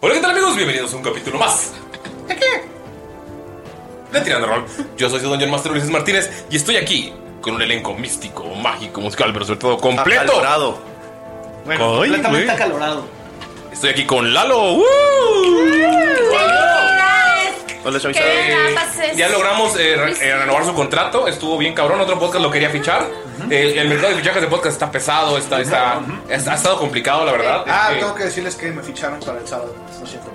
Hola, ¿qué tal amigos? Bienvenidos a un capítulo más. De Tirando Rol. Yo soy su Dungeon Master Ulises Martínez y estoy aquí con un elenco místico, mágico, musical, pero sobre todo completo. Acalorado. Bueno, completamente acalorado. Estoy aquí con Lalo. ¡Woo! Hola, Chavisa. ¿Qué haces? Eh, ya logramos eh, re- eh, renovar su contrato. Estuvo bien cabrón. Otro podcast lo quería fichar. Eh, el mercado de fichajes de podcast está pesado. Está, está, está- ha estado complicado, la verdad. Ah, Eh, tengo que decirles que me ficharon para el sábado. Lo siento.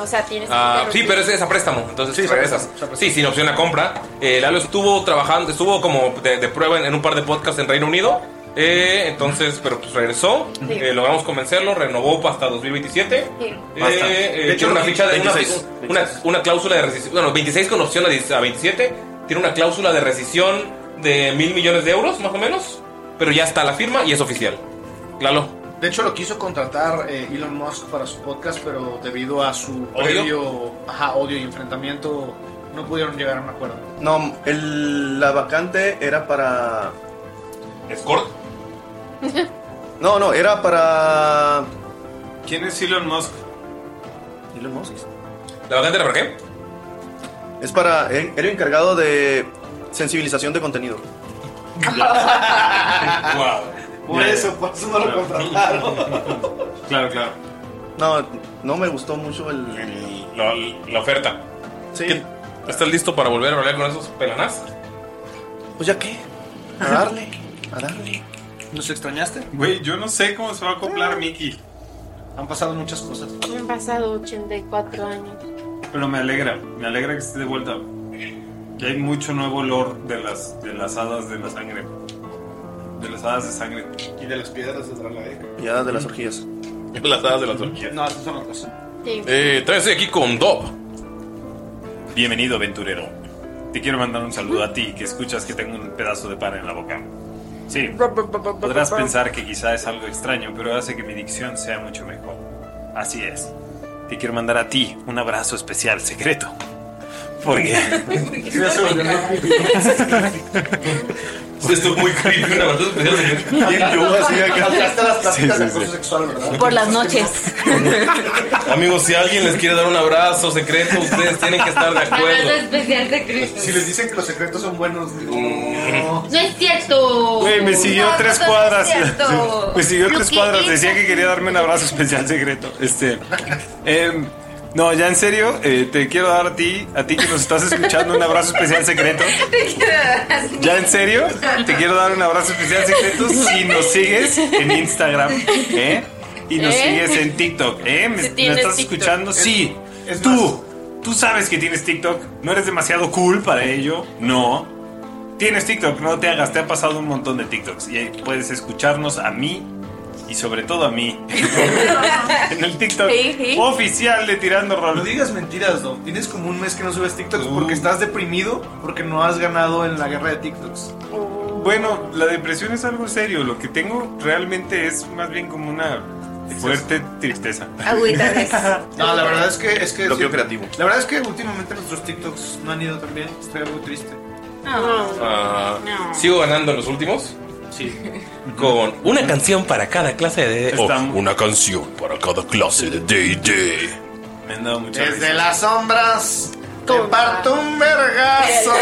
O sea, tienes. Ah, sí, pero es, es a préstamo, entonces sí, regresas. Sí, sin opción a compra. Eh, Lalo estuvo trabajando, estuvo como de, de prueba en, en un par de podcasts en Reino Unido. Eh, entonces, pero pues regresó. Sí. Eh, logramos convencerlo, renovó hasta 2027. Sí. Basta. Eh, eh, De hecho, tiene una ficha de una- 26. una, una cláusula de rescisión. Bueno, 26 con opción a, 10 a 27. Tiene una cláusula de rescisión de mil millones de euros, más o menos. Pero ya está la firma y es oficial. Lalo. De hecho, lo quiso contratar eh, Elon Musk para su podcast, pero debido a su ¿Odio? previo ajá, odio y enfrentamiento, no pudieron llegar a un acuerdo. No, el- la vacante era para. ¿Escort? No, no, era para. ¿Quién es Elon Musk? Elon Musk. ¿La vacante era para qué? Es para. Era era encargado de sensibilización de contenido. Wow. Por eso, por eso no lo contrataron. Claro, claro. No, no me gustó mucho el. La, la oferta. Sí. ¿Qué- ¿Estás listo para volver a hablar con esos pelanás? Pues ya qué. A darle. A darle. ¿Nos extrañaste? Ah. Güey, yo no sé cómo se va a acoplar Mickey, Han pasado muchas cosas. Han pasado 84 años. pero me alegra, me alegra que esté de vuelta. Y hay mucho nuevo olor de las, de las hadas de la sangre. De las hadas de sangre. Y de las piedras de Dralaek. Ya de las orgías. Las hadas de la zona. No, esas son otras. Sí. Eh, también estoy aquí con Dob. Bienvenido, aventurero. Te quiero mandar un saludo a ti, que escuchas que tengo un pedazo de pan en la boca. Sí, podrás pensar que quizá es algo extraño, pero hace que mi dicción sea mucho mejor. Así es. te quiero mandar a ti un abrazo especial, secreto. Porque. Esto es muy creepy, una verdad Hasta las Sí, platitas de sí, acoso sí. sexual, ¿verdad? Por las noches. Pues, Amigos, si alguien les quiere dar un abrazo secreto, ustedes tienen que estar de acuerdo. especial de Cristo. Si les dicen que los secretos son buenos, digo, Mm. No es cierto. Güey, me siguió No, tres no es cuadras. cierto. me siguió Lo tres que cuadras. es- Decía que quería darme un abrazo especial secreto. Este. em, no, ya en serio, eh, te quiero dar a ti, a ti que nos estás escuchando, un abrazo especial secreto. Ya en serio, te quiero dar un abrazo especial secreto si nos sigues en Instagram, ¿eh? Y nos ¿Eh? sigues en TikTok, ¿eh? ¿Me, Si me tienes estás TikTok. escuchando? sí. es tú, tú sabes que tienes TikTok. No eres demasiado cool para ello. No. Tienes TikTok, no te hagas, te ha pasado un montón de TikToks. Y ahí puedes escucharnos a mí y sobre todo a mí. en el TikTok Sí, sí. oficial de Tirando no Rol. digas mentiras, Dov. Tienes como un mes que no subes TikToks Uh. porque estás deprimido porque no has ganado en la guerra de TikToks. Bueno, la depresión es algo serio. Lo que tengo realmente es más bien como una fuerte tristeza. Agüita de esas. No, la verdad es que es que Bloqueo creativo. La verdad es que últimamente nuestros TikToks no han ido tan bien. Estoy muy triste. Ah, Sigo ganando en los últimos. Con una canción para cada clase de. o Está- una canción para cada clase de DD. Me han dado mucha Desde risa. las sombras te Toma. parto un vergazo.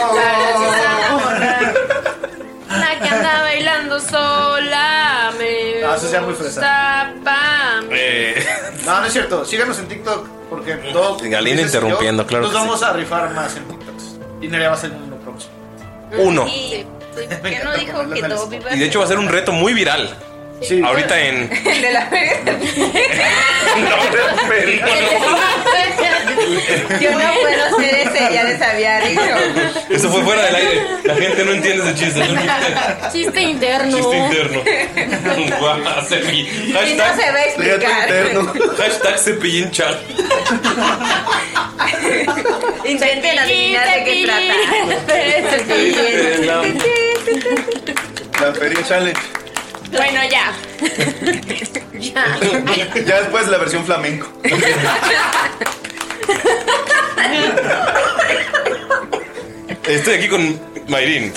La que anda bailando sola me Ah, eso sea muy fresa. gusta pa' mí. Eh, No, no es cierto. Síganos en TikTok porque todo. Galina interrumpiendo, claro Nos que sí. vamos a rifar más en TikToks. Y Nerea va a ser uno próximo. uno. Sí. ¿Por qué no encanta dijo ponerlo que en el todo viva? Y de hecho va a ser un reto muy viral. Sí. Ahorita en. El de la feria. No, pendejo, Yo no puedo hacer ese, ya les había dicho. no. Eso fue fuera del aire. La gente no entiende ese chiste. Es un Chiste interno. chiste interno. Guau, Cepi. Y no se Hashtag, va a Reto interno. explicar. hashtag cepillín chat. Intenten adivinar de qué trata. trata. La Feria Challenge. bueno, ya. ya. Ya después la versión flamenco. Estoy aquí con Mayrin.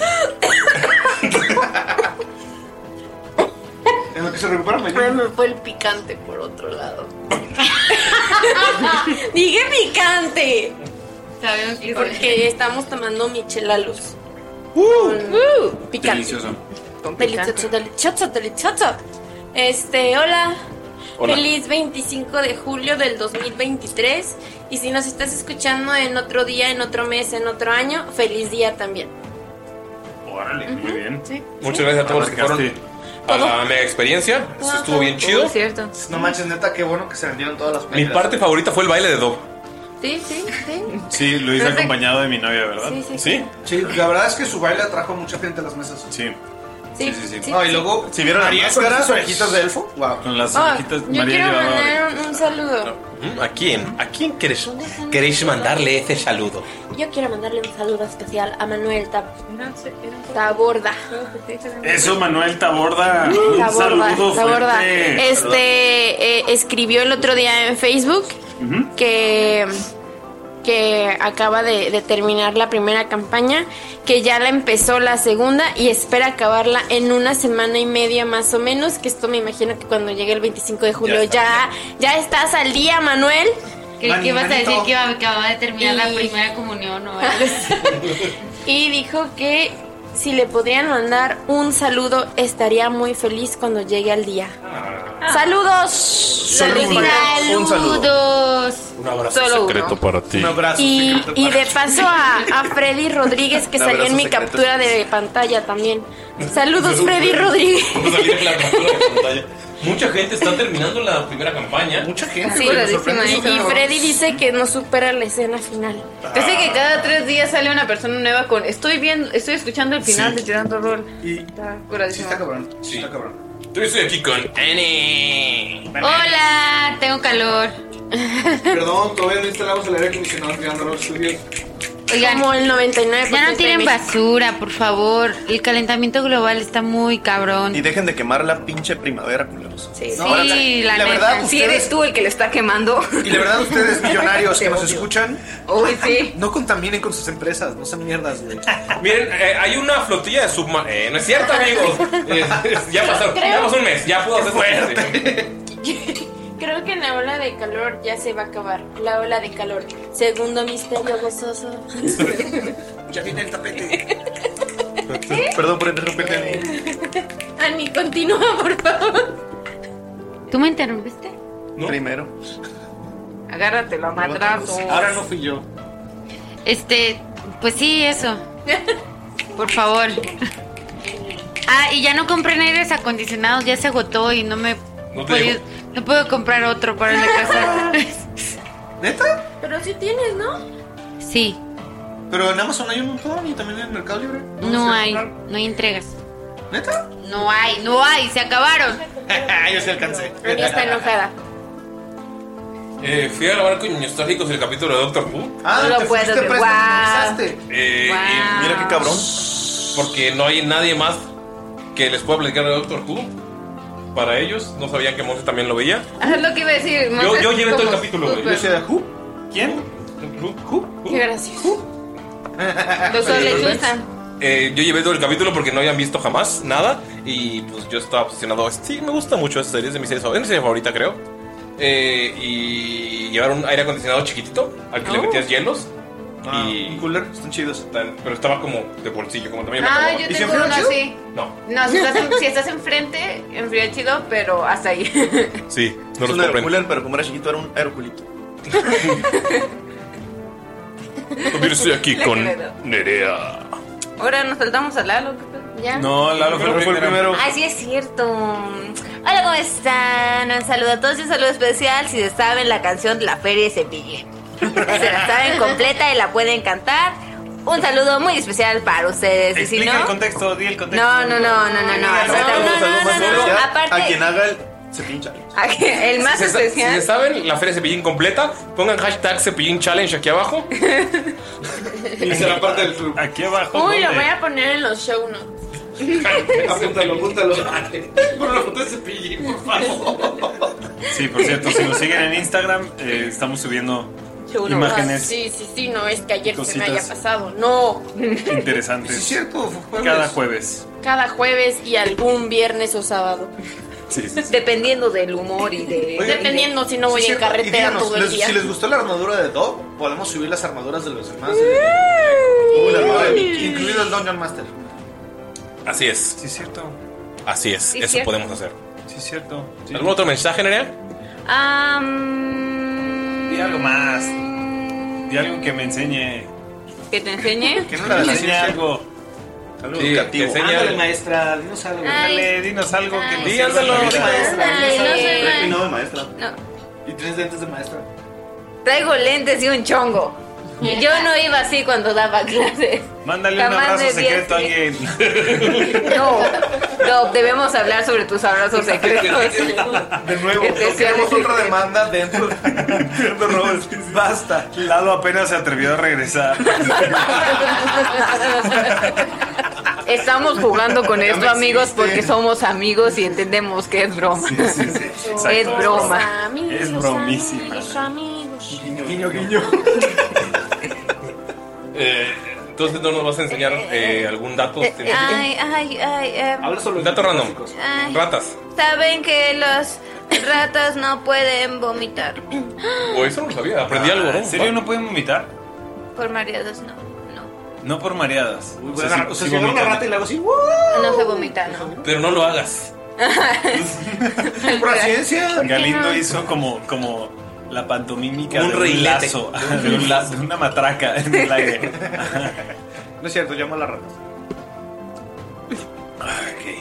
En lo que se recupera Ay, mañana. Ah, me fue el picante por otro lado. Dije picante. Sabemos que porque estamos tomando michelalos. Uh. Con- picante. Delicioso. Delicioso, delicioso, delicioso. Este, hola. Hola. Feliz 25 de julio del 2023. Y si nos estás escuchando en otro día, en otro mes, en otro año, feliz día también. Órale, muy bien. Sí. Muchas gracias a todos los que fueron a la mega experiencia. Eso estuvo bien chido. Es cierto. No manches, neta, qué bueno que se vendieron todas las Mi playeras. parte favorita fue el baile de Do. Sí, sí, sí. Sí, lo hice Perfecto. acompañado de mi novia, ¿verdad? Sí, sí. ¿Sí? Sí, la verdad es que su baile atrajo a mucha gente a las mesas. Sí. Sí, sí, sí. No, y luego. Si vieron la María con máscara, esas orejitas de elfo. Wow. Con las Ah, orejitas yo María quiero llevaba. mandar un, un saludo. ¿Mm? ¿A quién? ¿A quién queréis, queréis mandarle ese saludo? Yo quiero mandarle un saludo especial a Manuel Tab Taborda. Eso, Manuel Taborda. Un Taborda, saludo Taborda. fuerte. Este eh, escribió el otro día en Facebook Ujú. que que acaba de, de terminar la primera campaña, que ya la empezó la segunda y espera acabarla en una semana y media más o menos, que esto me imagino que cuando llegue el 25 de julio ya, ya estás al día, Manuel. Creí que ibas a Manito. decir que iba, acababa de terminar la primera comunión o Y dijo que si le podrían mandar un saludo, estaría muy feliz cuando llegue al día. Ah. ¡Saludos! Saludos. Un ¡Saludos! Un abrazo Solo uno. para ti. Un abrazo. Y, secreto y para- de paso a, a Freddy Rodríguez que Un salió en abrazo mi secreto. captura de pantalla también. Saludos Freddy Vamos a Rodríguez. salir en la captura de pantalla. Mucha gente está terminando la primera campaña. Mucha gente. Sí, güey, me lo dicen sorprende ahí. mucho, Y cabrón. Freddy dice que no supera la escena final. Yo sé que cada tres días sale una persona nueva con. Estoy viendo, estoy escuchando el final de Tirando Rol. Y- Está Sí, curadísimo. está cabrón. Sí. Sí, está cabrón. Yo estoy aquí con Annie. Hola, tengo calor. Perdón, todavía no instalamos el aire acondicionado en Grand Roll Studios. Oigan, Como el 99%. ya no tiren de basura, por favor. El calentamiento global está muy cabrón. Y dejen de quemar la pinche primavera, culeros. Sí, No, ahora, sí, la, neta. verdad, Si ustedes- eres tú el que le está quemando. Y la verdad, ustedes millonarios que nos Te odio. escuchan, Uy, sí. no contaminen con sus empresas, no sean mierdas, güey. Miren, eh, hay una flotilla de submarinos. Eh, no es cierto, amigos. Eh, ya pasó, Creo- llevamos un mes, ya pudo hacer fuerte. Creo que la ola de calor ya se va a acabar. La ola de calor. Segundo misterio gozoso. Ya viene el tapete. Perdón por interrumpirte. Ani. Ani, continúa, por favor. ¿Tú me interrumpiste? Primero. Agárratelo a madrazo. Ahora no fui yo. Este, pues sí, eso. Por favor. Ah, y ya no compré aires acondicionados, ya se agotó y no me No te puedo- llegó. no puedo comprar otro para la casa. ¿Neta? Pero sí tienes, ¿no? Sí, Pero en Amazon hay un montón y también en Mercado Libre. no sé, hay, claro. no hay entregas. ¿Neta? No hay, no hay, se acabaron. yo sí alcancé. Ani está enojada. Eh, fui a grabar con Niños Trágicos el capítulo de Doctor Who. Ah, No lo te puedo fuiste creer. presto, Guau. te avisaste. Eh, y Mira qué cabrón. porque no hay nadie más que les pueda platicar de Doctor Who. Para ellos, no sabían que Monse también lo veía. Ah, Es lo que iba a decir. Yo, Monse, yo llevé todo el como- capítulo, güey. Yo soy de Who. ¿Quién? Who, who, who. Qué gracioso. Los dos lechuza. Eh, yo llevé todo el capítulo porque no habían visto jamás nada. Y pues yo estaba obsesionado. Sí, me gusta mucho esta serie, es de mis series favoritas, es mi serie favorita, creo. Eh, y llevar un aire acondicionado chiquitito al que le Oh. metías hielos. Ah, y Cooler, están chidos. tan- pero estaba como de bolsillo, como también me Ah, acababa. yo ¿Y se tengo enfrió uno chido? así. No, No, si estás, en- si estás enfrente, enfría chido, pero hasta ahí. sí, no es los un compren. aerocooler, pero como era chiquito era un aeroculito. Yo estoy aquí La con quevedo. Nerea. Ahora nos saltamos a Lalo. ¿qué pedo? Ya. No, Lalo fue el Pero fue el primero. primero. Así es cierto. Hola, ¿cómo están? Un saludo a todos y un saludo especial. Si se saben la canción de la feria de Sevilla. Se la saben completa y la pueden cantar. Un saludo muy especial para ustedes. Y si no... Explica el contexto, di el contexto. No, no, no, no, no, no. Ah, Saludos, Aparte- Saludos, saludos más especial A quien Aparte, haga el. Se pincha. El más Si se sa- Si especial. se saben la feria cepillín completa, pongan hashtag cepillín challenge aquí abajo. y se la parte del club. Aquí abajo. Uy, lo ¿dónde? voy a poner en los show notes. apúntalo, apúntalo. Por la foto de cepillín, por favor. Sí, por cierto, si nos siguen en Instagram, eh, estamos subiendo imágenes Ah, sí, sí, sí, no es que ayer se me haya Cositas. pasado. No. interesantes. Sí, es cierto, fue jueves. Cada jueves. Cada jueves y algún viernes o sábado. Sí, sí, sí. dependiendo del humor y de... Oigan, Dependiendo si no voy Sí, en cierto. Y carretera díganos, todo el les- día. Si les gustó la armadura de Dog, podemos subir las armaduras de los demás. Uy, la armadura de- Incluido el Dungeon Master. Así es, Sí, es cierto. así es, Sí, eso cierto. podemos hacer. Sí, es cierto. Sí. ¿Algún otro mensaje, Nerea? Am, Di algo más. Di algo que me enseñe. Que te enseñe. Que no Que la me de enseñe algo. Algo Sí, educativo. que enseña- maestra, dinos algo. Dale, dinos algo que nos Di sirva algo. en la vida. Ándale, no soy Trae peinado de maestra. Y tienes dientes de maestra. Traigo lentes y un chongo. Yo no iba así cuando daba clases. Mándale un Jamás abrazo me vi secreto a así. alguien. No, no, debemos hablar sobre tus abrazos secretos. De nuevo, Que te queremos sea- otra demanda dentro de Basta. Lalo apenas se atrevió a regresar. Estamos jugando con Ya esto, me amigos, exhibiste. porque somos amigos y entendemos que es broma. Exacto. Es broma. Amigos, Es bromísima. amigos, amigos. Guiño, guiño. Eh, entonces no nos vas a enseñar eh, algún dato. Ay, ay, ay. em, Habla solo. Dato random. ah. Ay. Ratas. Saben que los ratas no pueden vomitar. O eso no lo sabía. Aprendí algo, ¿no? Ah, ¿En serio no pueden vomitar? Por mareados no. No por mareadas. Muy O buena. sea, sí- O sea, si Pues, sí agarra una vomitan. rata y le hago así, No, no se vomita, no. Pero no lo hagas. ¡Pura ciencia! Galindo hizo como, como la pantomímica Un de un reilete. lazo, de, un lazo, de una matraca en el aire. No es cierto, llamo a las ratas.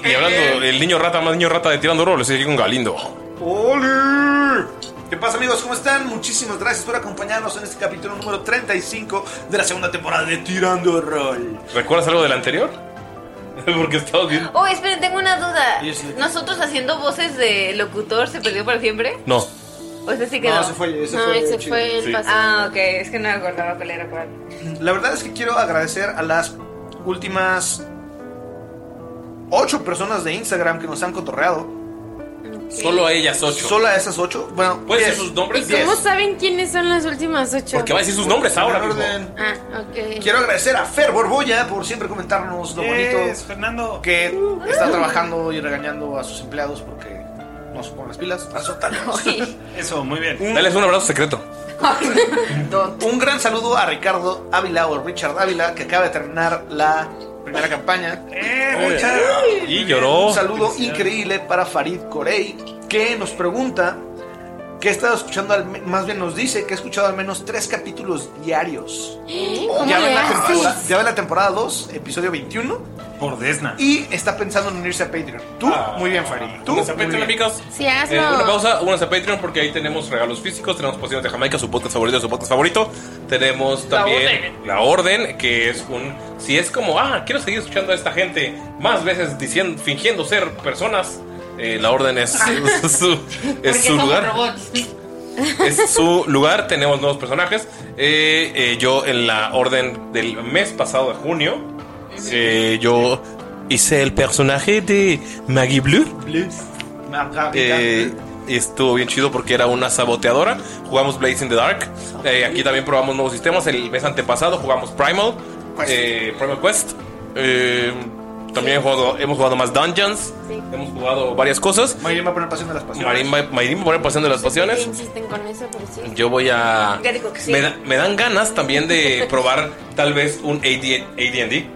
Y hablando del niño rata, más niño rata de Tirando Oro, lo estoy aquí con Galindo. ¡Ole! ¿Qué pasa amigos? ¿Cómo están? Muchísimas gracias por acompañarnos en este capítulo número 35 de la segunda temporada de Tirando Roll. ¿Recuerdas algo del anterior? Porque estabas bien. Oh, esperen, tengo una duda. Yo sí. ¿Nosotros haciendo voces de locutor se perdió para siempre? No. O sea, sí quedó. No, se fue- ese No, fue ese chido. fue el Sí. pasado. Ah, ok. Es que no acordaba cuál era cuál. La verdad es que quiero agradecer a las últimas ocho personas de Instagram que nos han cotorreado. Solo a ellas ocho. Solo a esas ocho. Bueno, ¿Puedes decir sus nombres? Diez. ¿Cómo saben quiénes son las últimas ocho? Porque va a decir sus nombres ahora En mismo. orden. Ah, ok. Quiero agradecer a Fer Borboya por siempre comentarnos lo bonito Fernando. que está trabajando y regañando a sus empleados porque no se ponen las pilas. Azótalos. Eso, muy bien. Dales un abrazo secreto. Un gran saludo a Ricardo Ávila o Richard Ávila que acaba de terminar la primera campaña. Eh, Y lloró. Un saludo increíble para Farid Corey que nos pregunta que ha estado escuchando, al me- más bien nos dice que ha escuchado al menos tres capítulos diarios. Eh, ¿Cómo Ya va le en la haces? temporada- ya va en la temporada 2, episodio 21, Por Desna. y está pensando en unirse a Patreon. Tú, Ah. muy bien, Farid. Tú, Únanse a muy Patreon, bien. amigos. Sí, Eh, hazlo. una pausa, unas a Patreon porque ahí tenemos regalos físicos, tenemos pociones de Jamaica, su podcast favorito, su podcast favorito. Tenemos también la orden, que es un si es como, ah, quiero seguir escuchando a esta gente más veces diciendo fingiendo ser personas, eh, la orden es su, es su lugar. Es su lugar, tenemos nuevos personajes. Eh, eh, yo en la orden del mes pasado de junio, eh, yo hice el personaje de Maggie Blur. Marca, Eh, y estuvo bien chido porque era una saboteadora. Jugamos Blaze in the Dark. Eh, aquí también probamos nuevos sistemas. El mes antepasado jugamos Primal. eh, Primal Quest. Eh, también he jugado- hemos jugado más Dungeons. Hemos jugado varias cosas. Mayrin va a poner pasión de las pasiones. Mayrin va- Mayrin va a poner pasión de las ¿Qué pasiones. insisten con eso? Pero sí. Yo voy a... Ya digo que sí. Ah, Me, da- me dan ganas también de probar tal vez un AD AD&D.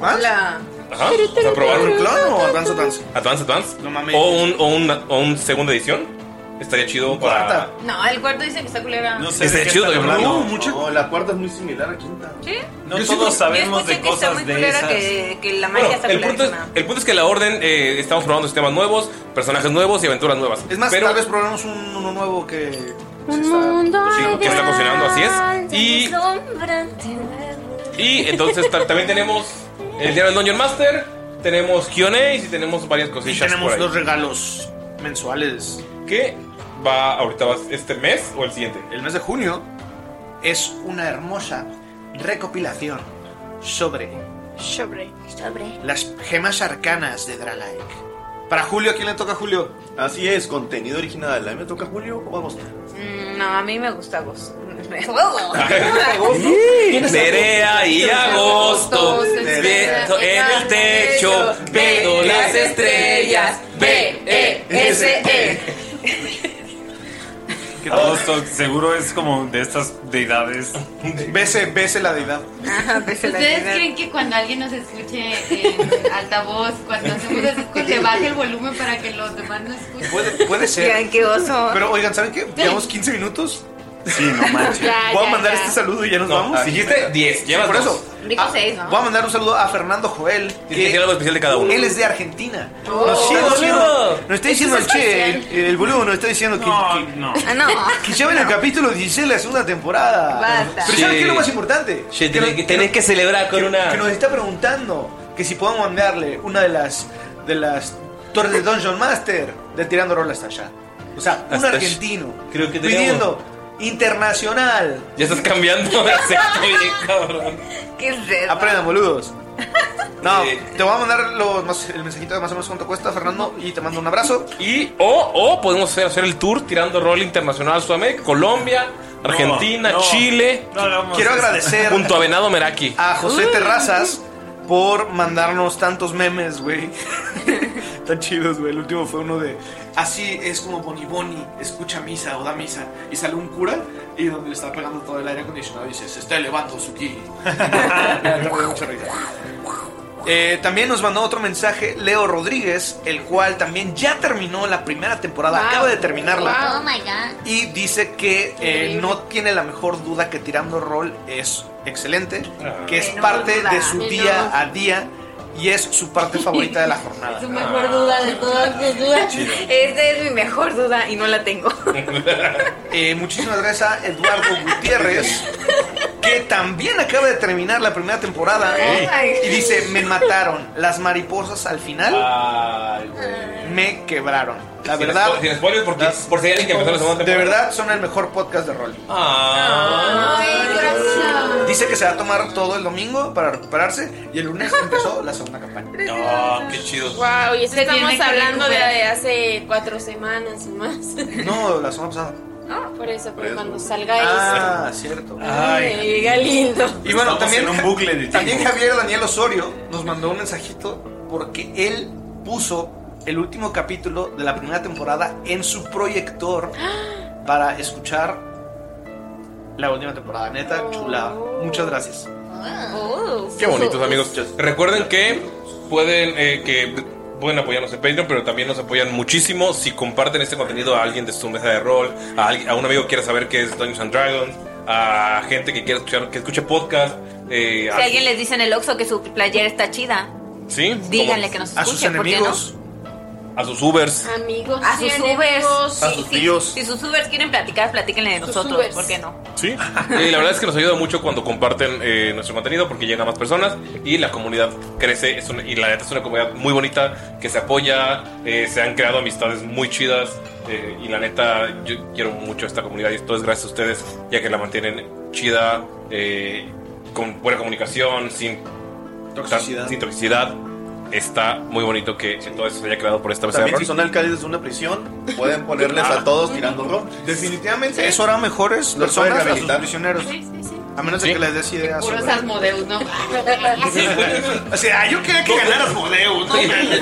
Hola. Ajá. O sea, probar un clon o Advance Advance. Advance Advance. O un, o un, o un segunda edición. Estaría chido para... No, el cuarto dice que está culera. sé Estaría de qué chido, está ¿verdad? hablando. No, la cuarta es muy similar a quinta. ¿Sí? No todos sabemos de que está cosas muy de culera esas. que, que la magia Bueno, está el culera. punto, es, el punto es que la orden eh, estamos probando sistemas nuevos, personajes nuevos y aventuras nuevas. Es más, Pero- tal vez probamos un, uno nuevo que. Un mundo Sí, que está ideal cocinando, así es. de Y- sombra te veo. Y entonces ta- también tenemos el diario del Dungeon Master, tenemos Q&A y tenemos varias cosillas Y tenemos por ahí. los regalos mensuales. ¿Qué va ahorita? vas- ¿Este mes o el siguiente? El mes de junio es una hermosa recopilación sobre Sobre. Sobre. las gemas arcanas de Dralaek. Para Julio, ¿a quién le toca Julio? Así es, contenido original. A mí me toca Julio o vamos. Mm, No, a mí me gusta vos. Nerea y agosto, viento en el techo, veo las estrellas. B, E, S, E. Que todos to- seguro es como de estas deidades. Bese, bese la deidad. pues ¿Ustedes creen que cuando alguien nos escuche en altavoz, cuando hacemos escuche, le baje el volumen para que los demás no escuchen? Puede, puede ser. Oigan, qué oso. Pero oigan, ¿saben qué? Llevamos 15 minutos. Sí, no manches. Ya, Voy a ya, mandar ya. este saludo y ya nos No, vamos. dijiste 10, Sí, llevas por dos. eso. Ah, Dijo seis, ¿no? Voy a mandar un saludo a Fernando Joel. que decir algo especial de cada uno. Él es de Argentina. Oh. nos, está Sí, boludo. diciendo, nos está diciendo el Esto es che, el, especial. el boludo nos está diciendo que, que, Ah, no. que lleven el capítulo 16 de la segunda temporada. Basta. Pero ¿sabes Sí. qué es lo más importante? Che, tenés no- que- tenés no- que celebrar con que- una- Que nos está preguntando que si podemos mandarle una de las, de las torres de Dungeon Master de Tirando Rol hasta allá. O sea, un Hasta allá. argentino Creo que tenemos- pidiendo internacional. Ya estás cambiando de acento, bien, cabrón. ¿Qué es eso? Aprendan, boludos. No, te voy a mandar los, más- el mensajito de más o menos cuánto cuesta, Fernando, y te mando un abrazo. Y o, o podemos hacer, hacer el tour tirando rol internacional a Sudamérica, Colombia, Argentina, no. Chile. Quiero agradecer junto a Venado Meraki. a José Terrazas por mandarnos tantos memes, güey. Tan chidos, güey. El último fue uno de así es como Boni Boni escucha misa o da misa y sale un cura y donde le está pegando todo el aire acondicionado y dice se está elevando su ki. Eh, también nos mandó otro mensaje Leo Rodríguez, el cual también ya terminó la primera temporada, acaba de terminarla. Oh my god. Y dice que eh, no tiene la mejor duda que Tirando Rol es excelente, que es Que no parte duda. de su Que día no. a día y es su parte favorita de la jornada. Su Ah. mejor duda de todas tus dudas. Chido. Esta es mi mejor duda y no la tengo. Eh, muchísimas gracias a Eduardo Gutiérrez, que también acaba de terminar la primera Oh temporada ¿eh? Ay. y dice, me mataron las mariposas al final. me quebraron. La Sin verdad. spo- sin spoilers, porque- por si hay alguien que empezó la segunda De temporada. Ah. verdad, son el mejor podcast de rol. Dice que se va a tomar todo el domingo para recuperarse y el lunes empezó la segunda campaña. No, qué chido. Wow, y eso Se tiene estamos que hablando de, recuperar. de hace cuatro semanas y más. Ah, No, la semana pasada. Por eso, pero eso. cuando salga Ah, cierto. Ay, me llega lindo. Y bueno, también, también tiempo. Javier Daniel Osorio nos mandó un mensajito porque él puso el último capítulo de la primera temporada en su proyector para escuchar la última temporada. Oh. Neta, chula. Muchas gracias. Qué bonitos amigos. Recuerden que pueden eh, que pueden apoyarnos en Patreon, pero también nos apoyan muchísimo si comparten este contenido a alguien de su mesa de rol, a, alguien- a un amigo que quiera saber qué es Dungeons and Dragons, a gente que quiera escuchar que escuche podcast, eh, Si a- alguien les dice en el Oxxo que su playera está chida, sí, díganle como- que nos escuche, ¿por qué no? a sus Ubers, Amigos, a sus sí, Ubers, amigos. A sus Sí, sí. tíos. Si sus Ubers quieren platicar, platíquenle de Sus nosotros, Ubers. ¿por qué no? sí. Y la verdad es que nos ayuda mucho cuando comparten eh, nuestro contenido porque llegan a más personas y la comunidad crece. Es una- y la neta es una comunidad muy bonita que se apoya, eh, se han creado amistades muy chidas. eh, y la neta, yo quiero mucho esta comunidad y esto es gracias a ustedes, ya que la mantienen chida, eh, con buena comunicación, sin toxicidad. sin toxicidad. Está muy bonito que todo eso se haya creado por esta mesa de También rol. si son alcaldes de una prisión, pueden ponerles a todos tirando rol. Definitivamente eso hará mejores Los personas pueden a sus rehabilitar. prisioneros. A menos de que les des ideas. Puros sobre- Asmodeus, ¿no? O sea, yo quería que ganaras Modeo, ¿no?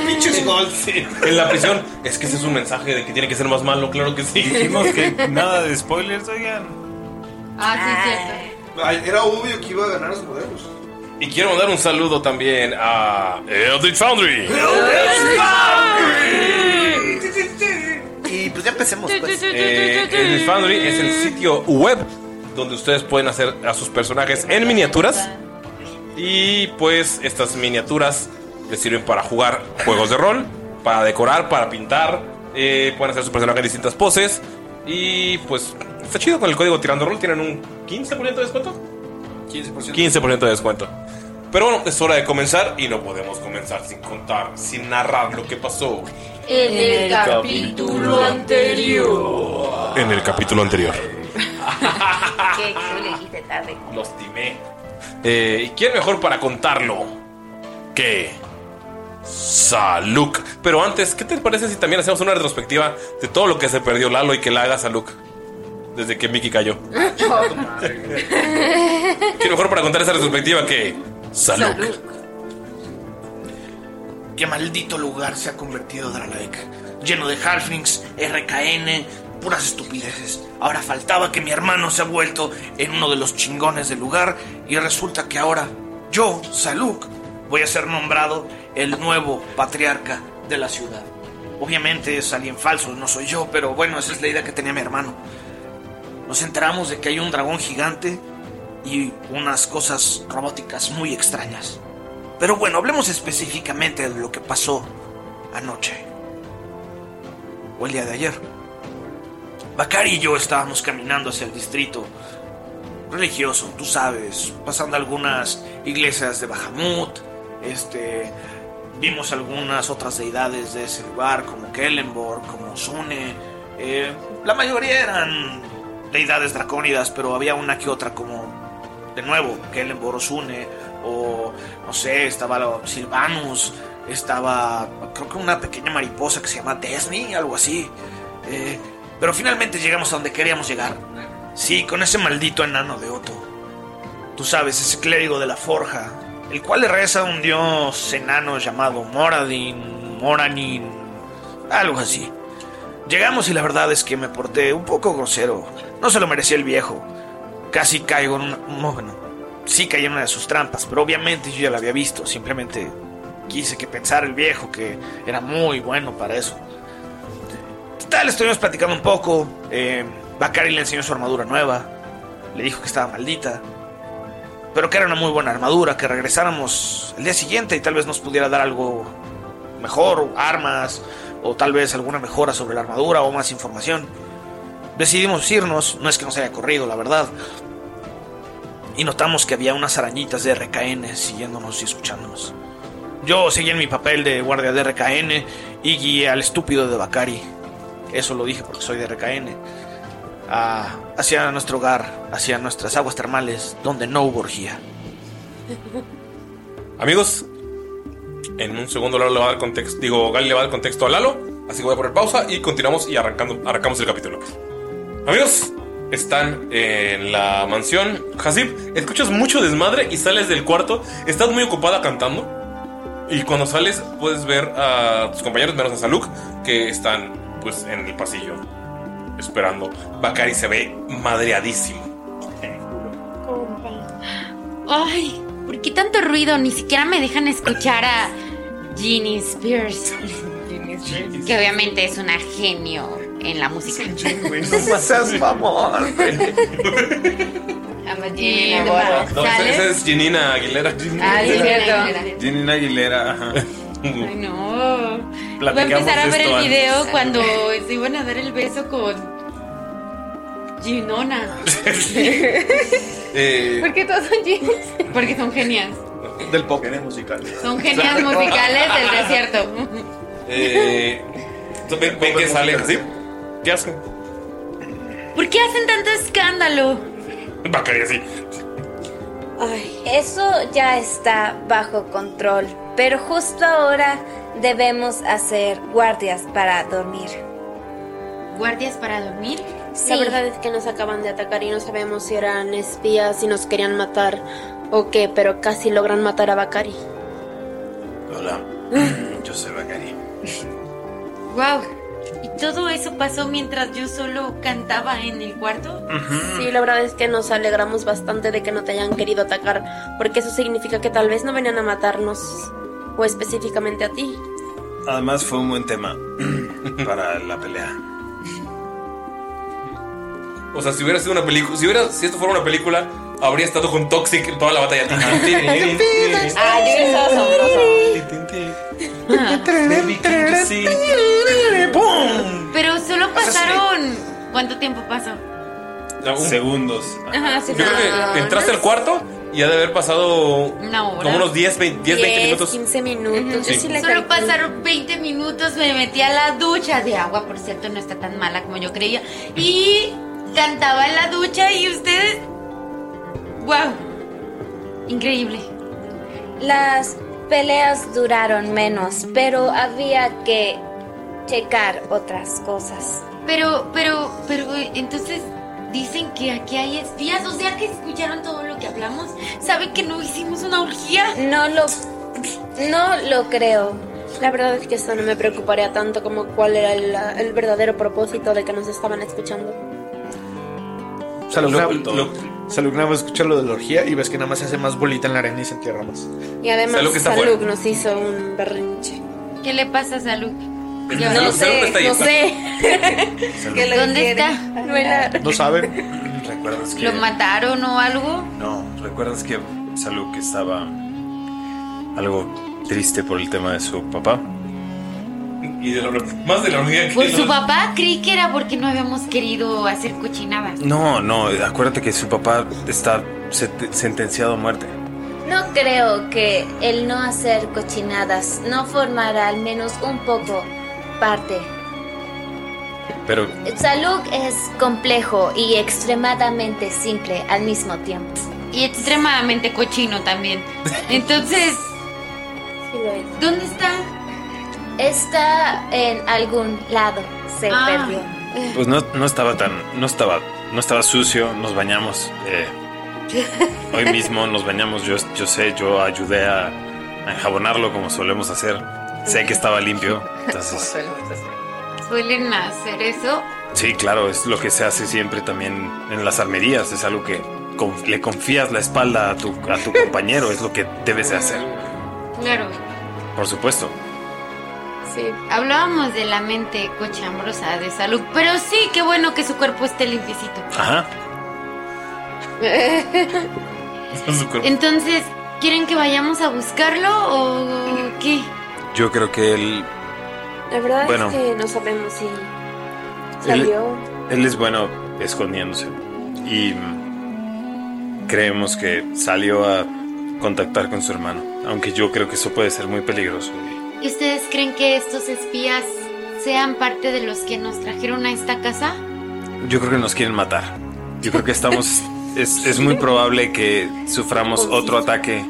Pinches gols. En la prisión, es que ese es un mensaje de que tiene que ser más malo, claro que sí. Dijimos que nada de spoilers, oigan. Ah, sí, cierto. Era obvio que iba a ganar los modelos. Y quiero mandar un saludo también a Eldritch Foundry. Y pues ya empecemos. Pues. Eh, Eldritch Foundry es el sitio web donde ustedes pueden hacer a sus personajes en miniaturas. Y pues estas miniaturas les sirven para jugar juegos de rol, para decorar, para pintar. eh, pueden hacer sus personajes en distintas poses. Y pues está chido con el código Tirando Rol. Tienen un 15% de descuento. 15%. 15% de descuento. Pero bueno, es hora de comenzar y no podemos comenzar sin contar, sin narrar lo que pasó En el capítulo anterior. en el capítulo anterior. Qué chulo, le dijiste tarde. Los timé. Eh, ¿Y quién mejor para contarlo que Saluk? Pero antes, ¿qué te parece si también hacemos una retrospectiva de todo lo que se perdió Lalo y que la haga Saluk desde que Mickey cayó? ¿Quién mejor para contar esa retrospectiva que Saluk? Qué maldito lugar se ha convertido Dralaek. Lleno de halflings, RKN, puras estupideces. Ahora faltaba que mi hermano se ha vuelto en uno de los chingones del lugar y resulta que ahora yo, Saluk, voy a ser nombrado el nuevo patriarca de la ciudad. Obviamente es alguien falso, no soy yo, pero bueno, esa es la idea que tenía mi hermano. Nos enteramos de que hay un dragón gigante y unas cosas robóticas muy extrañas. Pero bueno, hablemos específicamente de lo que pasó anoche. O el día de ayer. Bakari y yo estábamos caminando hacia el distrito religioso, tú sabes, pasando algunas iglesias de Bahamut, este, vimos algunas otras deidades de ese lugar, como Kellenborg, como Sune, eh, la mayoría eran deidades dracónidas, pero había una que otra como de nuevo, Kellenborg Osune, o no sé, estaba lo- Silvanus, estaba creo que una pequeña mariposa que se llama Desni, algo así. Eh, pero finalmente llegamos a donde queríamos llegar. Sí, con ese maldito enano de Otto. Tú sabes, ese clérigo de la forja, el cual le reza a un dios enano llamado Moradin, Moranin, algo así. Llegamos y la verdad es que me porté un poco grosero. No se lo merecía el viejo. Casi caigo en una... no, Bueno, sí caí en una de sus trampas, pero obviamente yo ya la había visto. Simplemente quise que pensara el viejo que era muy bueno para eso. Total, estuvimos platicando un poco. eh, Bakari le enseñó su armadura nueva. Le dijo que estaba maldita. Pero que era una muy buena armadura, que regresáramos el día siguiente y tal vez nos pudiera dar algo mejor, o armas, o tal vez alguna mejora sobre la armadura o más información. Decidimos irnos, no es que nos haya corrido, la verdad. Y notamos que había unas arañitas de RKN siguiéndonos y escuchándonos. Yo seguí en mi papel de guardia de RKN y guié al estúpido de Bakari. Eso lo dije porque soy de RKN. Ah, hacia nuestro hogar, hacia nuestras aguas termales, donde no hubo orgía. Amigos, en un segundo Lalo le va a dar contexto. Digo, Gal le va a dar contexto a Lalo. Así que voy a poner pausa y continuamos y arrancando, arrancamos el capítulo. Amigos, están en la mansión. Hasib, escuchas mucho desmadre y sales del cuarto. Estás muy ocupada cantando. Y cuando sales, puedes ver a tus compañeros, menos a Saluk, que están pues en el pasillo esperando. Bakari se ve madreadísimo. Ay, ¿por qué tanto ruido? Ni siquiera me dejan escuchar a Ginny Spears. que obviamente es una genio en la música. No seas mamón. Y Ginny demás. Navarro. No, esa, esa es Janina Aguilera. Ah, sí, cierto. Janina Aguilera, ajá. Ay, no. Voy a Platicamos empezar a ver esto el antes. video cuando se iban a dar el beso con Ginona. Eh, ¿Por qué todos son jeans? Porque son genias. eh, Del pop. musical. Son genias musicales del desierto. eh, ven- ven que sale Hasib. ¿Qué hacen? ¿Por qué hacen tanto escándalo? Bakari así. Eso ya está bajo control, pero justo ahora debemos hacer guardias para dormir. ¿Guardias para dormir? La Sí. verdad es que nos acaban de atacar y no sabemos si eran espías, si nos querían matar o qué, pero casi logran matar a Bakari. Hola, Mm. yo soy Bakari. Wow. ¿Y todo eso pasó mientras yo solo cantaba en el cuarto? Sí, la verdad es que nos alegramos bastante de que no te hayan querido atacar, porque eso significa que tal vez no venían a matarnos, o específicamente a ti. Además fue un buen tema para la pelea. O sea, si hubiera sido una película, si hubiera, si esto fuera una película, habría estado con Toxic en toda la batalla. eh, Ah, yo hubiera estado Pero solo pasaron. ¿Cuánto tiempo pasó? Segundos. Ajá, sí, Yo creo que entraste al cuarto y ha de haber pasado Una hora. como unos 10, 20, 10, 20 minutos. 15 minutos. Yo Sí. sí le Solo pasaron 20 minutos, me metí a la ducha de agua, por cierto, no está tan mala como yo creía. Y cantaba en la ducha y ustedes... ¡Wow! Increíble. Las peleas duraron menos, pero había que checar otras cosas. Pero, pero, pero, eh, entonces dicen que aquí hay espías, o sea que escucharon todo lo que hablamos. ¿Saben que no hicimos una orgía? No lo... No lo creo. La verdad es que eso no me preocuparía tanto como cuál era el, el verdadero propósito de que nos estaban escuchando. Salugna, lo- Salugna va a escuchar lo de la orgía y ves que nada más se hace más bolita en la arena y se entierra más. Y además Salud que está Saluk fuera. nos hizo un berrinche. ¿Qué le pasa a Salud? No Saluk- sé, Saluk está ahí, no está. sé. Saluk. ¿Dónde está? No saben. ¿Recuerdas que.? ¿Lo mataron o algo? No, ¿recuerdas que Salud que estaba algo triste por el tema de su papá? Y de la, más de la unidad Por Pues su papá creí que era porque no habíamos querido hacer cochinadas. No, no, acuérdate que su papá está sent- sentenciado a muerte. No creo que el no hacer cochinadas no formará al menos un poco parte Pero Salud es complejo y extremadamente simple al mismo tiempo. Y extremadamente cochino también. Entonces, ¿dónde está? Está en algún lado, se Ah. perdió. pues no, no estaba tan. No estaba. No estaba sucio, nos bañamos. eh, hoy mismo nos bañamos. Yo, yo sé, yo ayudé a, a enjabonarlo como solemos hacer. Sé que estaba limpio. Entonces. Suelen hacer eso. Sí, claro, es lo que se hace siempre también en las armerías. Es algo que con- le confías la espalda a tu, a tu compañero. Es lo que debes de hacer. Claro. Por supuesto. Sí. Hablábamos de la mente cochambrosa de salud. Pero sí, qué bueno que su cuerpo esté limpiecito. Ajá. Entonces, ¿quieren que vayamos a buscarlo o qué? Yo creo que él. La verdad Bueno. es que no sabemos si él, salió. él es bueno escondiéndose. Y mm, creemos que salió a contactar con su hermano. Aunque yo creo que eso puede ser muy peligroso. y ¿Y ustedes creen que estos espías sean parte de los que nos trajeron a esta casa? Yo creo que nos quieren matar. Yo creo que estamos. es, es muy probable que suframos otro ataque.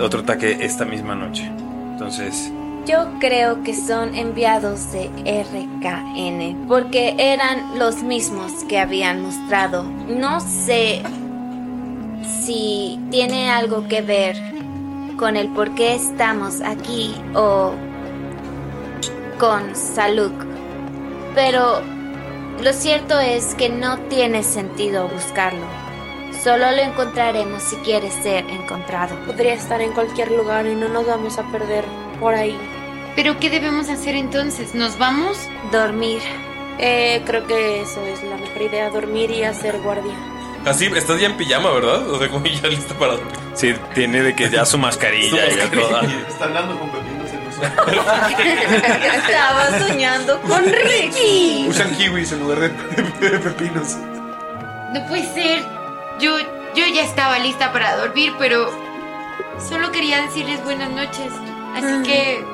Otro ataque esta misma noche. Entonces. Yo creo que son enviados de RKN, porque eran los mismos que habían mostrado. No sé si tiene algo que ver con el por qué estamos aquí o con Saluk, pero lo cierto es que no tiene sentido buscarlo. Solo lo encontraremos si quiere ser encontrado. Podría estar en cualquier lugar y no nos vamos a perder por ahí. ¿Pero qué debemos hacer entonces? ¿Nos vamos? Dormir. Eh, creo que eso es la mejor idea, dormir y hacer guardia. Así, estás ya en pijama, ¿verdad? O sea, como ya lista para dormir. Sí, tiene de que ya su mascarilla y ya toda. Están dando con pepinos en los Estaba soñando con Ricky. Usan kiwis en lugar de, pe- de pepinos. No puede ser. Yo, yo ya estaba lista para dormir, pero solo quería decirles buenas noches. Así que...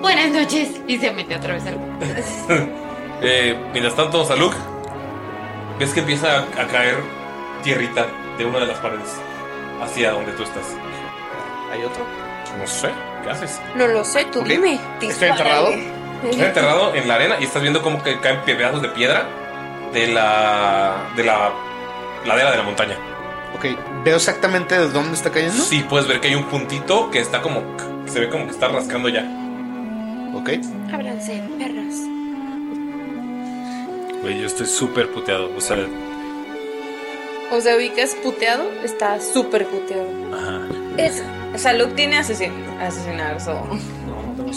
Buenas noches. Y se mete otra vez al... Eh, mientras tanto, Saluk, ves que empieza a, a caer tierrita de una de las paredes hacia donde tú estás. ¿Hay otro? No sé, ¿qué haces? No lo sé, tú dime. ¿Estoy enterrado? Está enterrado en la arena y estás viendo cómo que caen pedazos de piedra de la de la ladera de la montaña. Ok, veo exactamente de dónde está cayendo. Sí, puedes ver que hay un puntito que está como que se ve como que está rascando ya. Ok. Ábranse, perras. Güey, yo estoy súper puteado. O sea, O sea, ubicas puteado, está súper puteado. ajá. Es, o sea, Luke tiene asesin asesinados o...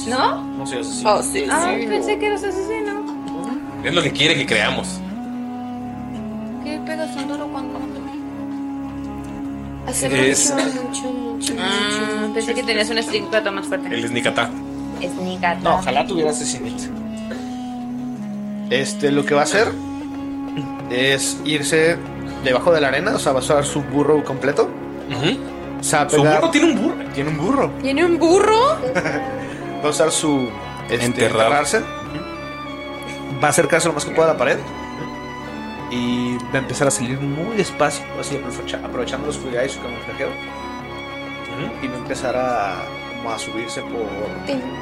¿No? No sé, así. Oh, sí, Ah, sí. pensé que eras asesino. Es lo que quiere que creamos. ¿Qué pegas tan duro cuando Hace Es- mucho, mucho, mucho, mucho. Ah, Pensé que tenías un stick plato más fuerte. El Snikata. Sneakat. No, ojalá tuviera asesinito. Este, lo que va a hacer es irse debajo de la arena, o sea, va a usar su burro completo. O sea, Su burro tiene un burro. Tiene un burro. ¿Tiene un burro? Va a usar su este, Enterrar. enterrarse. Va a acercarse lo más que pueda a la pared. Y va a empezar a salir muy despacio, así aprovecha- aprovechando los cuidados y su camuflajeo. Y va a empezar a, como a subirse por.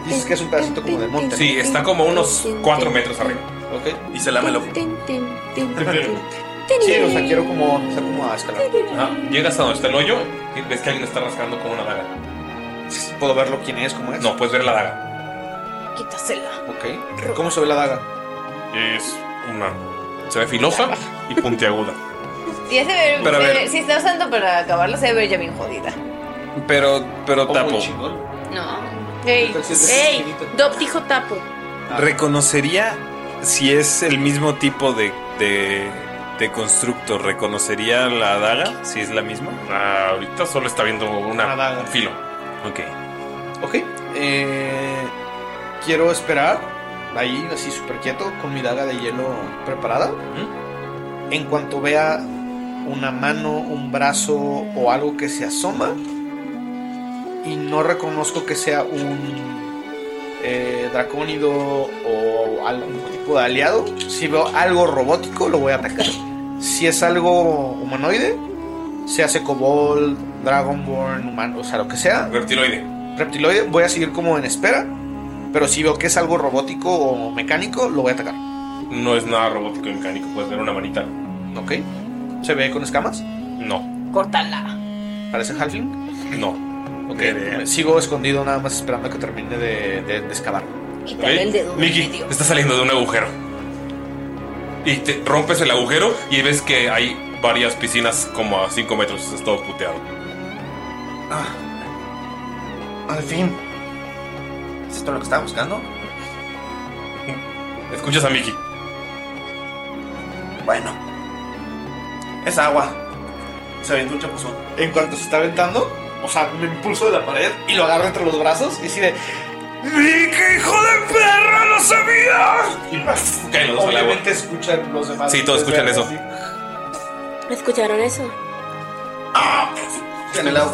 Dices que es un pedacito como de monte. Sí, está como unos 4 metros arriba. Ok. Y se lame el ojo. Sí, o sea, quiero como empezar como a escalar. Ajá, Ah, Llegas a donde está el hoyo y ves que alguien está rascando con una daga. ¿Puedo verlo quién es, cómo es? No, puedes ver la daga. Quítasela. Ok. ¿Cómo se ve la daga? Es una. Se ve filosa y puntiaguda. Sí, ese ver- Pero a ver. se- si está usando para acabarlo, se ve ya bien jodida. Pero, pero tapo. No. Ey, tal si es ey, Doc dijo tapo. ¿Reconocería si es el mismo tipo de, de, de constructo? ¿Reconocería la daga? Si es la misma. Ah, ahorita solo está viendo una, un filo. Ok. Ok. eh, quiero esperar ahí, así súper quieto, con mi daga de hielo preparada. En cuanto vea una mano, un brazo o algo que se asoma y no reconozco que sea un eh, dracónido o algún tipo de aliado, si veo algo robótico lo voy a atacar. Si es algo humanoide, se hace kobold, dragonborn, humano, o sea, lo que sea. Reptiloide. Reptiloide, voy a seguir como en espera. Pero si veo que es algo robótico o mecánico, lo voy a atacar. No es nada robótico y mecánico. Puedes ver una manita. Ok. ¿Se ve con escamas? No, Córtala. ¿Parece halfling? no. Ok. Sigo escondido nada más esperando a que termine de, de- de excavar. ¿Ok? Mickey, está saliendo de un agujero. Y te rompes el agujero y ves que hay varias piscinas como a 5 metros. Es todo puteado. Ah. Al fin. ¿Es esto lo que estaba buscando? Escuchas a Mickey. Bueno. Es agua. Se aventó un chapuzón. En cuanto se está aventando, o sea, me impulso de la pared y lo agarro entre los brazos y así de. ¡Mickey, hijo de perra! ¡Lo sabía! Y pues, Caen los dos al agua. Obviamente escuchan los demás. Sí, todos escuchan eso. ¿Escucharon eso? En el agua.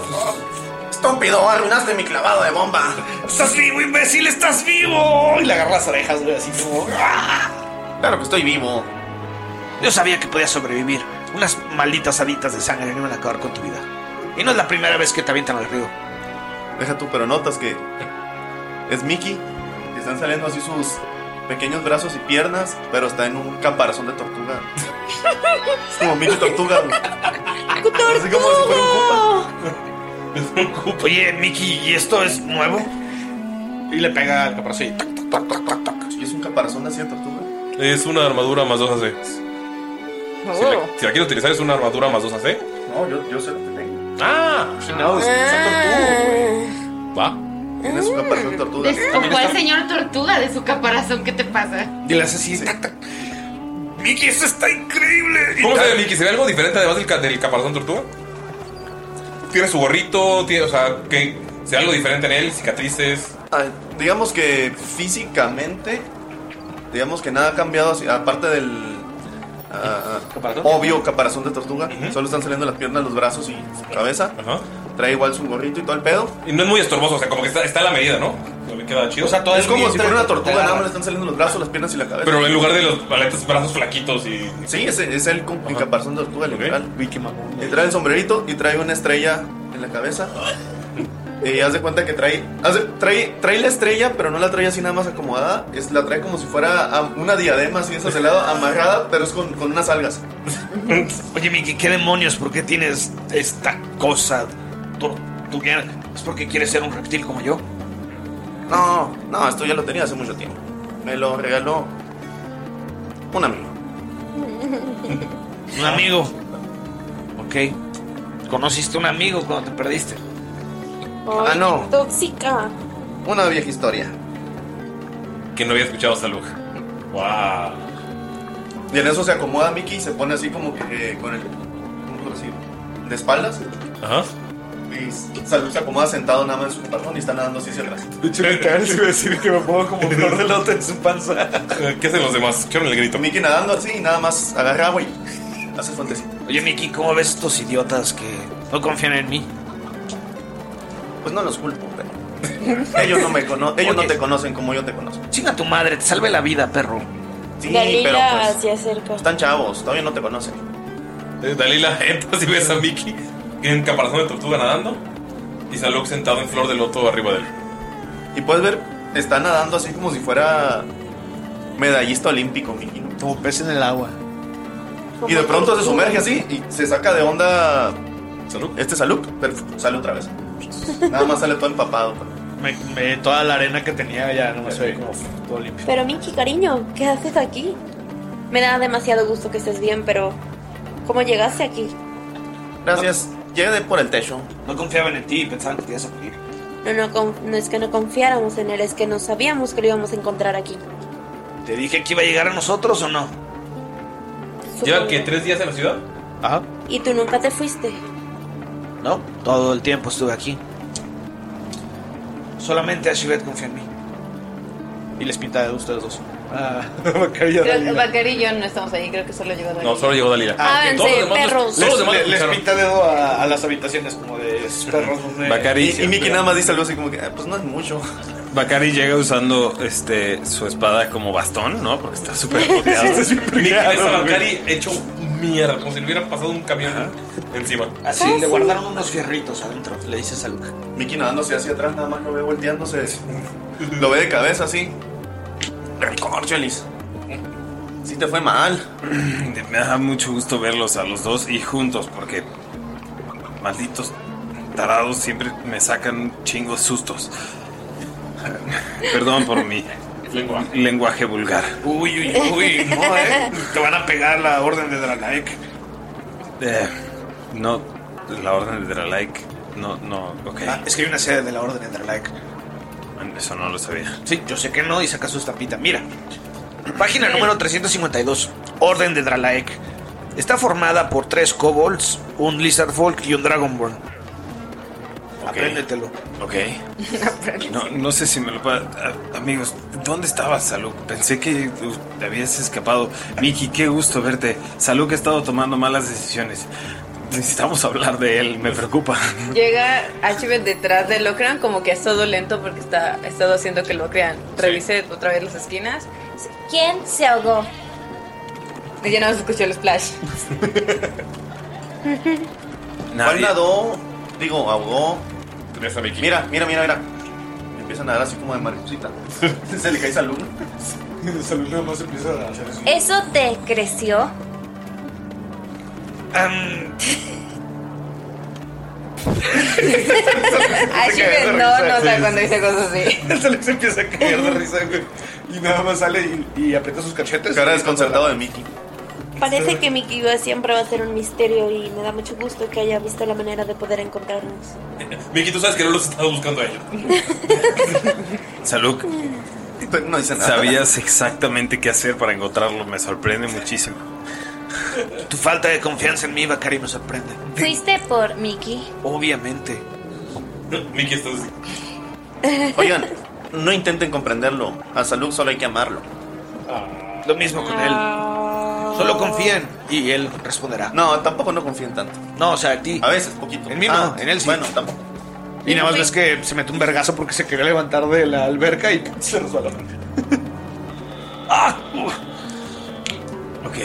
Estúpido, arruinaste mi clavado de bomba. ¡Estás vivo, imbécil! ¡Estás vivo! Y le agarra las orejas, güey, así como. ¡ah! Claro que estoy vivo. Yo sabía que podías sobrevivir. Unas malditas haditas de sangre no iban a acabar con tu vida. Y no es la primera vez que te avientan al río. Deja tú, pero notas que es Mickey. Le están saliendo así sus pequeños brazos y piernas, pero está en un caparazón de tortuga. Es como Mickey Tortuga. güey. Así como si fuera un cupa. Oye, Mickey, ¿y esto es nuevo? Y le pega al caparazón y tac, tac, tac, tac, tac. ¿Y es un caparazón así de tortuga? Es una armadura más 2 AC. Si, la, si la quieres utilizar, es una armadura más 2 AC. No, yo, yo sé lo que tengo. ¡Ah! Va. Tienes un caparazón de tortuga. Desocupó al señor tortuga de su caparazón. ¿Qué te pasa? Y le hace así. tac, tac. Mickey, esto está increíble. ¿Cómo se ve Mickey? ¿Se ve algo diferente además del, ca- del caparazón tortuga? Tiene su gorrito, tiene, o sea, que se ve algo diferente en él, cicatrices. Ah, digamos que físicamente, digamos que nada ha cambiado, así- aparte del ah, obvio caparazón de tortuga. Solo están saliendo las piernas, los brazos y su cabeza. Trae igual su gorrito y todo el pedo. Y no es muy estorboso, o sea, como que está, está a la medida, ¿no? Me queda chido. es como si fuera una tortuga, nada más le están saliendo los brazos, las piernas y la cabeza. Pero en lugar de los estos brazos flaquitos y. Sí, es, es el con- el caparazón de tortuga, literal. Y trae el sombrerito y trae una estrella en la cabeza. Y haz de cuenta que trae, haz de- trae, trae la estrella, pero no la trae así nada más acomodada. Es, la trae como si fuera am- una diadema así de esas de lado, amarrada, pero es con, con unas algas. Oye, Mickey, ¿qué demonios? ¿Por qué tienes esta cosa tortuguera? ¿Es porque quieres ser un reptil como yo? No, no, esto ya lo tenía hace mucho tiempo. Me lo regaló un amigo. Un amigo. Ok. Conociste un amigo cuando te perdiste. Ah, no. Tóxica. Una vieja historia. Que no había escuchado hasta luego. ¡Wow! Y en eso se acomoda Mickey y se pone así como que eh, con el. ¿Cómo puedo decir? De espaldas. Ajá. Y se se acomoda sentado nada más en su pantalón y está nadando así hacia atrás. De hecho, literal, les iba a decir que me pongo como flor de lote en su panza. ¿Qué hacen los demás? Echaron el grito. Mickey nadando así y nada más agarra agua y hace fuentecita. Oye, Mickey, ¿cómo ves estos idiotas que no confían en mí? Pues no los culpo, pero. Ellos no me cono ellos no te conocen como yo te conozco. Chinga tu madre, te salve la vida, perro. Sí, Dalila pero pues. hacia cerca. Están chavos, todavía no te conocen. Eh, Dalila, entras y ves a Mickey en caparazón de tortuga nadando y Saluk sentado en flor de loto arriba de él. Y puedes ver, está nadando así como si fuera medallista olímpico, Mickey. Como pez en el agua. Y de pronto se sumerge así y se saca de onda. Este Saluk, pero sale otra vez. Nada más sale todo empapado. Me, me- toda la arena que tenía ya nomás se ve como todo limpio. Pero Miki, cariño, ¿qué haces aquí? Me da demasiado gusto que estés bien, pero ¿cómo llegaste aquí? Gracias. Llegué por el techo. No confiaban en ti y pensaban que te ibas a morir. No, no, con- no es que no confiáramos en él, es que no sabíamos que lo íbamos a encontrar aquí. ¿Te dije que iba a llegar a nosotros o no? ¿Llevan que tres días en la ciudad? Ajá. Y tú nunca te fuiste. No, todo el tiempo estuve aquí. Solamente Ashibet confía en mí. Y les pinta de ustedes dos. Ah, Creo que Bacari y yo no estamos ahí, creo que solo llegó Dalila. No, solo llegó Dalila. Ávense, Todos los demás- perros. todos los demás Les, les escucharon. pinta dedo a, a las habitaciones como de esos perros. Y, y Mickey nada más dice algo así como que, "Ah, pues no es mucho. Bakari llega usando este su espada como bastón, ¿no? Porque está súper boteado. Mickey ves a Bacari hecho mierda, como si le hubiera pasado un camión encima. Así, le guardaron unos fierritos adentro, le dices a Luca. Mickey nadándose hacia atrás, nada más lo ve volteándose. Lo ve de cabeza así. Recorcholis. Sí te fue mal. Me da mucho gusto verlos a los dos y juntos porque malditos tarados siempre me sacan chingos sustos. Perdón por mi lenguaje, vulgar. Uy, uy, uy, no, eh. Te van a pegar la orden de Dralaek. Eh, no, la orden de Dralaik. No, no, ok. Ah, es que hay una sede de la orden de Dralaek. Eso no lo sabía. Sí, yo sé que no, y saca su estampita. Mira, página número 352, Orden de Dralaek. Está formada por tres kobolds, un lizard folk y un dragonborn. Apréndetelo. Ok. No, no sé si me lo pueda. ah, Amigos, ¿dónde estabas, Saluk? Pensé que uh, te habías escapado. Miki, qué gusto verte. Saluk ha estado tomando malas decisiones. Necesitamos hablar de él, me preocupa. Llega Archibald detrás de Locran, como que ha estado lento porque está, ha estado haciendo que lo crean. Revise otra vez las esquinas. ¿Quién se ahogó? Y ya no se escuchó el splash. ¿Cuál nadó? Digo, ahogó. Mira, mira, mira, mira. Empieza a nadar así como de mariposita. Se le cae salud. Salud nada más empieza a hacer eso. ¿Eso te creció? Archibald no nos da cuando dice cosas así. Alex empieza a caer de risa, güey. Y nada más sale y, y aprieta sus cachetes. Cara desconcertado de Mickey. Parece que mi Kiwa siempre va a ser un misterio y me da mucho gusto que haya visto la manera de poder encontrarnos. Vicky, tú sabes que no los estaba buscando a ellos. Salud. No dice nada. Sabías exactamente qué hacer para encontrarlo, me sorprende muchísimo. Tu falta de confianza en mí, Bakari, me sorprende. ¿Fuiste por Mickey? Obviamente. Mickey está así. Oigan, no intenten comprenderlo. A Salud solo hay que amarlo. Ah, Lo mismo con él. Solo confíen y él responderá. No, tampoco no confíen tanto. No, o sea, en ti. A veces, poquito. En mí no, Ah, en él sí. Bueno, tampoco. Y nada más ves que se mete un vergazo porque se quería levantar de la alberca y se resbaló. Ah. Ok,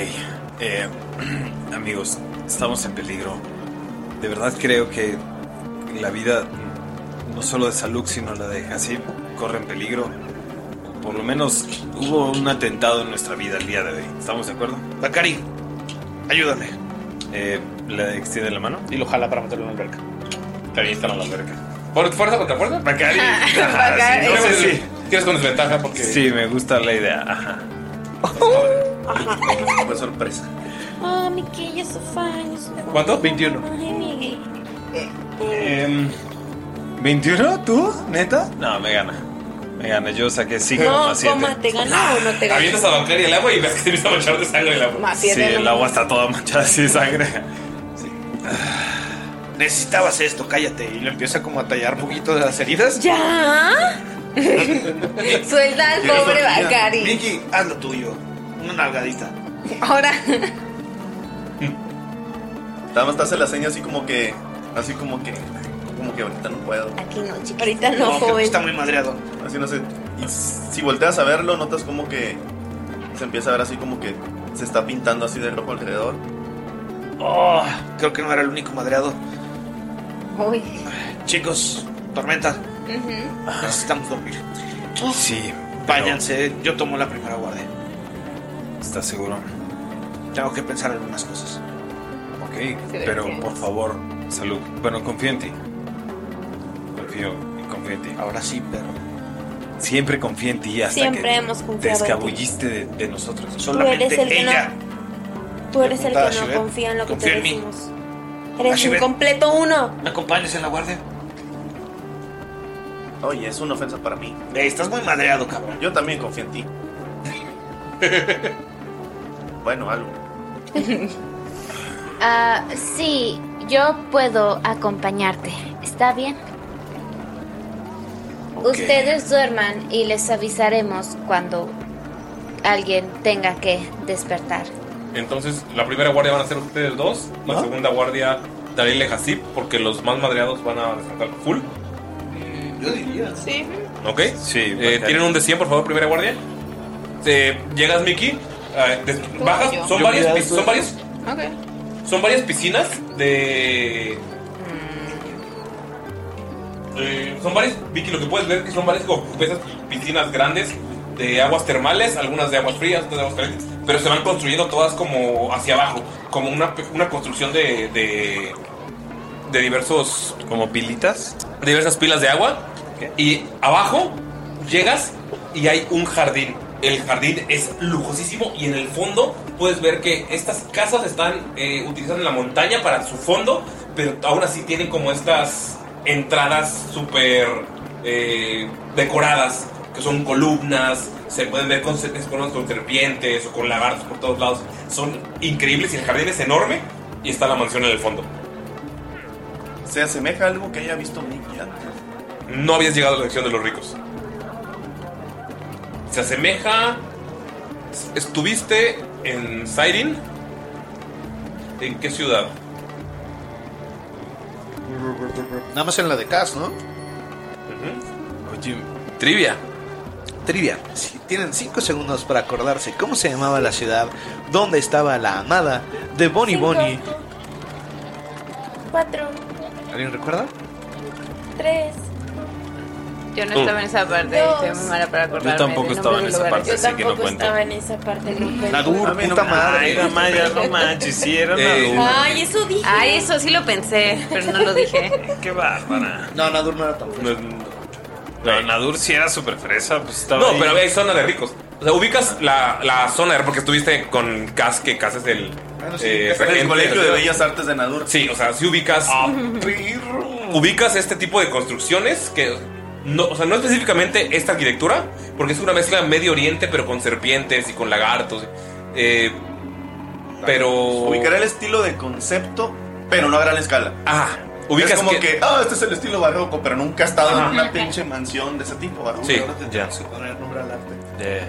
eh, amigos, estamos en peligro. De verdad creo que la vida, no solo de Saluk, sino la de Hasib, corre en peligro. Por lo menos hubo un atentado en nuestra vida el día de hoy. ¿Estamos de acuerdo? Bakari, ayúdame. le extiende la mano y lo jala para meterlo en la alberca. También está en la alberca. ¿Por fuerza contra fuerza? Bacari. Ah, Bacari. Ah, No sé si- Tienes con desventaja porque. Sí, me gusta la idea. Ajá. Fue sorpresa. Oh, mi Kiwa, yo soy fan. yo soy fan. ¿Cuánto? 21. Ay, mi- Eh, Em, ¿21? ¿Tú? ¿Neta? No, me gana. Me gana. Yo saqué 5 No, más 7. coma, ¿te gana o no te gana? Avientas a bancar y el agua y ves que se empieza a manchar de sangre el agua. Más siete, Sí, ¿no? el agua está toda manchada así de sangre. Necesitabas esto, cállate. Y le empieza como a tallar un poquito de las heridas. ¡Ya! Ah, Suelta al pobre Bacari. Vicky, haz lo tuyo. Una nalgadita. Ahora, Nada más te hace la seña así como que. Así como que. Como que ahorita no puedo. Aquí no, chiquita. Ahorita no, creo que joven. Está muy madreado. Así no sé. Y s- si volteas a verlo, notas como que. Se empieza a ver así como que. Se está pintando así de rojo alrededor. Oh, creo que no era el único madreado. Uy. Chicos, tormenta. Necesitamos dormir. Sí. Váyanse, yo tomo la primera guardia. ¿Estás seguro? Tengo que pensar algunas cosas. Ok, pero por favor, salud. Bueno, confío en ti. Confío y confío en ti. Ahora sí, pero. Siempre confío en ti hasta Siempre que hemos te confiado en ti. escabulliste de, de nosotros. Tú eres el que no. Tú eres el Preguntada que no Shivet. confía en lo que Confía te en mí. decimos. Eres un Shivet. completo uno. ¿Me acompañas en la guardia? Oye, es una ofensa para mí. estás muy madreado, cabrón. Yo también confío en ti. bueno, algo. Ah, sí, yo puedo acompañarte. ¿Está bien? Ustedes duerman y les avisaremos cuando alguien tenga que despertar. Entonces, la primera guardia van a ser ustedes dos. La segunda guardia, Dalila y Hasib, porque los más madreados van a descartar full. Yo diría. Sí. ¿Ok? Sí. Tienen un de 100, por favor, primera guardia. Eh, llegas, Mickey. eh, des- bajas. yo. Son Yo varias, voy a pi- son, hacer- varias, Ok. son varias piscinas de. Eh, son varias, Vicky, lo que puedes ver es que son varias como esas piscinas grandes de aguas termales, algunas de aguas frías, otras de aguas calientes, pero se van construyendo todas como hacia abajo, como una, una construcción de, de, de diversos... ¿Como pilitas? Diversas pilas de agua. Y abajo llegas y hay un jardín. El jardín es lujosísimo y en el fondo puedes ver que estas casas están eh, utilizando la montaña para su fondo, pero aún así tienen como estas entradas súper eh, decoradas, que son columnas, se pueden ver con, ser- con, con serpientes o con lagartos por todos lados. Son increíbles y el jardín es enorme y está la mansión en el fondo. Se asemeja a algo que haya visto Mickey antes. No habías llegado a la sección de los ricos. Se asemeja. Estuviste en Siren. ¿En qué ciudad? Nada más en la de Cas, ¿no? Oye, trivia. Trivia. Si tienen 5 segundos para acordarse cómo se llamaba la ciudad, dónde estaba la amada de Bonnie Cinco. Bonnie. Cuatro, ¿Alguien recuerda? tres. Yo no Mm. estaba en esa parte, Dos. estoy muy mala para acordarme. Yo tampoco de nombres estaba en de esa lugares. parte, así que no cuento. Mm. Estaba en esa parte. no Nadur, cuento. puta madre. Ay, Damaya, no manches, sí, era Eh, Nadur. Ay, eso dije. Ay, eso sí lo pensé, pero no lo dije. Qué bárbara. No, Nadur no era tan No, Nadur sí era súper fresa, pues estaba No, ahí. pero hay zona de ricos. O sea, ubicas la, la zona, ¿verdad? porque estuviste con Cas, que Cas es el. Ah, no, sí. Es el Colegio de Bellas Artes de Nadur. Sí, o sea, si ubicas. Ah, ubicas este tipo de construcciones que. No, o sea, no específicamente esta arquitectura, porque es una mezcla Medio Oriente, pero con serpientes y con lagartos. Eh, pero. Ubicaré el estilo de concepto, pero no a gran escala. Ajá. Ubicas Ubicas es como que, que- ah, este es el estilo barroco, pero nunca he estado Ajá. en una pinche mansión de ese tipo barroco. Sí, Ahora te ya. tienes que poner nombre al arte.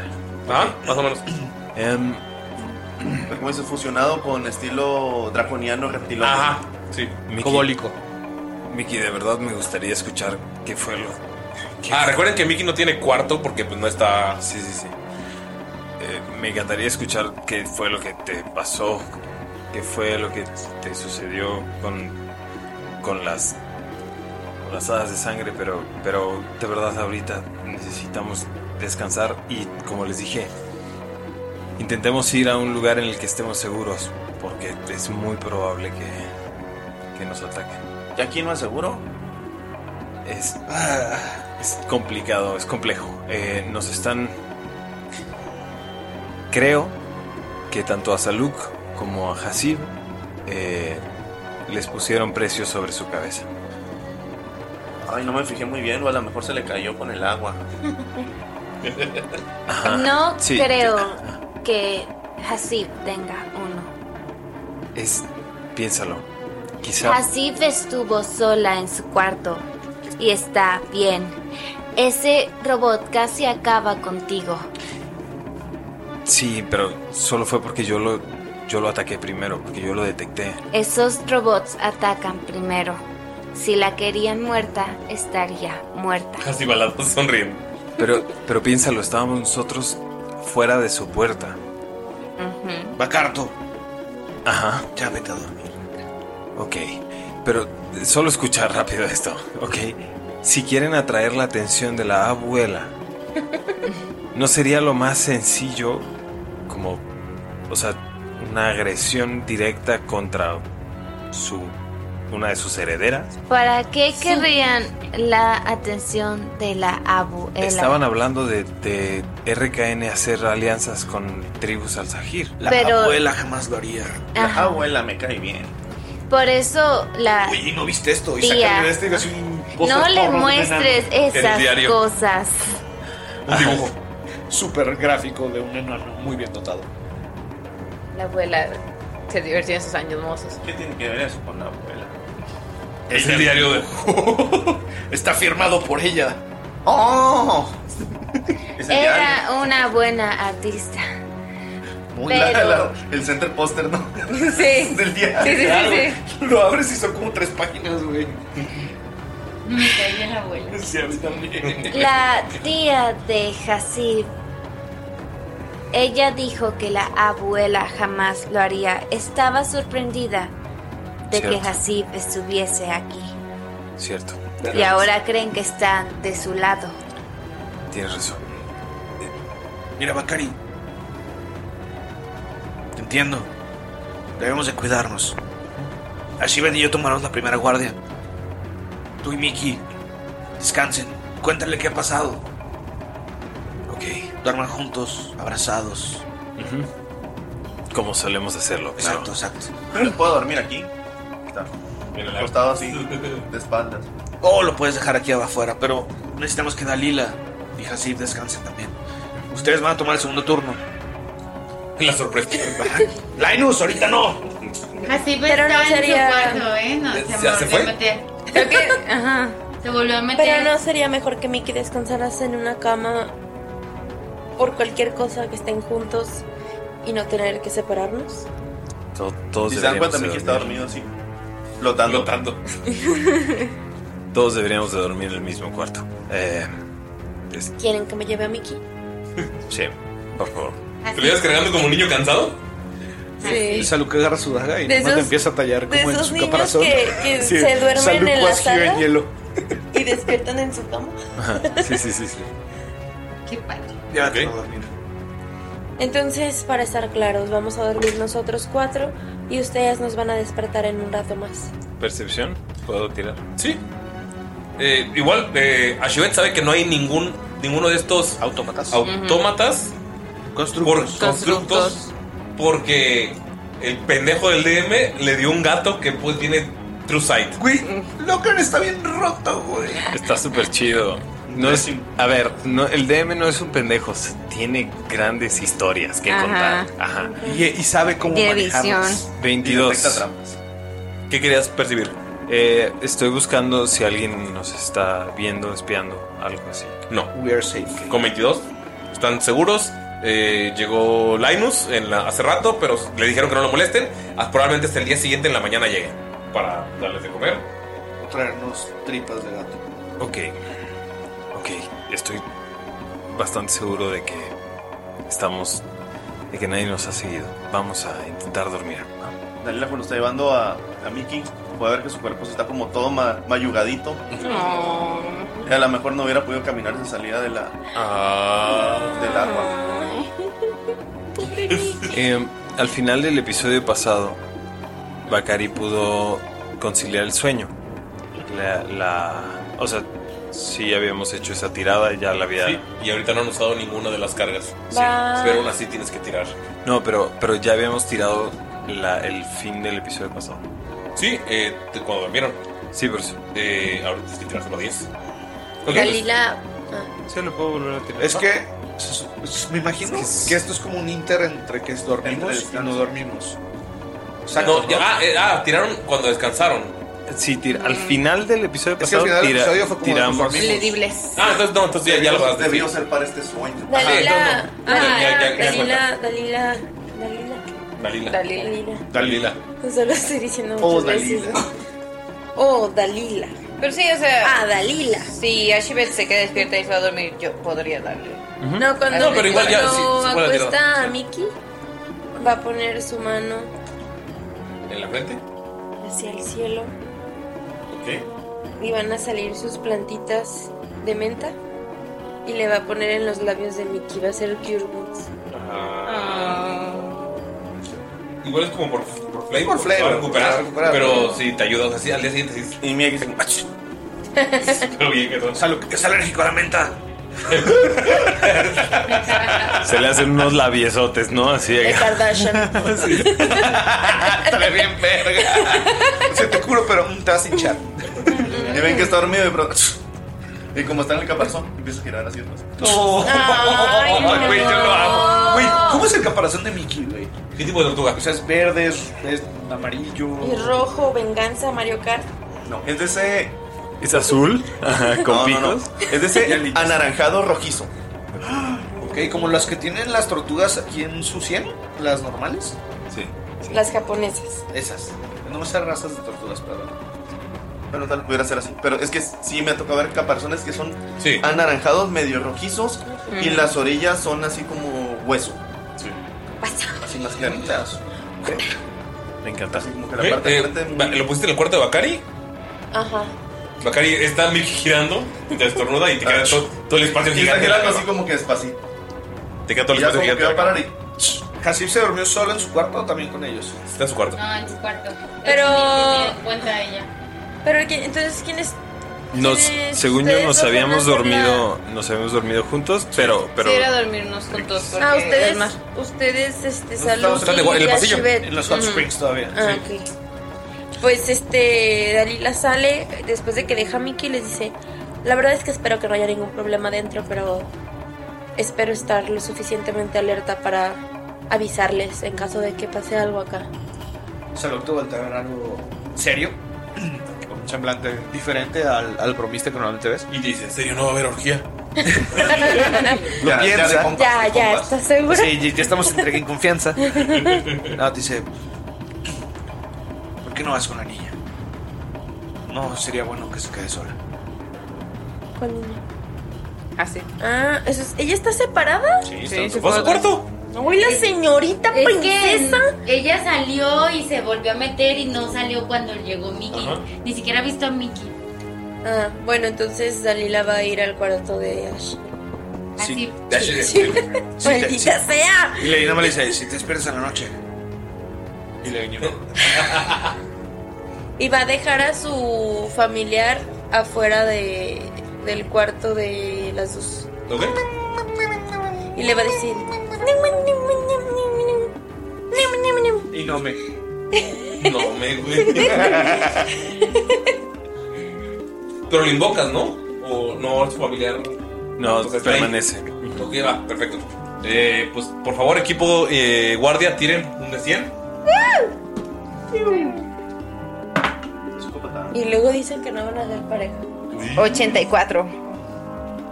Ah, más o menos. Pero Em, como dices, fusionado con estilo draconiano, reptilón. Ajá, sí. Cobólico. Mickey, de verdad me gustaría escuchar qué fue lo. Ah, recuerden que Mickey no tiene cuarto porque pues no está. Sí, sí, sí. Eh, me encantaría escuchar qué fue lo que te pasó, qué fue lo que te sucedió con, con las con las hadas de sangre, pero, pero de verdad ahorita necesitamos descansar y como les dije, intentemos ir a un lugar en el que estemos seguros, porque es muy probable que, que nos ataquen. ¿Y aquí no es seguro? Es, ah, es complicado, es complejo. Eh, nos están. Creo que tanto a Saluk como a Hasib eh, les pusieron precios sobre su cabeza. Ay, no me fijé muy bien, o a lo mejor se le cayó con el agua. Ah, Ajá. No Sí, creo que Hasib tenga uno. Es. Piénsalo. Quizá. Hasib estuvo sola en su cuarto y está bien. Ese robot casi acaba contigo. Sí, pero solo fue porque yo lo, yo lo ataqué primero, porque yo lo detecté. Esos robots atacan primero. Si la querían muerta, estaría muerta. Así balado, sonriendo. Pero, pero piénsalo, estábamos nosotros fuera de su puerta. Bacarto. Ajá. Ya vete a dormir. Ok, pero solo escuchar rápido esto, ok. Si quieren atraer la atención de la abuela, ¿no sería lo más sencillo como, o sea, una agresión directa contra su, una de sus herederas? ¿Para qué querrían la atención de la abuela? Estaban hablando de, de RKN hacer alianzas con tribus al Sahir. La Pero- abuela jamás lo haría. La Ajá. abuela me cae bien. Por eso la Oye, ¿y no viste esto? Y Tía. sacaron de este y así un pozo no de le porros de muestres enano. esas cosas. Un dibujo súper gráfico de un enano muy bien dotado. La abuela se divertía en sus años mozos. ¿Qué tiene que ver eso con la abuela? Es el diario de. Está firmado por ella. ¡Oh! Es el diario. Era una buena artista. Muy la- pero- la- el center póster, ¿no? Sí. Del diario. Sí, sí, sí, Claro, sí. güey. Lo abres y son como tres páginas, güey. Me caí el abuelo. Sí, a mí también. La tía de Hasib. Ella dijo que la abuela jamás lo haría. Estaba sorprendida de que Cierto. Hasib estuviese aquí. Cierto. Y ahora creen que están de su lado. Tienes razón. Mira, Bacari. Te entiendo. Debemos de cuidarnos. Así Ben y yo tomaremos la primera guardia. Tú y Mickey, descansen. Cuéntale qué ha pasado. Ok. Duerman juntos, abrazados. Como solemos hacerlo, claro. Exacto, exacto. ¿Puedo dormir aquí? Está. Acostado así, de espaldas. O lo puedes dejar aquí afuera, pero necesitamos que Dalila y Hasib descansen también. Ustedes van a tomar el segundo turno. La sorpresa. Linus, ahorita no. Así pues Pero estaba no en sería- su cuarto, ¿eh? No, ¿Ya se, se volvió fue? a meter. Creo que. Ajá. Se volvió a meter. Pero no sería mejor que Mickey descansaras en una cama por cualquier cosa que estén juntos y no tener que separarnos. To- todos si se dan deberíamos cuenta, de Miki está dormido así. Flotando. Todos deberíamos de dormir en el mismo cuarto. Eh, es- ¿Quieren que me lleve a Mickey? sí, por favor. ¿Te lo ibas cargando como un niño cansado? Ah, Sí. Salud que agarra su daga y De nomás la esos- empieza a tallar de como en esos su niños caparazón. que- que se duermen Salud en la cuajió sala. en hielo. Y despiertan en su cama. Ajá, Sí, sí, sí, sí. Qué padre. Ya te voy a dormir. Entonces, para estar claros, vamos a dormir nosotros cuatro y ustedes nos van a despertar en un rato más. ¿Percepción? ¿Puedo tirar? Sí. Eh, igual, eh, Ashivet sabe que no hay ningún ninguno de estos autómatas. Autómatas. Constructos. constructos. Porque el pendejo del DM le dio un gato que pues tiene True Sight. Güey, Locker está bien roto, güey. Está súper chido. No es, a ver, no, el DM no es un pendejo, se- tiene grandes historias que Ajá. contar. Ajá. Y, sabe cómo Tiene manejarlas. visión. 22. Y detecta ¿Qué querías percibir? Eh, estoy buscando si alguien nos está viendo, espiando, algo así. No. We are safe. Con 22. Están seguros. Eh, llegó Linus en la- hace rato, pero le dijeron que no lo molesten. Ah, Probablemente hasta el día siguiente en la mañana llegue para darles de comer. Traernos tripas de gato. Ok. Ok, estoy bastante seguro de que estamos. de que nadie nos ha seguido. Vamos a intentar dormir. Dalila cuando está llevando a, a Mickey, puede ver que su cuerpo se está como todo ma- mayugadito. Y a lo mejor no hubiera podido caminar si salía de la, Ah. del agua. eh, Em, al final del episodio pasado, Bakari pudo conciliar el sueño. La, la- o sea, sí habíamos hecho esa tirada, ya la había. Y ahorita no han usado ninguna de las cargas. Bye. Pero aún así tienes que tirar. No, pero, pero ya habíamos tirado la- el fin del episodio pasado. Sí, eh, te- cuando dormieron. Sí, por eso. Eh, ahorita tienes que tirar solo 10. Dalila. ah. Se lo puedo volver a tirar. Es que s- s- me imagino que, esto es como un inter entre que es dormimos y no dormimos. Exacto, No, ya- ah, eh, ah, tiraron cuando descansaron. Sí, tira, al final del episodio Es que al pasado final del tira- episodio fue como tiramos. Ledibles. Ah, entonces no, entonces ya, ya lo vas Debió ser para este sueño. Dalila, Ah, ya, ya, ya, ya Dalila, Dalila, Dalila, Dalila. Dalila. Dalila. Solo estoy diciendo muchas Oh, veces. Dalila. Oh, Dalila. Pero sí, o sea. Ah, Dalila. Si Ashibet se queda despierta y se va a dormir, yo podría darle. No, cuando, No, pero igual ya, cuando sí, sí, bueno, acuesta pero- a Mickey, va a poner su mano ¿En la frente? hacia el cielo Ok. y van a salir sus plantitas de menta y le va a poner en los labios de Mickey. Va a ser Cure Wounds. Ah. Igual es como por, por flame. Por flavor. Va a recuperar, Va a recuperar. Pero si te ayuda, o sea, sí, al día siguiente sí. Y mira que se Pero bien que todo. Es alérgico a la menta. Se le hacen unos labiosotes, ¿no? Así. Kardashian. Estaría bien verga. Se te juro, pero mm, te vas a hinchar. Y ven que está dormido y pronto. Y como está en el caparazón, empieza a girar así. pues. Ay, no. güey, yo lo amo. Güey, ¿cómo es el caparazón de Mickey, güey? ¿Qué tipo de tortuga? O sea, es verde, es, es amarillo. Y rojo, venganza, Mario Kart. No, es de ese. ¿Es azul? Ajá, con No, no, no. picos. Es de ese anaranjado rojizo. Ok, como las que tienen las tortugas aquí en su cien, las normales. Sí. Las japonesas. Esas. No me sé razas de tortugas, perdón. Bueno, tal, pudiera ser así. Pero es que sí me ha tocado ver caparazones que son Sí. anaranjados, medio rojizos. Y Ujú. las orillas son así como hueso. Sí. Así más claritas. Me encanta. la parte de eh, ¿Lo pusiste en el cuarto de Bakari? Ajá. Bakari está mil girando, te estornuda y te queda todo, todo el espacio Ah, Y está gigante. girando así como que despacito. Te queda todo el Ya espacio como que gigante. va a parar ¿Hasib se durmió solo en su cuarto o también con ellos? Está en su cuarto. Ah, No, en su cuarto. Pero- Es mi- mi cuenta ella. Pero ¿quién- entonces, ¿quién es? Nos, ¿Quiénes según yo ustedes nos dos van a habíamos hacer la- dormido, nos habíamos dormido juntos, pero, pero Si era dormirnos juntos. Porque Ah, ustedes, es más- ustedes, este, estamos salud en el- y en el y pasillo, Ashibet. En los hot Ujú. springs todavía. Ah, ok. Pues este, Dalila sale después de que deja a Mickey y les dice, la verdad es que espero que no haya ningún problema dentro, pero espero estar lo suficientemente alerta para avisarles en caso de que pase algo acá. Salud tuvo el tener algo serio. Con un semblante diferente al, al bromista que normalmente ves. Y dice, ¿en serio no va a haber orgía? Lo Ya, piensa. ya de compas, Ya, ya, ¿estás segura? Sí, ya- ya estamos entre en confianza. No, te dice, ¿Por qué no vas con la niña? No, sería bueno que se quede sola. ¿Cuál niña? Así. Ah, eso es- ¿ella está separada? Sí, está en su se fue a su cuarto. Uy, la señorita Es princesa. que ella salió y se volvió a meter y no salió cuando llegó Mickey. Ni siquiera ha visto a Mickey. Ah, bueno, entonces Dalila va a ir al cuarto de Ash. Sí. sí, sí. Pues, Maldita sea. Y le nada más le dice, si te esperas a la noche. Y le guiñó. Y va a dejar a su familiar afuera de, del cuarto de las dos. ¿Ok? Y le va a decir... Y no me. No me, güey. Pero lo invocas, ¿no? O no es familiar. No, está ahí. permanece. Ok, va, perfecto. Eh, pues por favor, equipo eh, guardia, tiren un de 100. Y luego dicen que no van a dar pareja. 84.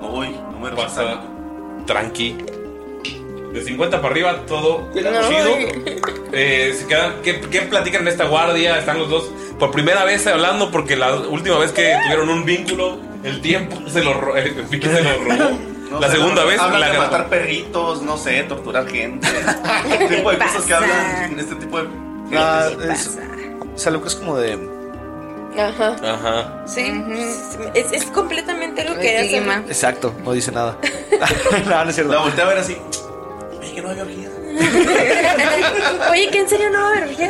No voy, no me pasa. Tranqui. De 50 para arriba, todo chido. Eh, se quedan- ¿qué, qué platican en esta guardia? Están los dos por primera vez hablando porque la última vez que tuvieron un vínculo, el tiempo se lo, ro- eh, el tiempo se lo robó. No la sé, segunda vez, hablan la de ganó. matar perritos, no sé, torturar gente. Este tipo de cosas que hablan en este tipo de. Ah, ¿Qué te es, o sea, lo que es como de. Ajá. Ajá. Sí, es, es completamente lo que hace. Estigma. Exacto, no dice nada. no, no es cierto. La volteé a ver así. que no había orgía. Oye, que en serio no va a haber orgía?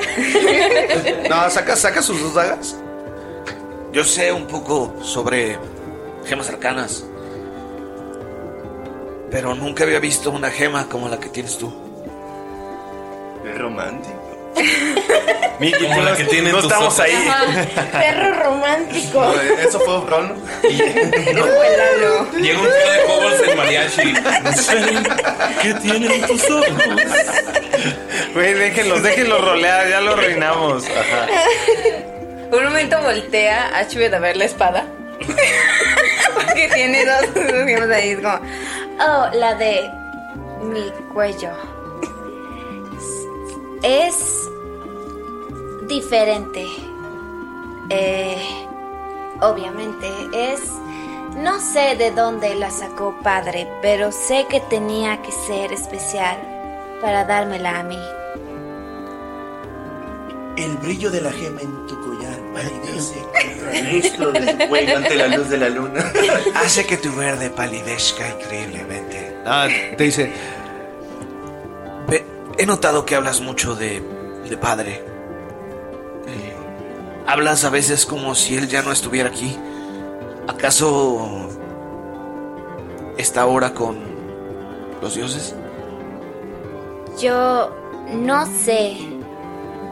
No, saca, saca sus dos dagas. Yo sé un poco sobre gemas arcanas. Pero nunca había visto una gema como la que tienes tú. Es romántico. Mickey, Como tú la no- que tienen no tus estamos ojos. ahí. Perro romántico. Eso fue un rol. Llega un tío de kobolds en mariachi. ¿Qué tienen tus ojos? Güey, déjenlos, déjenlos rolear, ya lo reinamos. Ajá. Por un momento voltea a Chubet a ver la espada. Porque tiene dos gemas ahí. Es como, Oh, la de mi cuello. Es diferente. Eh, obviamente es... No sé de dónde la sacó padre, pero sé que tenía que ser especial para dármela a mí. El brillo de la gema en tu collar palidece contra el lustro de tu cuello ante la luz de la luna. Hace que tu verde palidezca increíblemente. Ah, te dice. "Ve, He notado que hablas mucho de, de padre. Eh, Hablas a veces como si él ya no estuviera aquí. ¿Acaso está ahora con los dioses? Yo no sé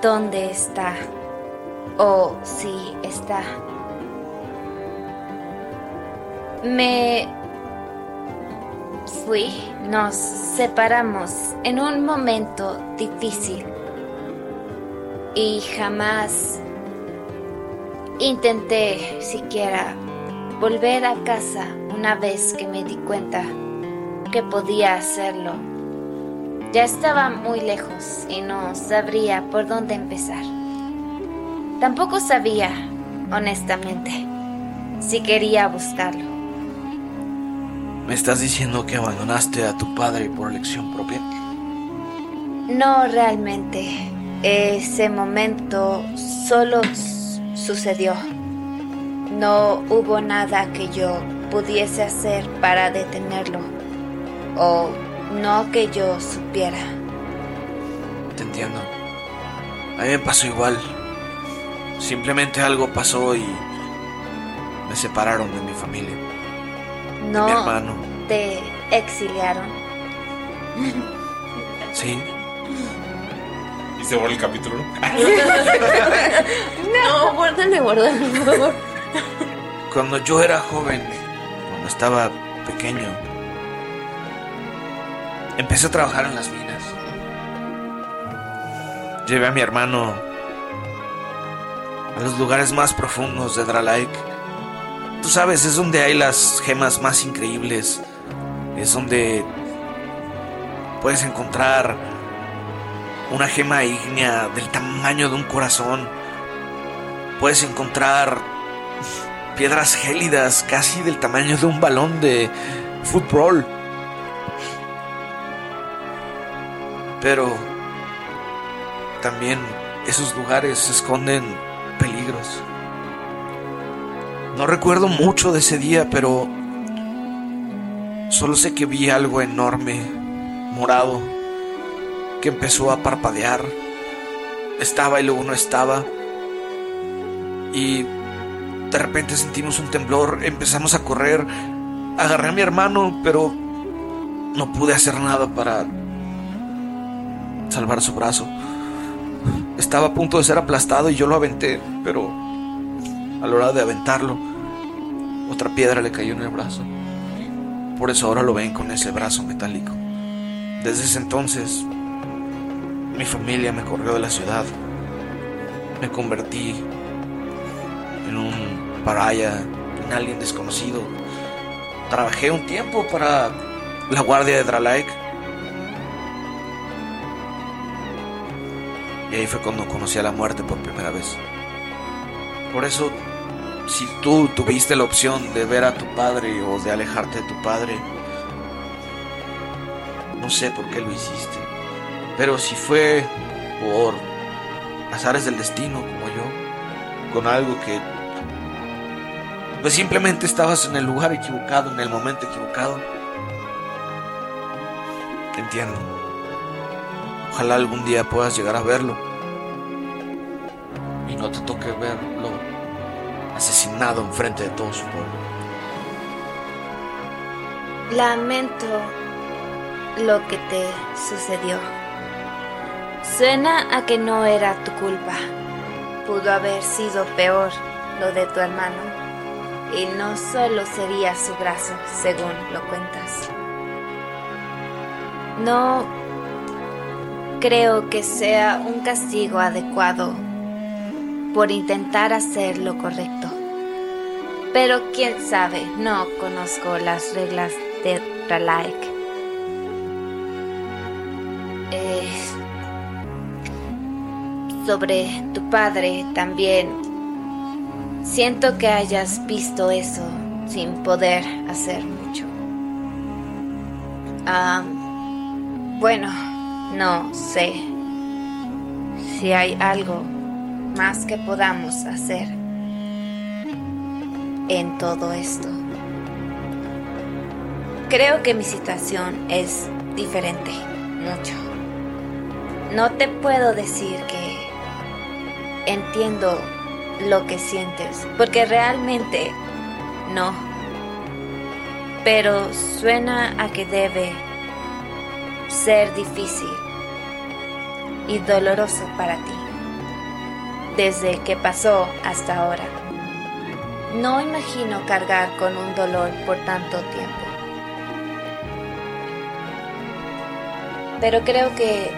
dónde está o si está. Me fui, nos separamos en un momento difícil y jamás intenté siquiera volver a casa una vez que me di cuenta que podía hacerlo. Ya estaba muy lejos y no sabría por dónde empezar. Tampoco sabía, honestamente, si quería buscarlo. ¿Me estás diciendo que abandonaste a tu padre por elección propia? No realmente. Ese momento solo s- sucedió. No hubo nada que yo pudiese hacer para detenerlo. O no que yo supiera. Te entiendo. A mí me pasó igual. Simplemente algo pasó y me separaron de mi familia, de mi No hermano. te exiliaron. Sí. Y se borra el capítulo. no, guárdale, guárdale, por favor. Cuando yo era joven, cuando estaba pequeño, empecé a trabajar en las minas. Llevé a mi hermano a los lugares más profundos de Dralaik. Tú sabes, es donde hay las gemas más increíbles. Es donde puedes encontrar una gema ígnea del tamaño de un corazón. Puedes encontrar piedras gélidas, casi del tamaño de un balón de fútbol. Pero también esos lugares esconden peligros. No recuerdo mucho de ese día, pero solo sé que vi algo enorme, morado, que empezó a parpadear. Estaba y luego no estaba. Y de repente sentimos un temblor, empezamos a correr. Agarré a mi hermano, pero no pude hacer nada para salvar su brazo. Estaba a punto de ser aplastado y yo lo aventé, pero a la hora de aventarlo, otra piedra le cayó en el brazo. Por eso ahora lo ven con ese brazo metálico. Desde ese entonces, mi familia me corrió de la ciudad. Me convertí en un paraya, en alguien desconocido. Trabajé un tiempo para la guardia de Dralaek. Y ahí fue cuando conocí a la muerte por primera vez. Por eso, si tú tuviste la opción de ver a tu padre o de alejarte de tu padre, no sé por qué lo hiciste. Pero si fue por azares del destino, como yo, con algo que... Pues simplemente estabas en el lugar equivocado, en el momento equivocado. Te entiendo. Ojalá algún día puedas llegar a verlo. Y no te toque verlo asesinado enfrente de todo su pueblo. Lamento lo que te sucedió. Suena a que no era tu culpa. Pudo haber sido peor lo de tu hermano. Y no solo sería su brazo, según lo cuentas. No creo que sea un castigo adecuado por intentar hacer lo correcto. Pero quién sabe, no conozco las reglas de Ralaik. Eh, sobre tu padre también. Siento que hayas visto eso sin poder hacer mucho. Ah, bueno, no sé si hay algo más que podamos hacer en todo esto. Creo que mi situación es diferente, mucho. No te puedo decir que entiendo lo que sientes, porque realmente no. Pero suena a que debe ser difícil y doloroso para ti desde que pasó hasta ahora. No imagino cargar con un dolor por tanto tiempo. Pero creo que...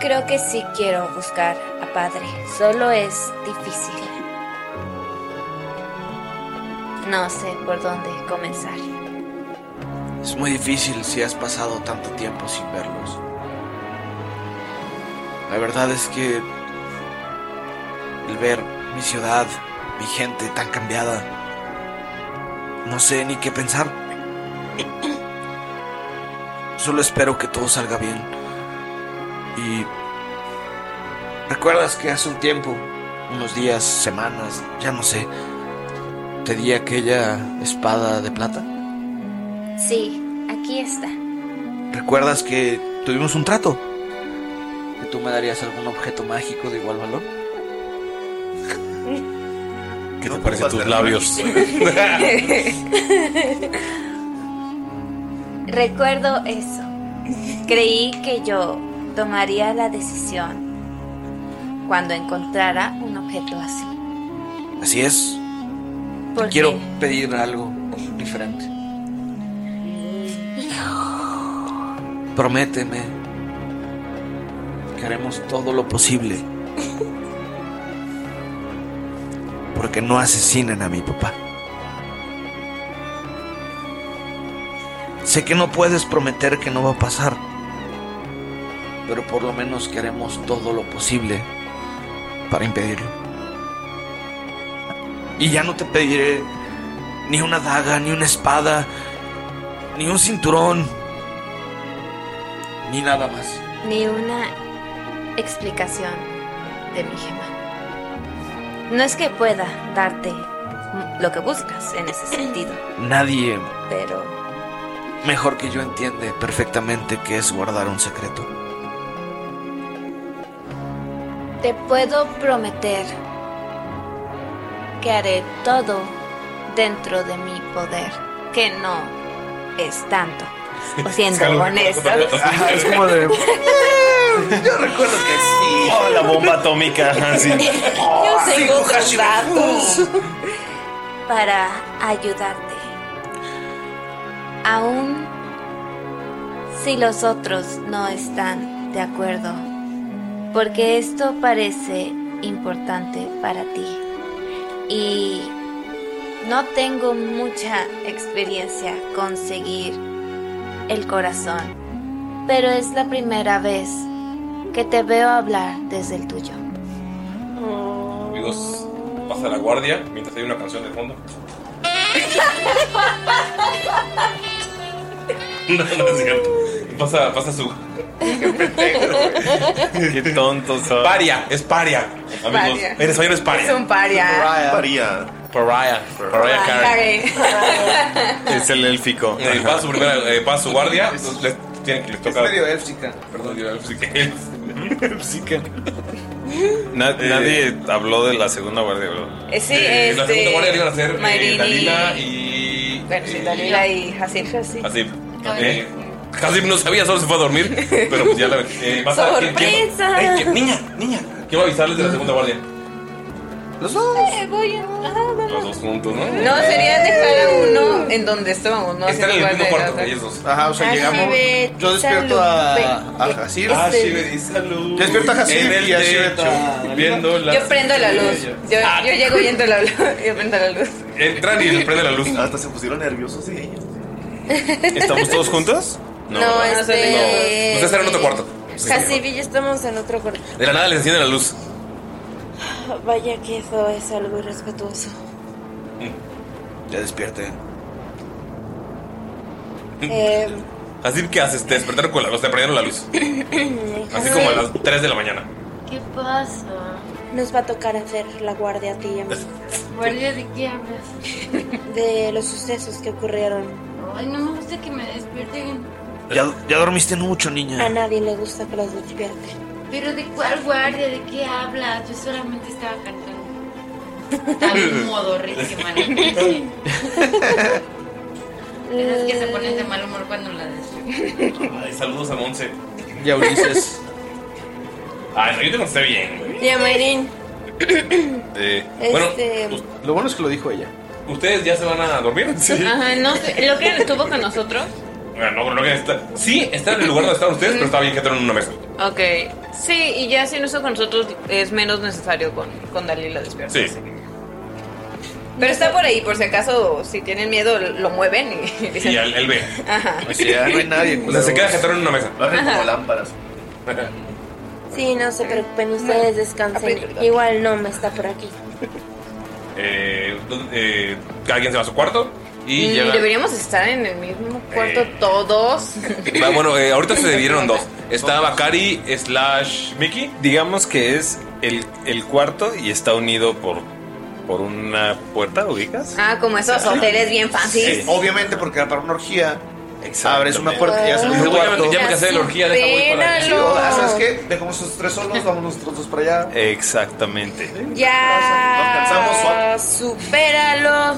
Creo que sí quiero buscar a padre. Solo es difícil. No sé por dónde comenzar. Es muy difícil si has pasado tanto tiempo sin verlos. La verdad es que el ver mi ciudad, mi gente tan cambiada, no sé ni qué pensar. Solo espero que todo salga bien. Y recuerdas que hace un tiempo, unos días, semanas, ya no sé, te di aquella espada de plata. Sí, aquí está. ¿Recuerdas que tuvimos un trato? ¿Que tú me darías algún objeto mágico de igual valor? ¿Qué te parecen tus labios? Recuerdo eso. Creí que yo tomaría la decisión cuando encontrara un objeto así. Así es. ¿Por Te quiero pedir algo diferente. Prométeme que haremos todo lo posible porque no asesinen a mi papá. Sé que no puedes prometer que no va a pasar, pero por lo menos que haremos todo lo posible para impedirlo. Y ya no te pediré ni una daga, ni una espada, ni un cinturón, ni nada más. Ni una explicación de mi gema. No es que pueda darte lo que buscas en ese sentido, Nadie pero mejor que yo entiende perfectamente qué es guardar un secreto. Te puedo prometer que haré todo dentro de mi poder, que no es tanto. siendo honesto. Es como de. Yo recuerdo que sí. Oh, la bomba atómica. Así. Yo tengo otros datos para ayudarte. Aún si los otros no están de acuerdo, porque esto parece importante para ti. y no tengo mucha experiencia con seguir el corazón, pero es la primera vez que te veo hablar desde el tuyo. Amigos, pasa la guardia mientras hay una canción de fondo. No, no es cierto. Pasa, pasa su. Qué tontos son. Paria, es paria. Amigos, Paria. eres mayor es paria. Es un paria. Paria. Paria. Paria Karen. Es el élfico. Eh, pasa su primera, eh, pasa su guardia. Les, tienen que les toca. medio élfica. Perdón, yo élfica. Na- nadie habló de la segunda guardia, ¿verdad? Eh, sí, Eh, la este, segunda guardia la iban a hacer, eh, Mayrini. Dalila y- eh, Bueno, sí, Dalila y Hasif. Hasib. Eh, Hasib no sabía, solo se fue a dormir. Pero pues ya la eh, pasa- ¿quién- quién- ¡Sorpresa! Eh, ¿quién- niña, niña. Quiero avisarles de la segunda guardia. Los dos. Eh, voy a... Los dos juntos, ¿no? Eh, No, sería dejar a uno en donde estábamos, ¿no? Están en el Haciendo mismo guardia, cuarto, ellos dos. Ajá, o sea, llegamos. Yo despierto a, a Hasib. Ah, Este- Shibe, y salud. Yo despierto a Hasib En el y a Shibe techo, está- Viendo ¿no? la. Yo prendo la luz. Yo, yo llego y entro la luz. Yo prendo la luz. Entran y les prende la luz. Hasta se pusieron nerviosos y ellos. ¿Estamos todos juntos? No, No, este- No. Pues Ustedes eran en otro cuarto. Casi vi, ya estamos en otro cuarto. De la nada les enciende la luz. Vaya que eso es algo irrespetuoso. Mm. Ya despierte. Eh, Así que haces, te despertaron con la luz, te prendieron la luz. Así como a las 3 de la mañana. ¿Qué pasa? Nos va a tocar hacer la guardia a ti y a mí. ¿Guardia de qué hablas? De los sucesos que ocurrieron. Ay, no me gusta que me despierten. Ya, ya dormiste mucho, niña. A nadie le gusta que los despierten. ¿Pero de cuál guardia? ¿De qué hablas? Yo solamente estaba cantando. Estaba en modo man. Esas que se ponen de mal humor cuando la despiertan. Ay, saludos a Monse. Y a Ulises. Ay, no, yo te contesté bien, güey. Y a Mayrin. Eh, bueno, Este- lo bueno es que lo dijo ella. ¿Ustedes ya se van a dormir? Ajá, no sé. Lo que estuvo con nosotros. Bueno, no, no, que está- Sí, está en el lugar donde estaban ustedes, pero estaba bien que en una mesa. Ok. Sí, y ya si no está con nosotros es menos necesario con, con Dalila despierta. Sí. Pero está por ahí, por si acaso, si tienen miedo, lo mueven y dicen. Y él, él ve. Ajá. Pues no hay nadie. O sea, se queda jetón en una mesa. Bajen Ajá. como lámparas. Sí, no se preocupen, ustedes descansen. Igual no me está por aquí. Eh, ¿dónde- eh, cada quien se va a su cuarto y Mm, llega. Deberíamos estar en el mismo cuarto todos. Ah, bueno, eh, ahorita se dividieron en dos. Está Bakari slash Mickey. Digamos que es el, el cuarto y está unido por, por una puerta, ¿ubicas? Ah, como esos hoteles bien Eh, fancy. Obviamente, porque para una orgía abres una puerta y ya se Dices, "Güey, ya me- ya me cansé de la orgía, deja, voy para allá". Sí, ah, ¿Sabes qué? Dejamos nosotros tres solos, vamos nosotros dos para allá. Exactamente. Ya. Supéralo.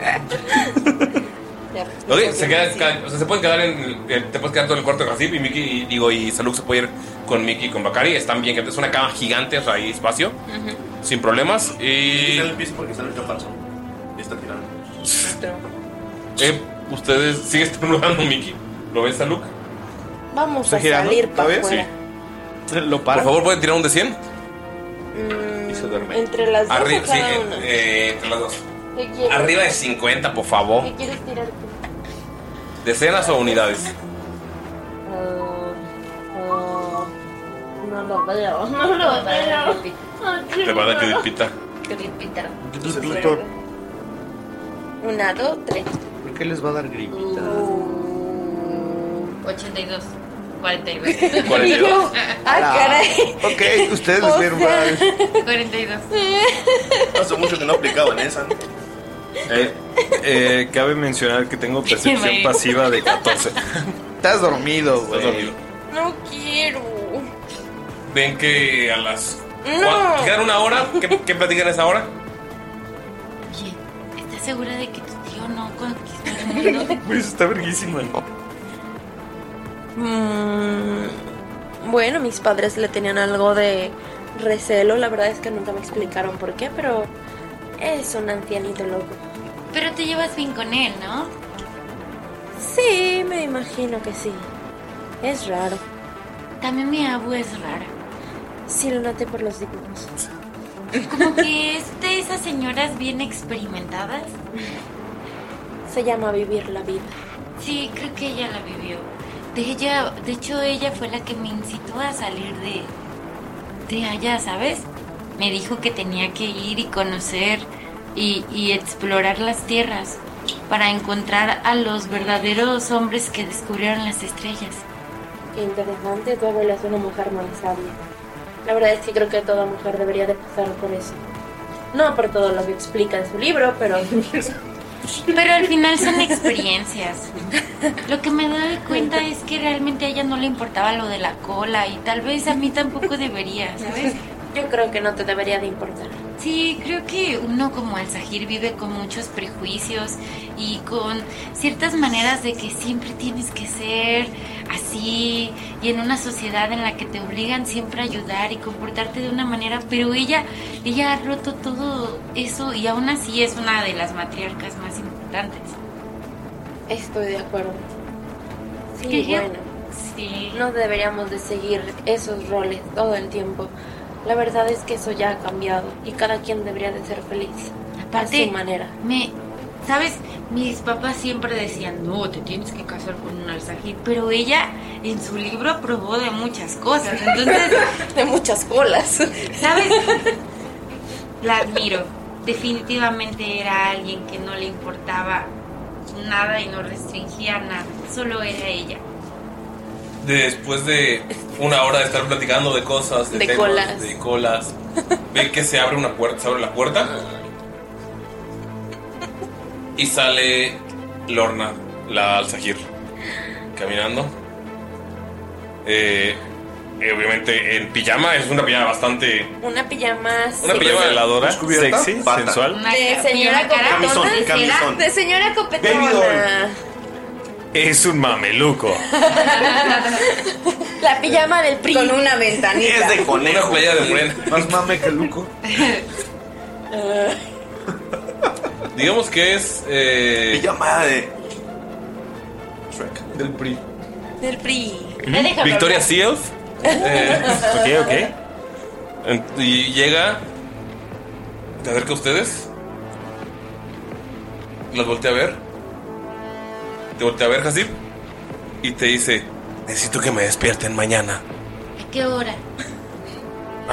Ya. Ok, se, queda- ca- o sea, se pueden quedar en. eh, Te puedes quedar todo el cuarto de Hasib y Mickey. Y, digo, y Saluk se puede ir con Mickey y con Bakari. Están bien, que es una cama gigante, o sea, hay espacio. Sin problemas. Y. el piso porque está en el está tirando. Eh, ustedes. Sigue estornudando, Mickey. ¿Lo ves, Saluk? Vamos a salir para afuera. Lo Por favor, pueden tirar un de 100. y se duerme. Mm, Entre las dos o Arriba, sí, cada eh, una. eh, entre las dos. ¿Qué quieres? Arriba de 50, por favor. ¿Qué quieres tirar tú? ¿Decenas o unidades? eh, Oh, no lo veo, no lo veo. Te va a dar que pita. Creepy. Yo te escucho Una, dos, tres. ¿Por qué les va a dar gripita? 82. 49. 42. ah, Ah, caray. Ok, ustedes les dieron mal. 42. Hace mucho que no aplicaban esa. Eh, eh, cabe mencionar que tengo percepción Mario. pasiva de 14. Estás dormido, güey. No quiero. Ven que a las. No. cua- ¿Quedan una hora? ¿Qué, qué platican a esa hora? Oye, ¿estás segura de que tu tío no conquistó el mundo? Pues está verguísima. Mm, bueno, mis padres le tenían algo de recelo. La verdad es que nunca me explicaron por qué, pero es un ancianito loco. Pero te llevas bien con él, ¿no? Sí, me imagino que sí. Es raro. También mi abu es rara. Sí, lo noté por los dibujos. Como que es de esas señoras bien experimentadas. Se llama vivir la vida. Sí, creo que ella la vivió. De ella, de hecho, ella fue la que me incitó a salir de, de allá, ¿sabes? Me dijo que tenía que ir y conocer y, y explorar las tierras para encontrar a los verdaderos hombres que descubrieron las estrellas. Qué interesante, tu abuela es una mujer muy sabia. La verdad es que creo que toda mujer debería de pasar por eso. No por todo lo que explica en su libro, pero... Pero al final son experiencias. Lo que me doy cuenta es que realmente a ella no le importaba lo de la cola y tal vez a mí tampoco debería, ¿sabes? Yo creo que no te debería de importar. Sí, creo que uno como al Sahir vive con muchos prejuicios y con ciertas maneras de que siempre tienes que ser así y en una sociedad en la que te obligan siempre a ayudar y comportarte de una manera, pero ella, ella ha roto todo eso y aún así es una de las matriarcas más importantes. Estoy de acuerdo. Sí, Que yo- bueno. No deberíamos de seguir esos roles todo el tiempo. La verdad es que eso ya ha cambiado y cada quien debería de ser feliz a Aparte, su manera. Me, ¿sabes? Mis papás siempre decían, no, te tienes que casar con un alzají, pero ella en su libro probó de muchas cosas, entonces... de muchas colas. ¿Sabes? La admiro. Definitivamente era alguien que no le importaba nada y no restringía nada, solo era ella. Después de una hora de estar platicando de cosas, de, De temas, colas. de colas, ven que se abre una puerta, se abre la puerta y sale Lorna, la Alzahir, caminando. Eh, eh, obviamente en pijama, es una pijama bastante Una pijama así. Una pijama Reveladora, descubierta, sexy, bata. sensual. De señora Camisón, copetona. camisón. De señora copetona. Es un mameluco. Ah, La pijama del PRI. Con una ventanita. conejo. Una playa de morena. Más mame que Luco. Digamos que es. Eh, pijama de. Shrek. Del PRI. Del PRI. Victoria Sealf. Ok, ok. Y llega. Se acerca a ustedes. Las voltea a ver. Te voltea a ver, Hasib. Y te dice: Necesito que me despierten mañana. ¿A qué hora?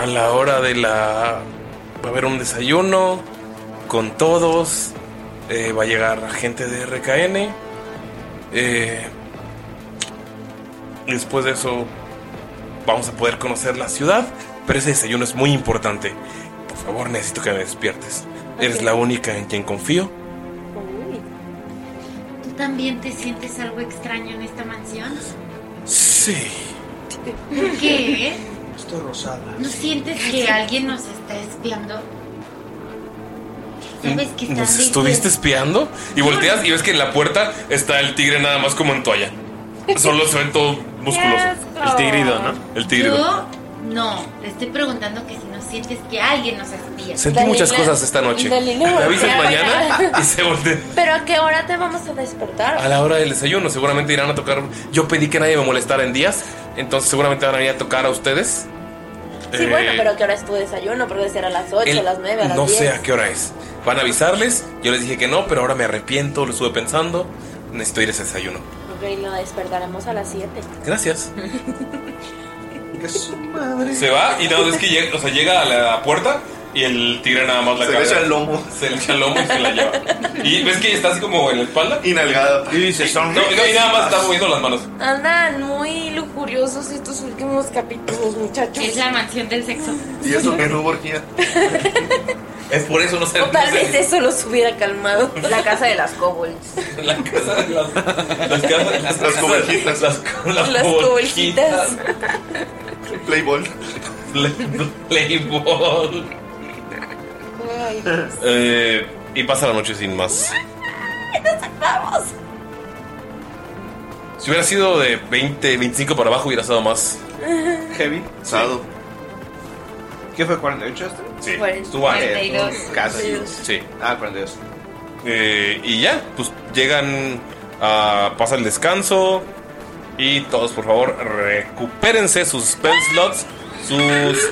A la hora de la. Va a haber un desayuno. Con todos. Eh, va a llegar gente de RKN. Eh, después de eso. Vamos a poder conocer la ciudad. Pero ese desayuno es muy importante. Por favor, necesito que me despiertes. Eres la única en quien confío. ¿Tú también te sientes algo extraño en esta mansión? Sí. ¿Por qué? Estoy rosada. ¿No sientes que alguien nos está espiando? ¿Sabes que están ¿Nos estuviste espiando? Y volteas y ves que en la puerta está el tigre nada más como en toalla. Solo se ven todo musculoso. ¡Qué asco! El tigrido, ¿no? El tigrido. Yo no, te estoy preguntando que si no sientes que alguien nos espía. Sentí muchas cosas esta noche. Dalila, Me avisas voltea. mañana y se voltea. Pero a qué hora te vamos a despertar? A la hora del desayuno seguramente irán a tocar. Yo pedí que nadie me molestara en días, entonces seguramente van a ir a tocar a ustedes. Sí, Eh, bueno, pero ¿qué hora es tu desayuno? Porque será a las 8, el- a las 9, a las No 10. sé a qué hora es. Van a avisarles. Yo les dije que no, pero ahora me arrepiento, lo estuve pensando. Necesito ir a ese desayuno. Ok, lo despertaremos a las 7. Gracias. Que su madre. Se va y nada más es que llega, o sea, llega a la puerta Y el tigre nada más la Se le cabeza. echa el lomo. Se le echa el lomo y se la lleva. Y ves que está así como en la espalda. Y nalgada. Y dice, son No, no, y nada más está moviendo las manos. Andan muy lujuriosos estos últimos capítulos, muchachos. Es la mansión del sexo. Y eso que no hubo orgía. Es por eso no se O Ah, tal vez eso los hubiera calmado. La casa de las kobolds. La casa de las. Las casas. Las, las coboljitas. Las, co- las Las coboljitas. kobolditas. Playball. Playball. Eh, y pasa la noche sin más. Vamos. Si hubiera sido de 20, 25 para abajo, hubiera estado más. Heavy. Sado. ¿Qué fue 48 este? Sí. Cuarenta- Estuvo ahí. 42. Casi. Sí. Ah, 42. Eh, y ya, pues llegan a. pasa el descanso. Y todos, por favor, recupérense sus spell slots, sus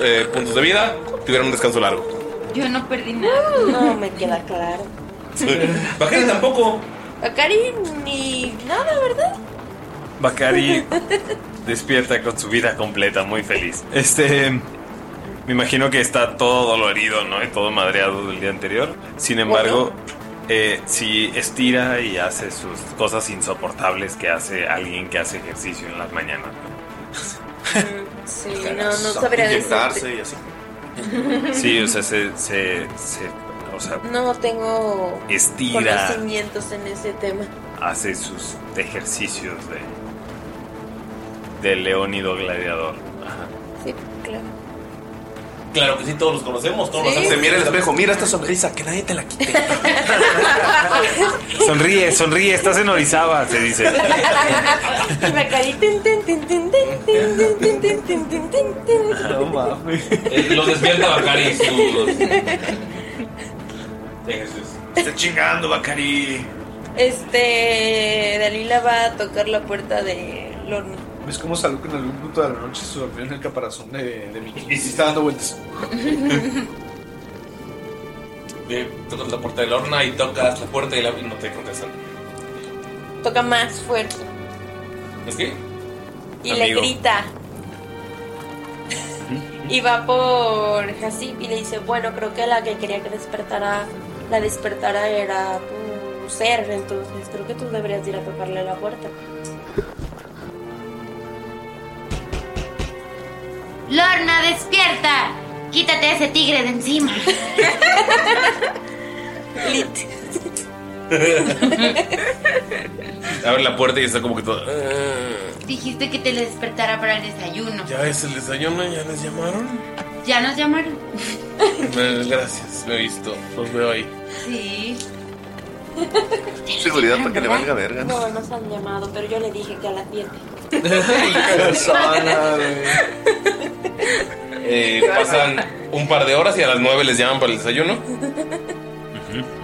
eh, puntos de vida. Tuvieron un descanso largo. Yo no perdí nada. No, me queda claro. Bacari tampoco. Akari ni nada, ¿verdad? Bakari despierta con su vida completa, muy feliz. Este. Me imagino que está todo dolorido, ¿no? Y todo madreado del día anterior. Sin embargo, eh, si estira y hace sus cosas insoportables que hace alguien que hace ejercicio en las mañanas. Sí, no, no sabría decirte. y así. Sí, o sea, se. se, se- o sea, No tengo Estira. conocimientos en ese tema. hace sus ejercicios de. de Leónido Gladiador. Ajá. Sí, claro. Claro que sí, todos los conocemos. Todos los los Se mira el espejo, mira esta sonrisa, que nadie te la quite. Sonríe, sonríe, estás en Orizaba, se dice. Me caí, tin, tin, tin, tin, tin, tin, tin, tin, tin, tin, tin, tin, tin. Eh, Los despierta Bacari sus ejercicios. Está chingando, Bacari. Este. Dalila va a tocar la puerta de Lorna. ¿Ves cómo salió que en algún punto de la noche se dormió en el caparazón de, de Mickey? Y se está dando vueltas. Eh, tocas la puerta de la horna y tocas la puerta y, la- y no te contestan. Toca más fuerte ¿Es que? y Amigo. le grita. Y va por Hasib y le dice, bueno, creo que la que quería que despertara, la despertara era tu ser, entonces creo que tú deberías ir a tocarle la puerta. Lorna, despierta. Quítate a ese tigre de encima. Abre la puerta y está como que todo. "Ah, Dijiste que te le despertara para el desayuno. Ya es el desayuno, ya les llamaron. ¿Ya nos llamaron? Eh, Gracias, me he visto. Los veo ahí. Sí. Seguridad para que le valga verga. ¿no? No, nos han llamado, pero yo le dije que a las 10. Persona, güey. Eh, pasan un par de horas y a las 9 les llaman para el desayuno.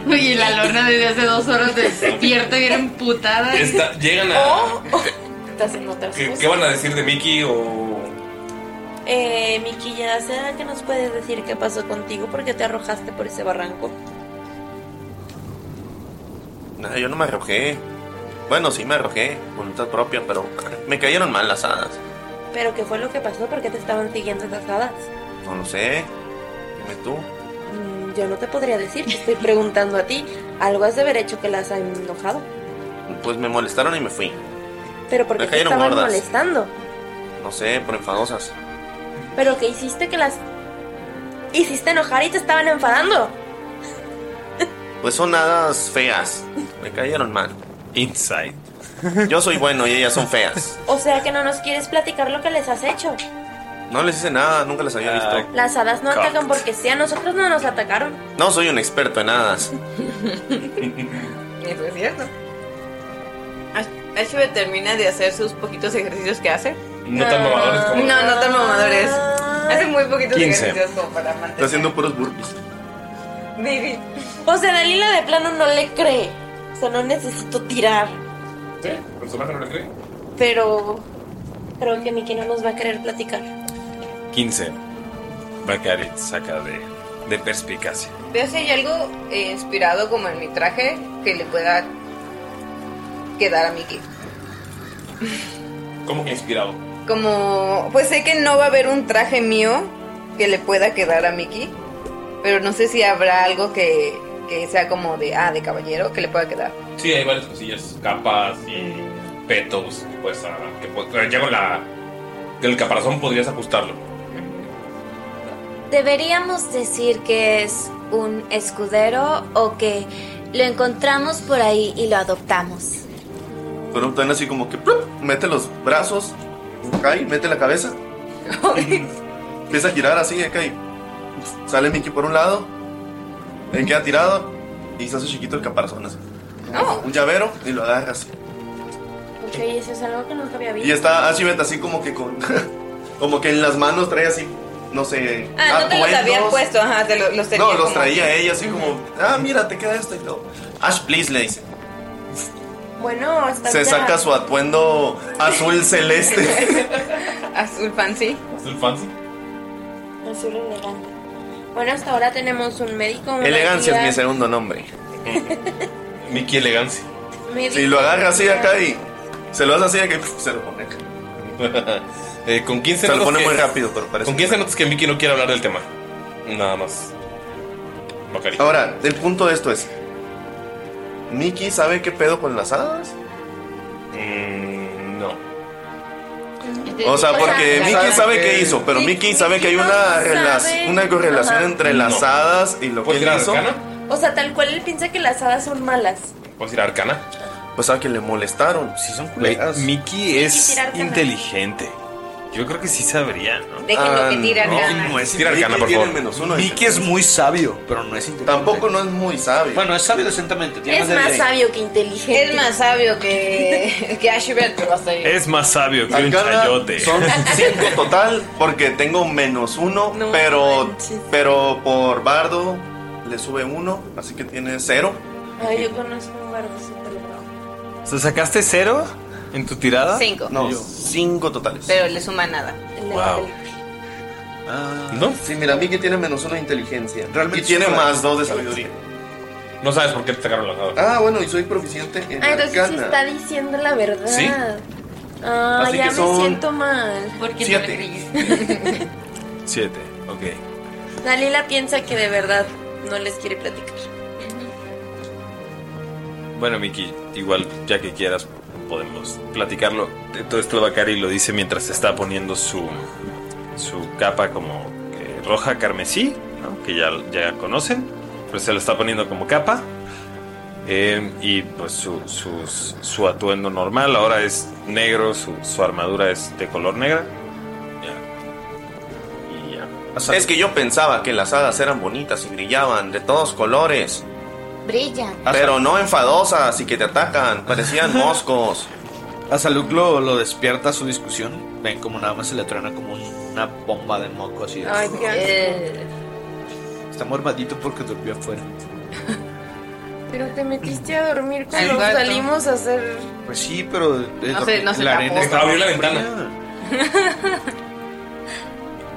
Oye, la Lorna desde hace dos horas despierta bien emputada. Está- llegan a. Estás en otras ¿qué, cosas. qué van a decir de Mickey o.? Eh, Miquilla, ¿será que nos puedes decir qué pasó contigo? Porque te arrojaste por ese barranco. No, yo no me arrojé. Bueno, sí me arrojé, voluntad propia, pero me cayeron mal las hadas. Pero ¿qué fue lo que pasó? ¿Por qué te estaban siguiendo esas hadas? No lo sé. Dime tú. Mm, Yo no te podría decir, te estoy preguntando a ti. Algo has de haber hecho que las ha enojado. Pues me molestaron y me fui. Pero porque Me te cayeron estaban gordas. molestando. No sé, por enfadosas. Pero que hiciste que las hiciste enojar y te estaban enfadando. Pues son hadas feas. Me cayeron mal. Inside. Yo soy bueno y ellas son feas. O sea que no nos quieres platicar lo que les has hecho. No les hice nada, nunca las había visto. Las hadas no Cocked. atacan porque sí, a nosotros no nos atacaron. No soy un experto en hadas. Eso es cierto. Ashbe termina de hacer sus poquitos ejercicios que hace. No tan mamadores como- No, no tan mamadores. Hace muy poquitos 15. ejercicios como para mantener. Está haciendo puros burpees. Baby. O sea, Dalila de plano no le cree. O sea, no necesito tirar. Sí, personaje no le cree. Pero creo que Miki no nos va a querer platicar. 15. Bakari saca de, de perspicacia. Veo si hay algo eh, inspirado como en mi traje que le pueda quedar a Mickey. ¿Cómo que inspirado? Como, pues sé que no va a haber un traje mío que le pueda quedar a Mickey. Pero no sé si habrá algo que, que sea como de, ah, de caballero, que le pueda quedar. Sí, hay varias cosillas, capas y petos, pues ah, que pu- ya con la el caparazón podrías ajustarlo. ¿Deberíamos decir que es un escudero o que lo encontramos por ahí y lo adoptamos? Pero tan así como que ¡plup! mete los brazos, cae, mete la cabeza. Empieza a girar así, acá y sale Mickey por un lado, él queda tirado y se hace chiquito el caparazón así. Un llavero y lo agarra así. Ok, eso es algo que nunca había visto. Y está Ashibet así como que con. como que en las manos trae así, no sé. Ah, no te los habían atuendos. puesto, ajá, te lo- los tenía No, los como- traía ella así como, ah, mira, te queda esto y todo. Ash, please, le dice. Bueno, hasta Se ahorita- saca su atuendo azul celeste. Azul fancy. Azul fancy. Azul elegante. Bueno, hasta ahora tenemos un médico. una Elegancia es mi guía, segundo nombre. Mickey Elegancia. médico, Si lo agarra así una guía. acá y se lo hace así, que pf, se lo pone. Eh, con 15 Se lo notas pone que- muy rápido, pero parece. Con 15 notas que Mickey no quiere hablar del tema. Nada más. Ahora, el punto de esto es: ¿Mickey sabe qué pedo con las hadas? Mm, no. O sea, porque O sea, Mickey sabe que- qué hizo, pero Mickey sabe que hay no una, sabe. relac- una correlación Ajá. entre las No. hadas y lo que él tirar hizo. arcana? O sea, tal cual él piensa que las hadas son malas. ¿Puedes ir a Arcana? Pues a que le molestaron. Si son Güey, culeras. Mickey es tirar arcana. inteligente. Yo creo que sí sabría, ¿no? Déjenlo Ah, que tire no, arcana. no es- Tira arcana, por favor. Mickey es muy sabio, pero no es inteligente. Tampoco no es muy sabio. Bueno, es sabio decentemente. tiene Es de más ley. sabio que inteligente. Es más sabio que, que Ashibel, pero hasta Eh. ahí. Es más sabio que un Arcana chayote. Son 5 total porque tengo menos uno, pero, pero por bardo le sube uno, así que tiene cero. Ay, yo conozco un bardo súper bravo. O sea, ¿sacaste cero en tu tirada? Cinco. No, Yo. cinco totales. Pero le suma nada. Wow. Ah. ¿No? Sí, mira, Mickey tiene menos uno de inteligencia. Realmente y tiene es más dos de sabiduría. No sabes por qué te sacaron las hadas. Ah, bueno, y soy proficiente en Ah, entonces sí arcana. está diciendo la verdad. Sí. Ah, Así ya que me son siento mal. no Porque Siete. le Siete, ok. Dalila piensa que de verdad no les quiere platicar. Bueno, Mickey, igual ya que quieras podemos platicarlo. Todo esto Bacari lo dice mientras está poniendo su, su capa como eh, roja carmesí, ¿no? que ya, ya conocen, pero se lo está poniendo como capa. Eh, y pues su, sus- su atuendo normal ahora es negro, su, su armadura es de color negra. Es que yo pensaba que las hadas eran bonitas y brillaban de todos colores, Brillan. Ah, pero no enfadosas y que te atacan, parecían moscos. A Saluk lo, lo despierta su discusión. Ven como nada más se le truena como un- una bomba de moco así. de- Ay, qué Eh, Está mormadito porque durmió afuera. Pero te metiste a dormir Al cuando gato. salimos a hacer. Pues sí, pero eh, No se- no se tapó. Abrió la fría. ventana.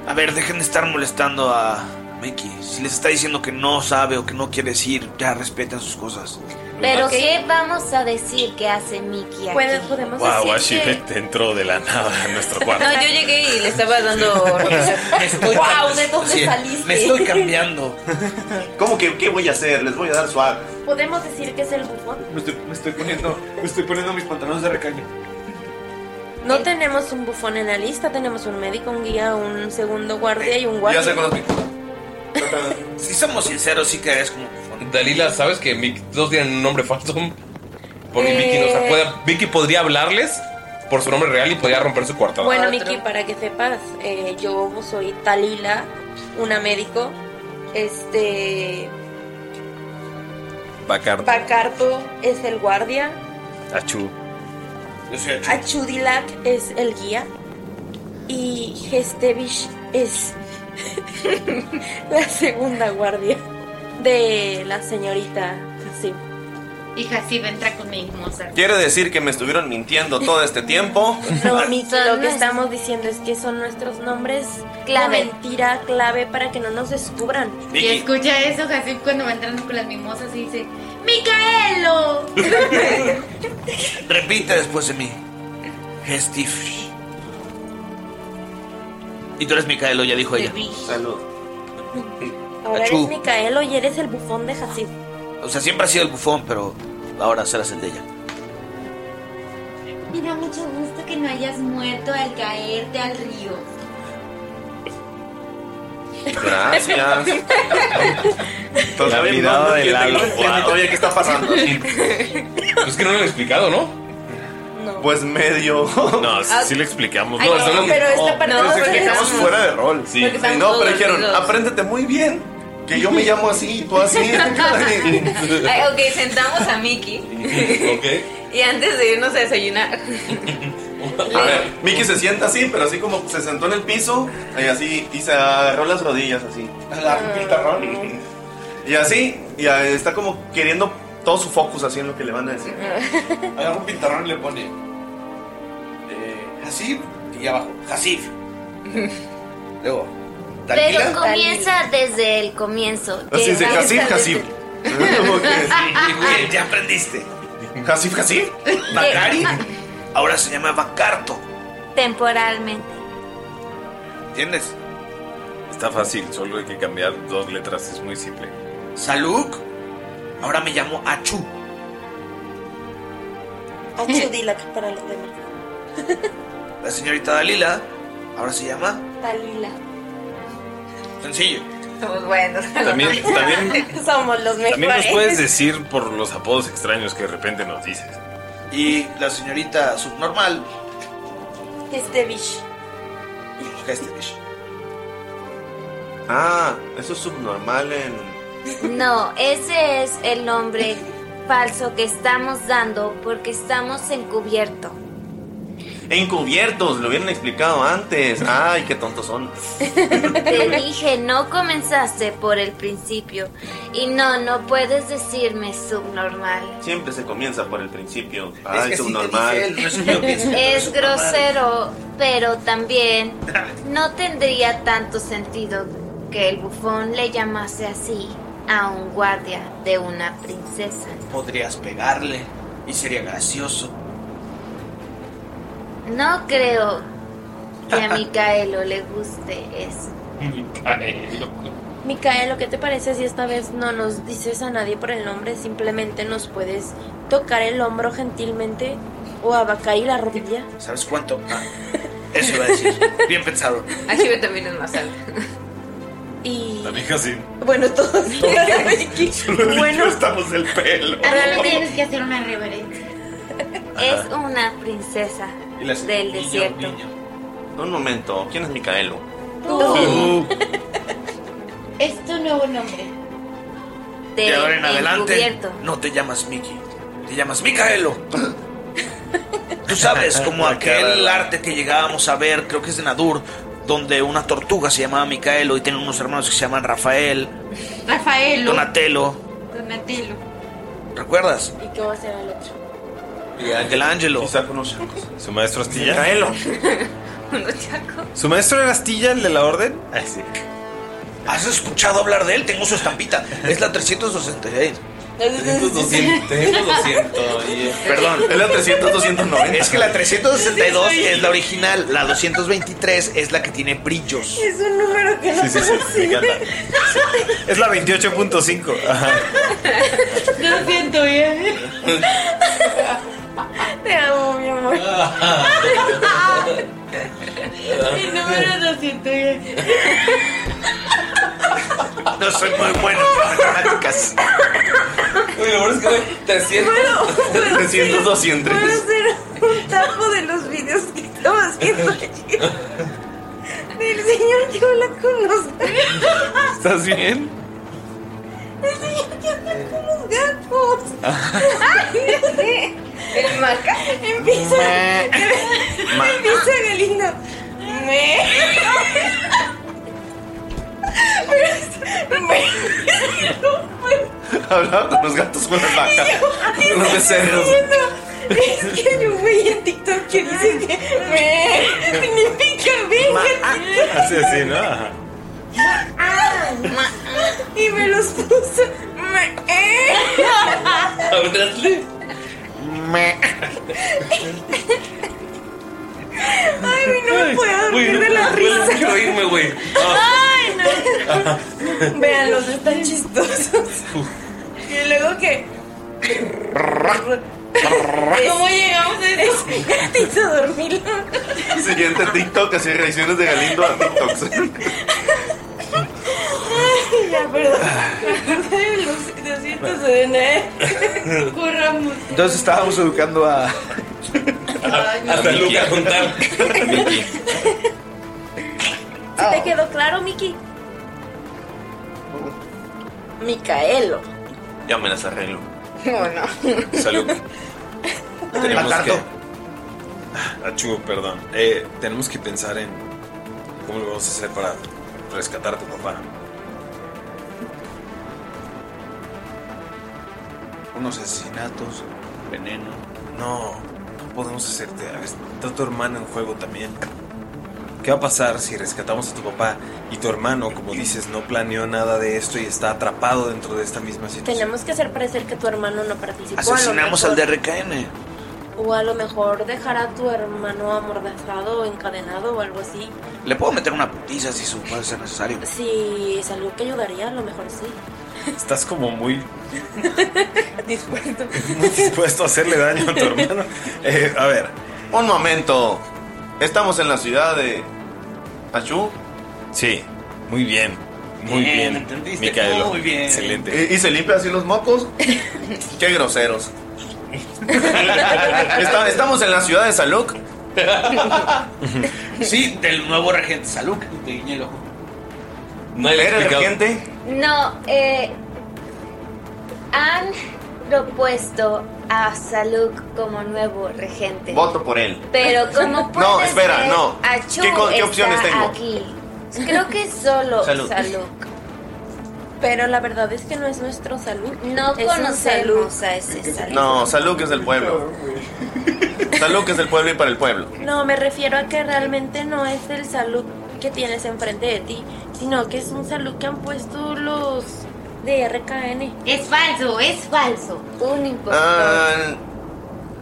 A ver, dejen de estar molestando a Mickey. Si les está diciendo que no sabe o que no quiere decir, ya respeten sus cosas. Pero ¿qué vamos a decir que hace Mickey aquí? podemos Wow, Ashibet entró de la nada a nuestro cuarto. No, yo llegué y le estaba dando. Guau, ¿de dónde saliste? cambiando. ¿Cómo que qué voy a hacer? Les voy a dar swag. Podemos decir que es el bufón. Me estoy, me estoy poniendo, me estoy poniendo mis pantalones de recaño. Eh. No tenemos un bufón en la lista, tenemos un médico, un guía, un segundo guardia y un guardia. Ya sé con Si somos sinceros, sí que es como. Dalila, ¿sabes que Mickey, todos tienen un nombre falso? Porque Eh. Mickey, no, o sea, puede- Mickey podría hablarles por su nombre real y podría romper su cuartada. Bueno, Miki, para que sepas, eh, yo soy Talila, una médico, este Bacar, Bacarto es el guardia, Achu. Yo soy Achudilak es el guía y Gestevich es la segunda guardia de la señorita Hasib. Y Hasib entra conmigo, Mozart. Quiere decir que me estuvieron mintiendo todo este tiempo. No, Miki, lo que estamos diciendo es que son nuestros nombres clave, mentira clave para que no nos descubran. Y escucha eso, Hasib, cuando va entrando con las mimosas y dice: ¡Micaelo! Repite después de mí. Steve. Y tú eres Micaelo, ya dijo ella. Salud. favor, ¿eres Achú. Micaelo y eres el bufón de Hasid? O sea, siempre ha sido el bufón, pero ahora serás el de ella. Me da mucho gusto que no hayas muerto al caerte al río. Gracias. La Todavía habilidad no del entiendo agua. todavía todavía qué está pasando. Es que no lo he explicado, ¿no? Pues medio. No, Ah, sí le explicamos. ay, no, pero esta no, parte no, les porque explicamos estamos- fuera de rol. Sí. Sí, no, pero dijeron, apréndete muy bien. Que yo me llamo así y tú así. Ay, ok, sentamos a Mickey. y antes de irnos a desayunar. A ver, Miki se sienta así, pero así como se sentó en el piso y así, y se agarró las rodillas así. La pintarrón. Y así, y ah, está como queriendo todo su focus así en lo que le van a decir. Agarra un pintarrón y le pone. Eh, Hasif y abajo. Hasif. Luego. Dalila. Pero comienza desde el comienzo. Así dice, Llega- Hasib, Hasib. Como que- Güey, ya aprendiste. Hasif, Hasif. Bakari ahora se llama Bacarto. Temporalmente. ¿Entiendes? Está fácil, solo hay que cambiar dos letras, es muy simple. Saluk. Ahora me llamo Achu. Achú, dila para los demás. La señorita Dalila ahora se llama Dalila. Sencillo. Somos buenos. También- también- Somos los mejores. También nos puedes decir por los apodos extraños que de repente nos dices. Y la señorita subnormal. este Kestevich. Kestevich. Ah, eso es subnormal en. No, ese es el nombre falso que estamos dando porque estamos encubierto. Encubiertos, lo hubieran explicado antes. Ay, qué tontos son. Te dije, no comenzaste por el principio. Y no, no puedes decirme subnormal. Siempre se comienza por el principio. Ay, que sí te subnormal. dice él, no es que yo piense que Es es subnormal. grosero, pero también no tendría tanto sentido que el bufón le llamase así a un guardia de una princesa. Podrías pegarle y sería gracioso. No creo que a Micaelo le guste eso. Micaelo, ¿qué te parece si esta vez no nos dices a nadie por el nombre? Simplemente nos puedes tocar el hombro gentilmente o abacar y la rodilla. ¿Sabes cuánto? Ah, eso iba a decir. Bien pensado. Ashibe también es más alta. Y La vieja sí. bueno, todos. Bueno, estamos el pelo. Ah, Ahora Tienes que hacer una reverencia. Es una princesa Y la- del niño, desierto. Un momento, ¿quién es Micaelo? Oh. Es tu nuevo nombre. De ahora en adelante encubierto. no te llamas Mickey, te llamas Micaelo. Tú sabes, como aquel arte que llegábamos a ver, creo que es de Nadur, donde una tortuga se llamaba Micaelo y tiene unos hermanos que se llaman Rafael, Rafael. Donatello, Donatello. ¿recuerdas? ¿Y qué va a hacer el otro? Y Angelangelo. Su maestro Astilla. Micaelo. Su maestro era Astilla, el de la orden. Ah, sí. ¿Has escuchado hablar de él? Tengo su estampita. Es la 366. 200, tenemos 200. y- Perdón, Es la 300, 290. Es que la 362 es la original, la 223 es la que tiene brillos. Es un número que no Sí, sí, sí, me encanta. Es la 28.5. Ajá. Lo siento bien. Te amo, mi amor. El número 210. No soy muy bueno en matemáticas. Uy, lo peor es que doy 300. 300, 200. Puedo hacer un tajo de los videos que estamos viendo ayer. Del señor que habla con los gatos. ¿Estás bien? El señor que habla con los gatos. Ay, ya sé. El maca empieza. Ma- Empieza Galindo. Me. Pero es- me- no puedo. Hablaba con los gatos con las vacas. Con los becerros. Es que hay un güey en TikTok que dice que me significa ah, venga. Así, así, ¿no? Ajá. Ah, Y me los puso. Me. Habladle. Ay, no me puedo Uy, dormir de la no, no risa. quiero irme, güey. Ah. Ay, no. Véanlos, están chistosos. y luego que. ¿Cómo llegamos a eso? Te hizo dormir. Siguiente TikTok, así reacciones de Galindo a TikToks. Ay, ya, perdón. Me acordé de los, de ciertos de E. Corramos. Entonces estábamos educando a. Hasta Luca a contar. Ah. ¿Sí ¿Te quedó claro, Miki? Micaelo. Ya me las arreglo. Bueno. Salud. Ah, Tenemos Matardo. que. Achú, perdón. Eh, tenemos que pensar en cómo lo vamos a hacer para rescatar a tu papá. Unos asesinatos, veneno. No, no podemos hacerte. a ver, Está tu hermano en juego también. ¿Qué va a pasar si rescatamos a tu papá y tu hermano, como dices, no planeó nada de esto y está atrapado dentro de esta misma situación? Tenemos que hacer parecer que tu hermano no participó. a lo Asesinamos al mejor- DRKN. O a lo mejor dejar a tu hermano amordazado o encadenado o algo así. Le puedo meter una putiza si su fuerza es necesario. Si es algo que ayudaría, a lo mejor sí. Estás como muy Dispuesto. muy dispuesto a hacerle daño a tu hermano. Eh, a ver. Un momento. Estamos en la ciudad de. ¿Achú? Sí, muy bien. Muy Bien, bien. entendiste, Micaelo. muy bien. Excelente. Eh, ¿Y, y se limpia así los mocos? Qué groseros. Está- estamos en la ciudad de Saluk. Sí, del nuevo regente Saluk. Te guiñé el ojo. No hay ¿Era regente? No, eh, han propuesto a Saluk como nuevo regente. Voto por él. Pero como puedes No, espera, ver, no. Achu ¿Qué co- qué está opciones tengo? aquí. Creo que solo Saluk. Saluk. Pero la verdad es que no es nuestro salud. No Es un conocemos Saluk. a ese Saluk. No, Saluk es del pueblo. Saluk es del pueblo y para el pueblo. No, me refiero a que realmente no es el salud que tienes enfrente de ti, sino que es un salud que han puesto los de RKN. Es falso, es falso. Un impostor. Ah,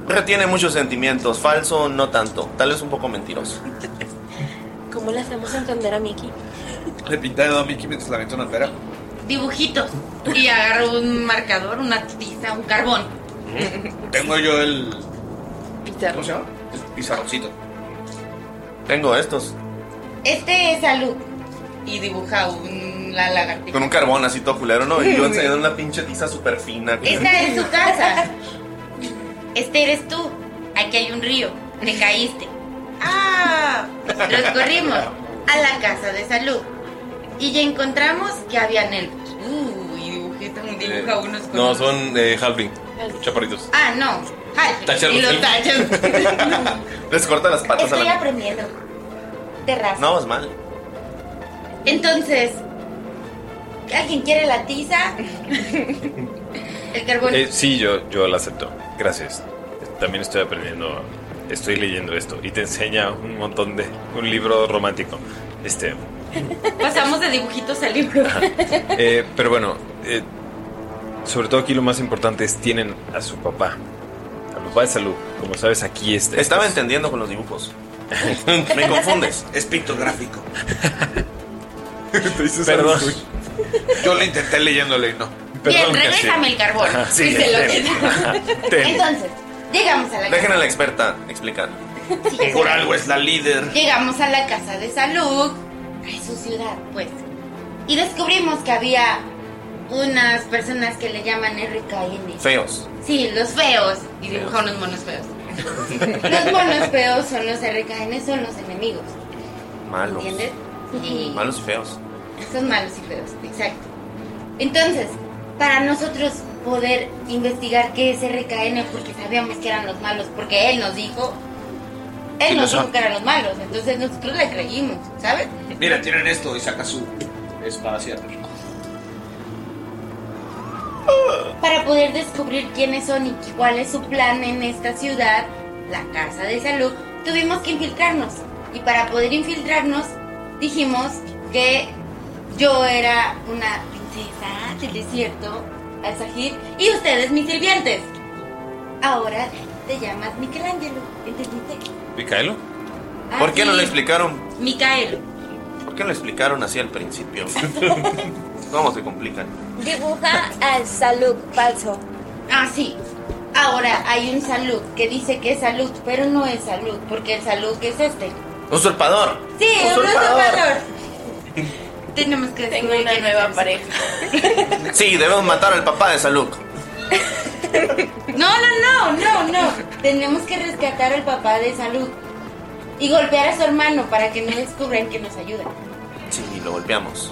retiene muchos sentimientos. Falso, no tanto. Tal vez un poco mentiroso. ¿Cómo le hacemos entender a Miki? Le pinté a Mickey mientras la aventó una pera. Dibujitos. Y agarro un marcador, una tiza, un carbón. Tengo yo el. Pizarro. ¿Cómo se llama? El pizarroncito. Tengo estos. Este es Salud. Y dibuja un, la lagartija. Con un carbón así todo culero, ¿no? Y yo enseñando una pinche tiza súper fina. Esta es tu casa. Este eres tú. Aquí hay un río. Te caíste. ¡Ah! Nos corrimos a la casa de salud. Y ya encontramos que había elfos. Uh, y dibujé, dibuja unos con No, unos. son eh, halfling. Chaparritos. Ah, no. Ay, Táchalos, y los él. tachas. Les corta las patas a Estoy la. aprendiendo. Terraza. No, es mal. Entonces, ¿alguien quiere la tiza? El carbón. Eh, sí, yo, yo la acepto. Gracias. También estoy aprendiendo, estoy leyendo esto y te enseña un montón de un libro romántico. Este, Pasamos de dibujitos al libro. eh, pero bueno, eh, sobre todo aquí lo más importante es tienen a su papá, al papá de salud. Como sabes, aquí está. Estaba entendiendo con los dibujos. Me confundes. Es pictográfico. Perdón. Yo lo intenté leyéndole y no. Bien, regrésame el carbón. Ajá, sí, Y se lo ten. quita. Ten. Entonces, llegamos a la Dejen a casa. la experta explicar. Por algo es la líder. Llegamos a la casa de salud, a su ciudad, pues. Y descubrimos que había unas personas que le llaman RKN. Feos. Sí, los feos. Y dibuja unos monos feos. Los monos feos son los RKN, son los enemigos. Malos. ¿Entiendes? Y Malos y feos. son malos y feos, exacto. Entonces, para nosotros poder investigar qué es RKN, porque sabíamos que eran los malos, porque él nos dijo, Sí, él lo nos dijo sabe. que eran los malos, entonces nosotros le creímos, ¿sabes? Mira, tienen esto y saca su espada así atrás. Para poder descubrir quiénes son y cuál es su plan en esta ciudad, la Casa de Salud, tuvimos que infiltrarnos. Y para poder infiltrarnos, dijimos que yo era una princesa del desierto, Al-Sahir, y ustedes mis sirvientes. Ahora te llamas Michelangelo, ¿entendiste? ¿Micaelo? Ah, ¿Por qué no sí, le explicaron? Micaelo. ¿Por qué lo explicaron así al principio? ¿Cómo se complican? Dibuja al salud falso. Ah, sí. Ahora hay un salud que dice que es salud, pero no es salud, porque el salud es este. ¡Usurpador! Sí, un Usurpador. usurpador. Tenemos que Tengo una nueva pareja. Sí, debemos matar al papá de Saluk. No, no, no, no, no. Tenemos que rescatar al papá de salud y golpear a su hermano para que no descubran que nos ayuda. Sí, lo golpeamos.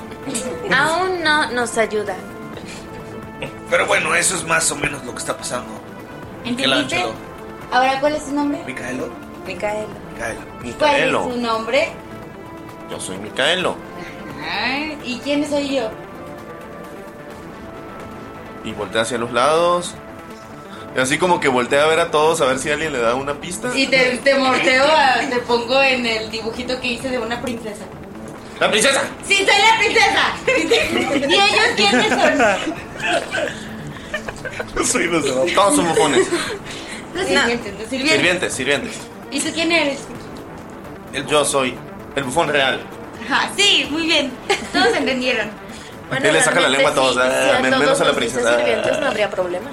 Aún no nos ayuda. Pero bueno, eso es más o menos lo que está pasando. ¿Entendiste? Ahora, ¿cuál es su nombre? Micaelo. Micael. Micaelo. ¿Cuál es Micaelo. su nombre? Yo soy Micaelo. Ay, Ah, ¿Y quién soy yo? Y voltea hacia los lados. Y así como que voltea a ver a todos a ver si alguien le da una pista. Y te, te morteo, a- ah, te pongo en el dibujito que hice de una princesa. ¡La princesa! ¡Sí, soy la princesa! ¿Y ellos quiénes son? Yo soy los demás. Todos son bufones. Los sirvientes, los sirvientes. Sirvientes, sirvientes. ¿Y tú quién eres? Yo soy el bufón real. Ajá, sí, muy bien. Todos entendieron. Él le saca la lengua a todos, ah, men- menos a la princesa. sirvientes no habría problema.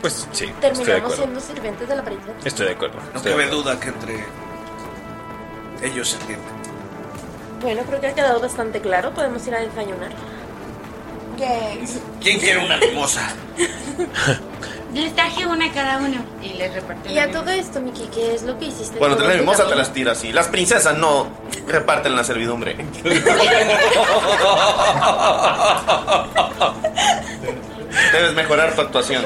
Pues sí, estoy de Terminamos acuerdo. siendo sirvientes de la princesa. Estoy de acuerdo. No estoy de cabe acuerdo. duda que entre ellos se entienden. Bueno, creo que ha quedado bastante claro. Podemos ir a desayunar. ¿Quién quiere una mimosa? Les traje una a cada uno y les repartí. Y a todo esto, Miki, ¿qué es lo que hiciste? Cuando te todo la este mimosa te camino? las tiras así. Las princesas no reparten la servidumbre. Debes mejorar tu actuación.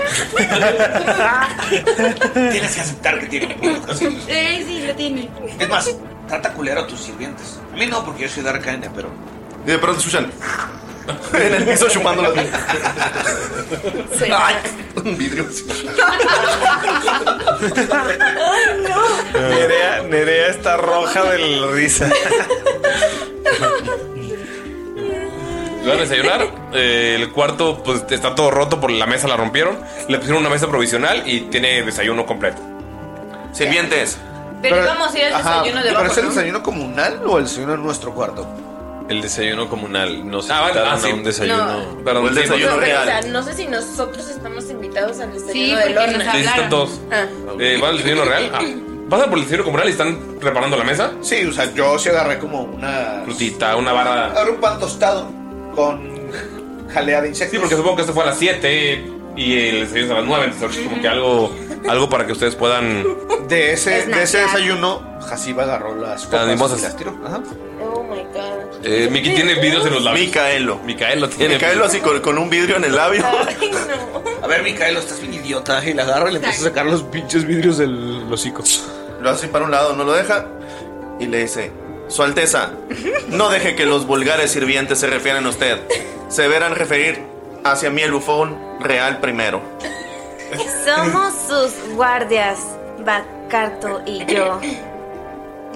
Tienes que aceptar que tienen un punto. Eh, sí, lo tiene. Es más, trata culero a tus sirvientes. A mí no, porque yo soy Dark Knight, pero. Y de pronto escuchan. En el piso chupando los Ay, un vidrio. Ay, no. Nerea, Nerea está roja de la risa. Iban a desayunar. eh, el cuarto pues está todo roto por la mesa, la rompieron. Le pusieron una mesa provisional y tiene desayuno completo. Sirvientes. Pero vamos a ir al desayuno de ¿Pero abajo. es el ¿no? desayuno comunal o el desayuno en nuestro cuarto? El desayuno comunal. Nos Ah, vale, invitaron ah, a sí. un desayuno. No. Perdón, O el sí, desayuno No, pero, o sea, no sé si nosotros estamos invitados al desayuno Sí, de porque Lorna. nos Sí, están todos. Ah. Eh, ¿Van al desayuno real? Ah, ¿Pasan por el desayuno comunal y están reparando la mesa? Sí, o sea, yo sí agarré como una. Frutita, una Ah. barra. Ahora un pan tostado con jalea de insectos. Sí, porque supongo que esto fue a las 7 y el desayuno es a las 9. Entonces, como que algo, algo para que ustedes puedan. De ese, de ese desayuno, Jaciba agarró las Las copas mimosas. y las tiró. Ajá. Oh my god. Eh, Miki tiene vidrios en los labios. Micaelo. Micaelo tiene. Micaelo así con, con un vidrio en el labio. A ver, Micaelo, estás bien idiota. Y la agarra y le empieza a sacar los pinches vidrios del hocico. Lo hace para un lado, no lo deja. Y le dice: Su Alteza, no deje que los vulgares sirvientes se refieran a usted. Se verán referir hacia mí el bufón real primero. Somos sus guardias, Bacarto y yo.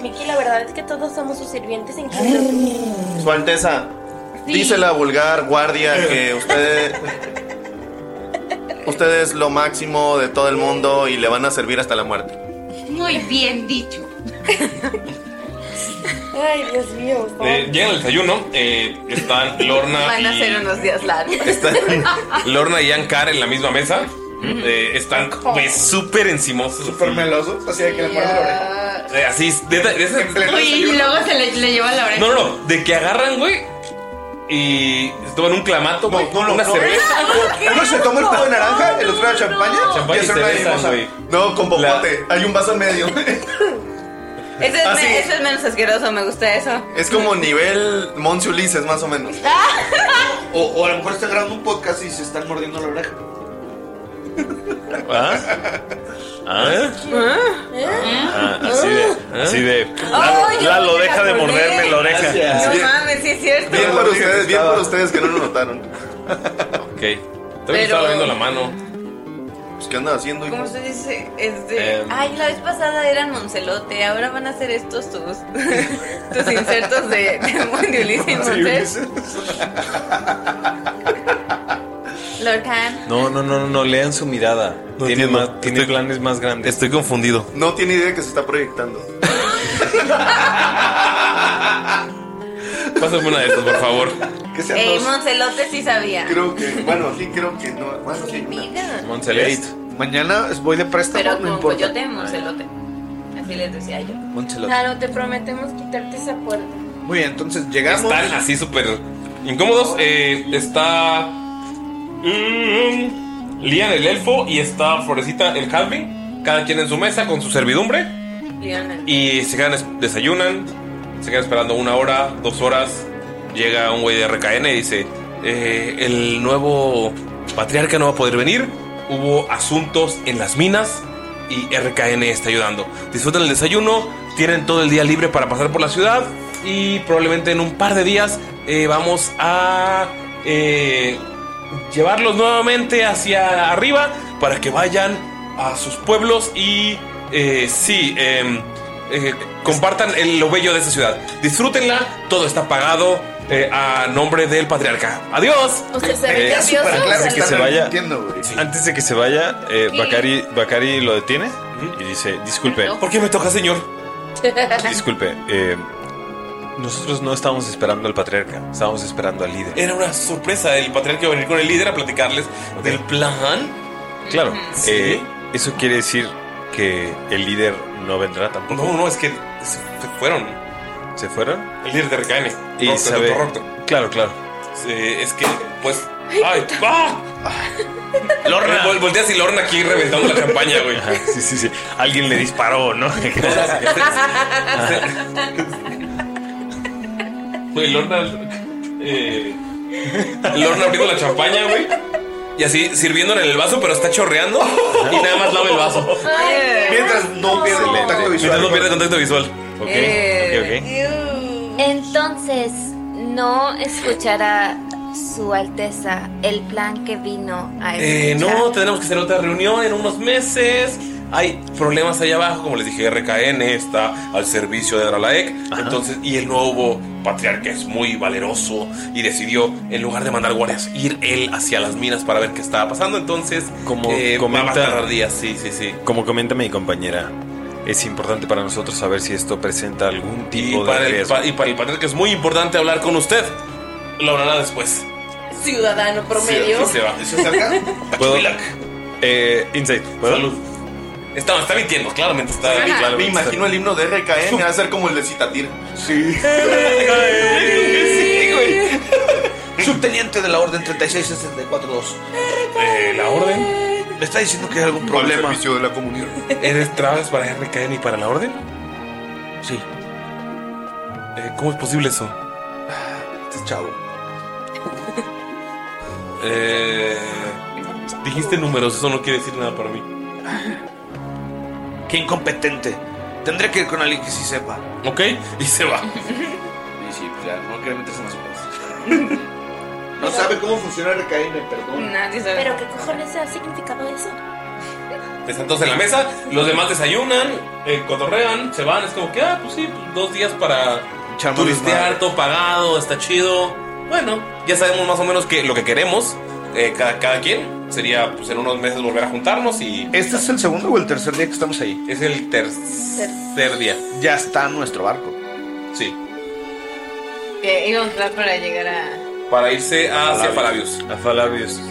Miki, la verdad es que todos somos sus sirvientes en casa. Su Alteza, Sí. dice la vulgar guardia que usted. Usted es lo máximo de todo el mundo y le van a servir hasta la muerte. Muy bien dicho. Ay, Dios mío. Eh, llegan al desayuno. eh, están Lorna. Van a y- ser unos días largos. Lorna y Ankar en la misma mesa. Eh, están pues súper encimosos. Súper melosos. Así de que Eh, así, es, de, de- de esas- Uy, y luego se le, le lleva la oreja. No, no, no, de que agarran, güey, y se toman un clamato, güey, una cerveza. Uno se toma el jugo de naranja, el otro la champaña, Champaña y y hace una cerveza, mimosa. güey. No, con popote. Hay un vaso en medio. Eso es, Ah, sí. me- eso es menos asqueroso, me gusta eso. es como nivel Monse Ulises, más o menos. O, o a lo mejor está grabando un podcast y se están mordiendo la oreja. ¿Ah? ¿Eh? ¿Eh? Ah, así de. Así de. Lalo, Ay, Lalo, yo me deja de acordé. morderme la oreja. No Así de- mames, sí es cierto. Bien por ustedes, bien por ustedes que no lo notaron. Ok. Todavía estaba viendo la mano. Pues, ¿qué andan haciendo? hijo? ¿Cómo se dice? Este. Em. Ay, la vez pasada eran Moncelote, ahora van a ser estos tus, tus insertos de, de Mundo Ulises y Montes. Lord Khan. No, no, no, no, no, lean su mirada. tiene más, tiene planes más grandes. Estoy confundido. No tiene idea que se está proyectando. Pásame una de estas, por favor. Que sean Ey, dos. Moncelote sí sabía. Creo que, bueno, aquí creo que no. Bueno, sí. Mira, Moncelest. Mañana voy de préstamo, pero no con importa. coyote Moncelote. Así les decía yo. Moncelote. Claro, te prometemos quitarte esa puerta. Muy bien, entonces llegamos. Están así súper incómodos. Eh, está. mm, Lian el elfo y está Florecita el halfling. Cada quien en su mesa con su servidumbre. Liana. Y se quedan, es- desayunan, se quedan esperando una hora, dos horas. Llega un güey de RKN y dice: "Eh, El nuevo patriarca no va a poder venir. Hubo asuntos en las minas y RKN está ayudando. Disfrutan el desayuno, tienen todo el día libre para pasar por la ciudad. Y probablemente en un par de días eh, vamos a eh, llevarlos nuevamente hacia arriba para que vayan a sus pueblos y eh, sí, em, eh, compartan el, lo bello de esa ciudad. Disfrútenla, todo está pagado eh, a nombre del patriarca. ¡Adiós! Ustedes se Eh, ven nerviosos. Antes de que se vaya, antes de que se vaya, eh, Sí. Bacari, Bacari lo detiene y dice, disculpe. ¿Por qué me toca, señor? Disculpe, eh, nosotros no estábamos esperando al patriarca, estábamos esperando al líder. Era una sorpresa, el patriarca iba a venir con el líder a platicarles del plan. Claro, Sí. eh, eso quiere decir que el líder no vendrá tampoco. No, no, es que se se fueron. ¿Se fueron? El líder de Arcane. Y Rock, sabe- rock, rock. Claro, claro. Eh, es que, pues. ¡Ay! ¡Ah! Lorna. volteas y Lorna aquí reventando la campaña, güey. Sí, sí, sí. Alguien le disparó, ¿no? Güey, Lorna. eh, Lorna abriendo la champaña, güey. Y así sirviendo en el vaso, pero está chorreando. Y nada más lava el vaso. Mientras no pierde contacto Mientras no pierde contacto visual. Ok, Eh, Entonces, ¿no escuchará su alteza el plan que vino a Eh, escuchar? no, tenemos que hacer otra reunión en unos meses. Hay problemas allá abajo, como les dije, RKN está al servicio de Dralaek. Entonces, y el nuevo patriarca es muy valeroso y decidió, en lugar de mandar guardias, ir él hacia las minas para ver qué estaba pasando. Entonces, Como eh, va a comenta- tardar días, sí, sí, sí. Como comenta mi compañera, es importante para nosotros saber si esto presenta algún Y tipo de para, el, riesgo. pa- y para el patriarca es muy importante hablar con usted. Lo hablará después. Ciudadano promedio. Sí, sí se va. ¿Se acerca? ¿Puedo? Eh, insight, ¿puedo? Está, está mintiendo, claramente está. Me claramente está- imagino el himno de RKN va a ser como el de Citatir. Sí. Eh, Subteniente de la Orden 36642. Eh, ¿La Orden? Me está diciendo que hay algún problema. servicio de la comunidad. ¿Eres traves para RKN y para la orden? Eh, Sí. ¿Cómo es posible eso? Este chavo. Eh, dijiste números, eso no quiere decir nada para mí. Qué incompetente. Tendré que ir con alguien que sí sepa. Ok, y se va. Y sí, pues ya, no quiere meterse en las No sabe cómo funciona RKN, perdón. Nadie sabe. Pero qué cojones ha significado eso. Están todos en la mesa, los demás desayunan, eh, cotorrean, se van. Es como que, ah, pues sí, dos días para turistear, todo pagado, está chido. Bueno, ya sabemos más o menos que lo que queremos, eh, cada, cada quien. Sería pues en unos meses volver a juntarnos y ¿Este es el segundo o el tercer día que estamos ahí? es el tercer día. Ya está nuestro barco. Sí, Que iba a entrar para llegar a. para irse hacia Falabius. A Falabius.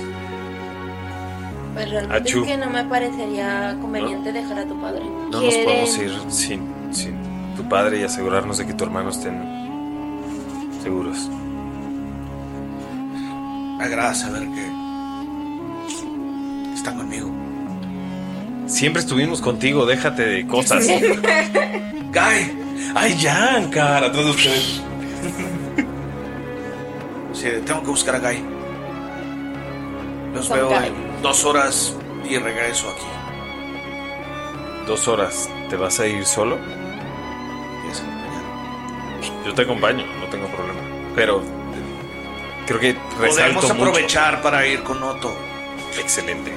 Pues realmente Achú. es que no me parecería conveniente dejar a tu padre. No nos ¿Quieren- podemos ir sin, sin tu padre y asegurarnos de que tu hermano estén seguros. Me agrada saber que está conmigo. Siempre estuvimos contigo, déjate de cosas. ¡Guy! ¡Ay, Jan, cara! Atrás de ustedes. Sí, tengo que buscar a Guy. Los Con veo Guy. en dos horas y regreso aquí. Dos horas, ¿te vas a ir solo? pues, Yo te acompaño, no tengo problema. Pero eh, creo que resalto Podemos mucho. aprovechar para ir con Otto. Excelente.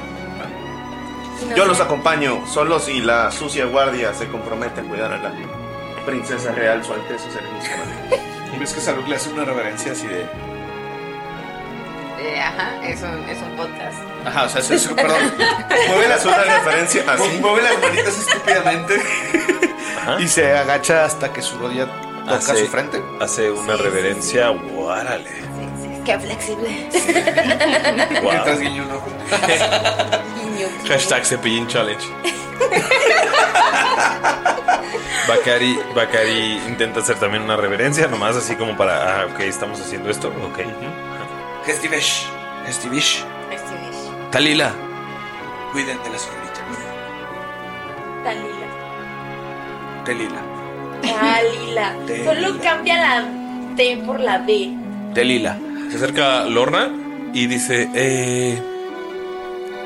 Yo los acompaño, solo si la sucia guardia se compromete a cuidar a la princesa real, su alteza serenísima. ¿Ves que Salud le hace una reverencia así de. Eh, ajá, es un, es un podcast. Ajá, o sea, es- es- perdón. Mueve las una referencia así. Mueve las manitas estúpidamente. Y se agacha hasta que su rodilla toca su frente. Hace una reverencia. Órale. Qué flexible. Mientras guiño un ojo. Hashtag cepillín challenge. Bacari, Bacari intenta hacer también una reverencia, nomás así como para, ah, ok, estamos haciendo esto, ok. Gestivish. Gestivish. Talila. Cuiden de la señorita. Talila. Telila. Talila. Talila. Solo cambia la T por la B. De lila. Se acerca Lorna y dice, eh,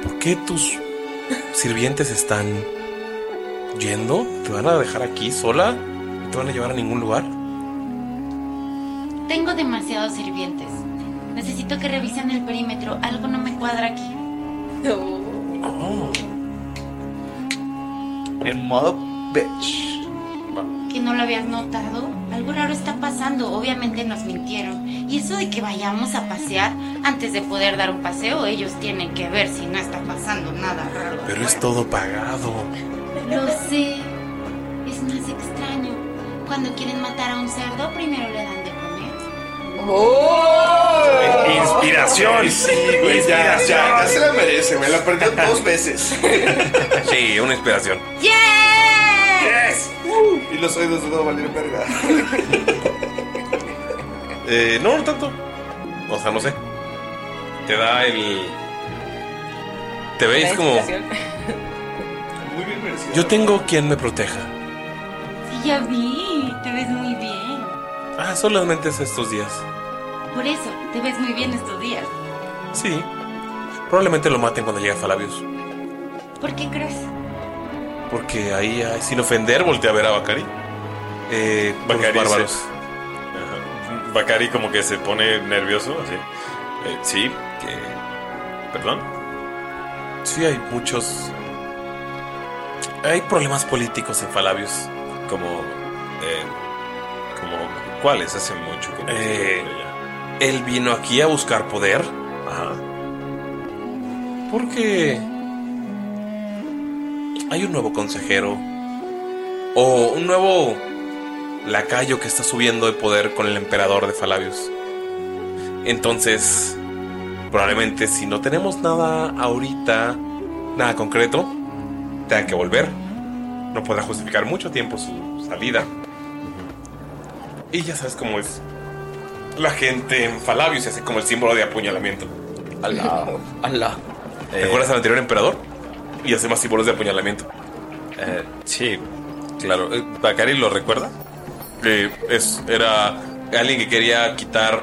¿por qué tus sirvientes están yendo? ¿Te van a dejar aquí sola? ¿No te van a llevar a ningún lugar? Tengo demasiados sirvientes. Necesito que revisen el perímetro. Algo no me cuadra aquí. En modo bitch. Que no lo habías notado. Algo raro está pasando. Obviamente nos mintieron. Y eso de que vayamos a pasear antes de poder dar un paseo, ellos tienen que ver si no está pasando nada raro. Pero es todo pagado. Lo sé. Es más extraño. Cuando quieren matar a un cerdo, primero le dan de comer. ¡Oh! Inspiración. Sí, güey, ya, ya, ya se la merece, güey. La perdió dos veces. Sí, una inspiración. ¡Yes! y los oídos de todo valer verga. Eh, no, no tanto. O sea, no sé. Te da el. Te veis como. Muy bien merecido. Yo tengo quien me proteja. Sí, ya vi. Te ves muy bien. Ah, solamente es estos días. Por eso, te ves muy bien estos días. Sí. Probablemente lo maten cuando llegue Falabius. ¿Por qué crees? Porque ahí, ah, sin ofender, voltea a ver a Bacari. eh, Bacari Bacari, bárbaros. Ajá. Bacari como que se pone nervioso, así. Eh, sí, que... Perdón. Sí, hay muchos. Hay problemas políticos en Falabius. Como... eh, como... ¿Cuáles? Hace mucho que no Eh, estoy allá. Él vino aquí a buscar poder. Ajá. Porque hay un nuevo consejero o un nuevo lacayo que está subiendo de poder con el emperador de Falabius. Entonces, probablemente si no tenemos nada ahorita, nada concreto, tenga que volver. No podrá justificar mucho tiempo su salida. Y ya sabes cómo es la gente en Falabius, se hace como el símbolo de apuñalamiento. Alá, Alá. ¿Te acuerdas al anterior emperador? Y hace más símbolos de apuñalamiento. Eh, sí, claro. Eh, ¿Bacari lo recuerda? que Eh, es, era alguien que quería quitar,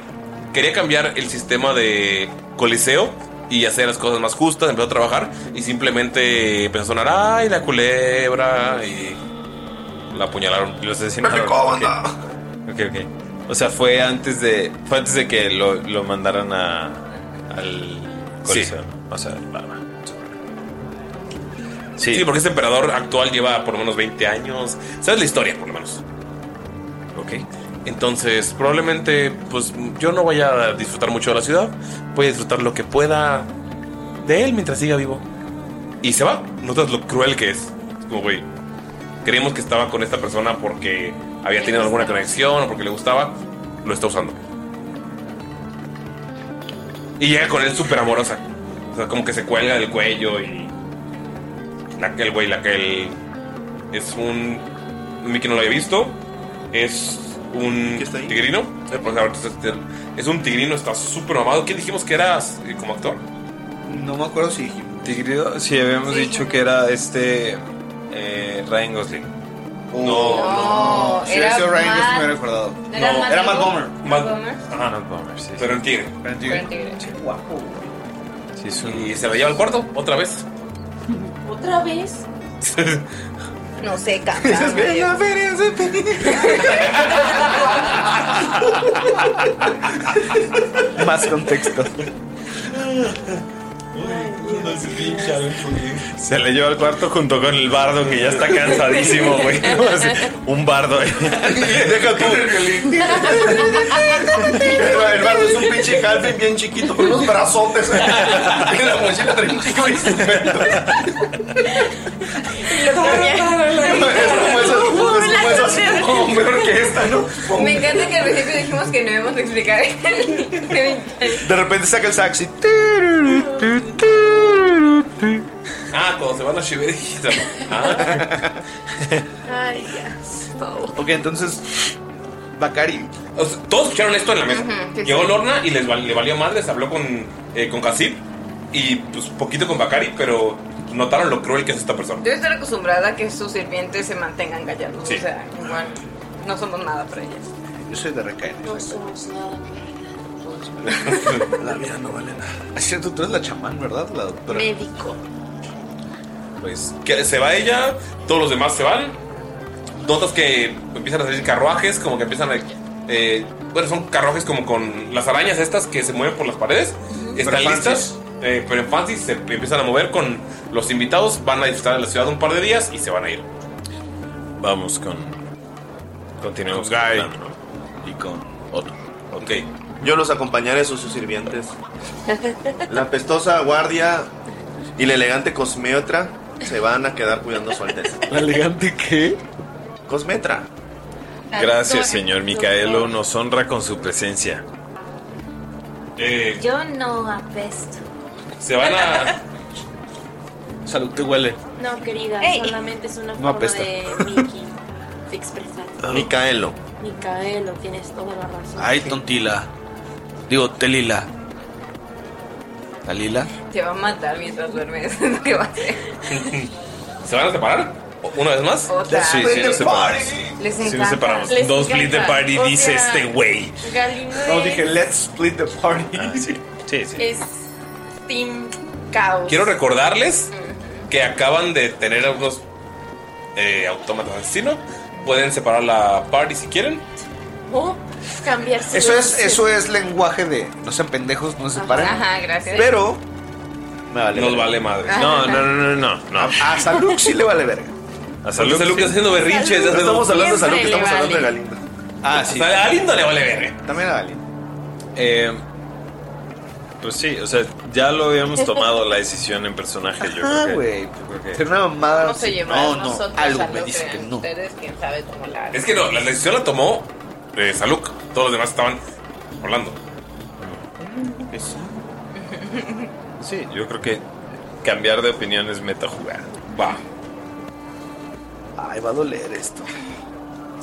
quería cambiar el sistema de coliseo y hacer las cosas más justas, empezó a trabajar y simplemente empezó a sonar, ay, la culebra, y la apuñalaron. Los asesinaron. Ok, ok. ok. O sea, fue antes de fue antes de que lo, lo mandaran a, al Coliseo. O sea, va, va. Sí. porque este emperador actual lleva por lo menos 20 años. ¿Sabes la historia, por lo menos? Ok. Entonces, probablemente, pues yo no vaya a disfrutar mucho de la ciudad. Voy a disfrutar lo que pueda de él mientras siga vivo. Y se va. Notas lo cruel que es. Es como, güey, creíamos que estaba con esta persona porque había tenido alguna conexión o porque le gustaba. Lo está usando. Y llega con él súper amorosa. O sea, como que se cuelga del cuello y la que el güey, la que el es un Mickey no lo había visto. Es un tigrino. Eh, pues, ahorita es este- Es un tigrino, está súper mamado. ¿Quién dijimos que eras eh, como actor? No me acuerdo si Tigrido, si habíamos dicho que era este eh, Ryan Gosling. Oh. No, Si hubiera sido Ryan Gosling, me hubiera recordado. Era Matt era Matt Bomer. Bomer. Ajá, no, Bomber, sí. Pero el tigre. Guapo. Y se lo lleva al cuarto, otra vez. ¿Otra vez? No sé, canta. Esas velas, Más contexto. Se le lleva al cuarto junto con el bardo que ya está cansadísimo, güey. Así, Un bardo. ahí. Deja tú. El barro es un pinche halfling bien chiquito, con unos brazotes. Y la mochila trae un chico instrumento. Lo Es como esas- es como esas No, peor que este. esta, ¿no? Me encanta que al principio dijimos que no íbamos a explicar. De repente saca el sax y... Ah, cuando se van Ah, las chiveritas. Ay, ya. Ok, entonces. Bacari. todos escucharon esto en la mesa. Llegó Lorna y les val- le valió madres, habló con, eh, con Hasib y pues poquito con Bacari, pero notaron lo cruel que es esta persona. Debe estar acostumbrada a que sus sirvientes se mantengan callados. Sí. O sea, igual no somos nada para ellas. Yo soy de recaer. No somos nada. La vida no vale nada. Es cierto, Ah, tú eres la chamán, ¿verdad? La doctora. Médico. Pues que se va ella, todos los demás se van. Notas que empiezan a salir carruajes, como que empiezan a. eh, bueno, son carruajes como con las arañas estas que se mueven por las paredes. Están Pero listas, eh, pero en fancy se empiezan a mover con los invitados. Van a disfrutar de la ciudad un par de días y se van a ir. Vamos con. Continuamos con Guy. Y con otro. Ok. Yo los acompañaré, sus sus sirvientes. La apestosa guardia y la elegante cosmetra se van a quedar cuidando su alteza. ¿La elegante qué? Cosmetra. Gracias, señor Micaelo. Nos honra con su presencia. Eh, Yo no apesto. se van a. Salud, te huele. No, querida, solamente es una No forma apesta. de Mickey de expresar. Micaelo. Micaelo, tienes toda la razón. Ay, tontila. Digo, telila. ¿Talila? Te va a matar mientras duermes. es lo que va a hacer. ¿Se van a separar? ¿Una vez más? Otra. Sí, sí, nos separamos. Les Sí, encanta. nos separamos. Les Dos split the encanta. party, O dice sea, este güey. Galindo No, es- dije, let's split the party. Ah, sí. sí, es Team Caos. Quiero recordarles Mm. que acaban de tener algunos eh, autómatas asesinos. Pueden separar la party si quieren. O Oh, cambiar su Eso es, versión. eso es lenguaje de no sean pendejos, no se paren. Ajá, gracias. Pero. Nos vale madre. No, no, no, no, no. A, a Saluk sí le vale verga. A Salud. Salud que está haciendo berrinches. No estamos hablando de Salud, Salud que estamos hablando de Galindo. Ah, sí. A Galindo le vale verga. También a Galindo. Eh, pues sí, o sea, ya lo habíamos tomado la decisión en personaje, yo Ah, creo que. güey. yo creo que- Ser una mamada. No se llevan No, no. nosotros Algo a me lo dice que crean no. Ustedes quién sabe cómo la Es que no, la decisión la tomó eh, Salud. Todos los demás estaban hablando. Sí, yo creo que cambiar de opinión es metajugar. Va. Ay, va a doler esto.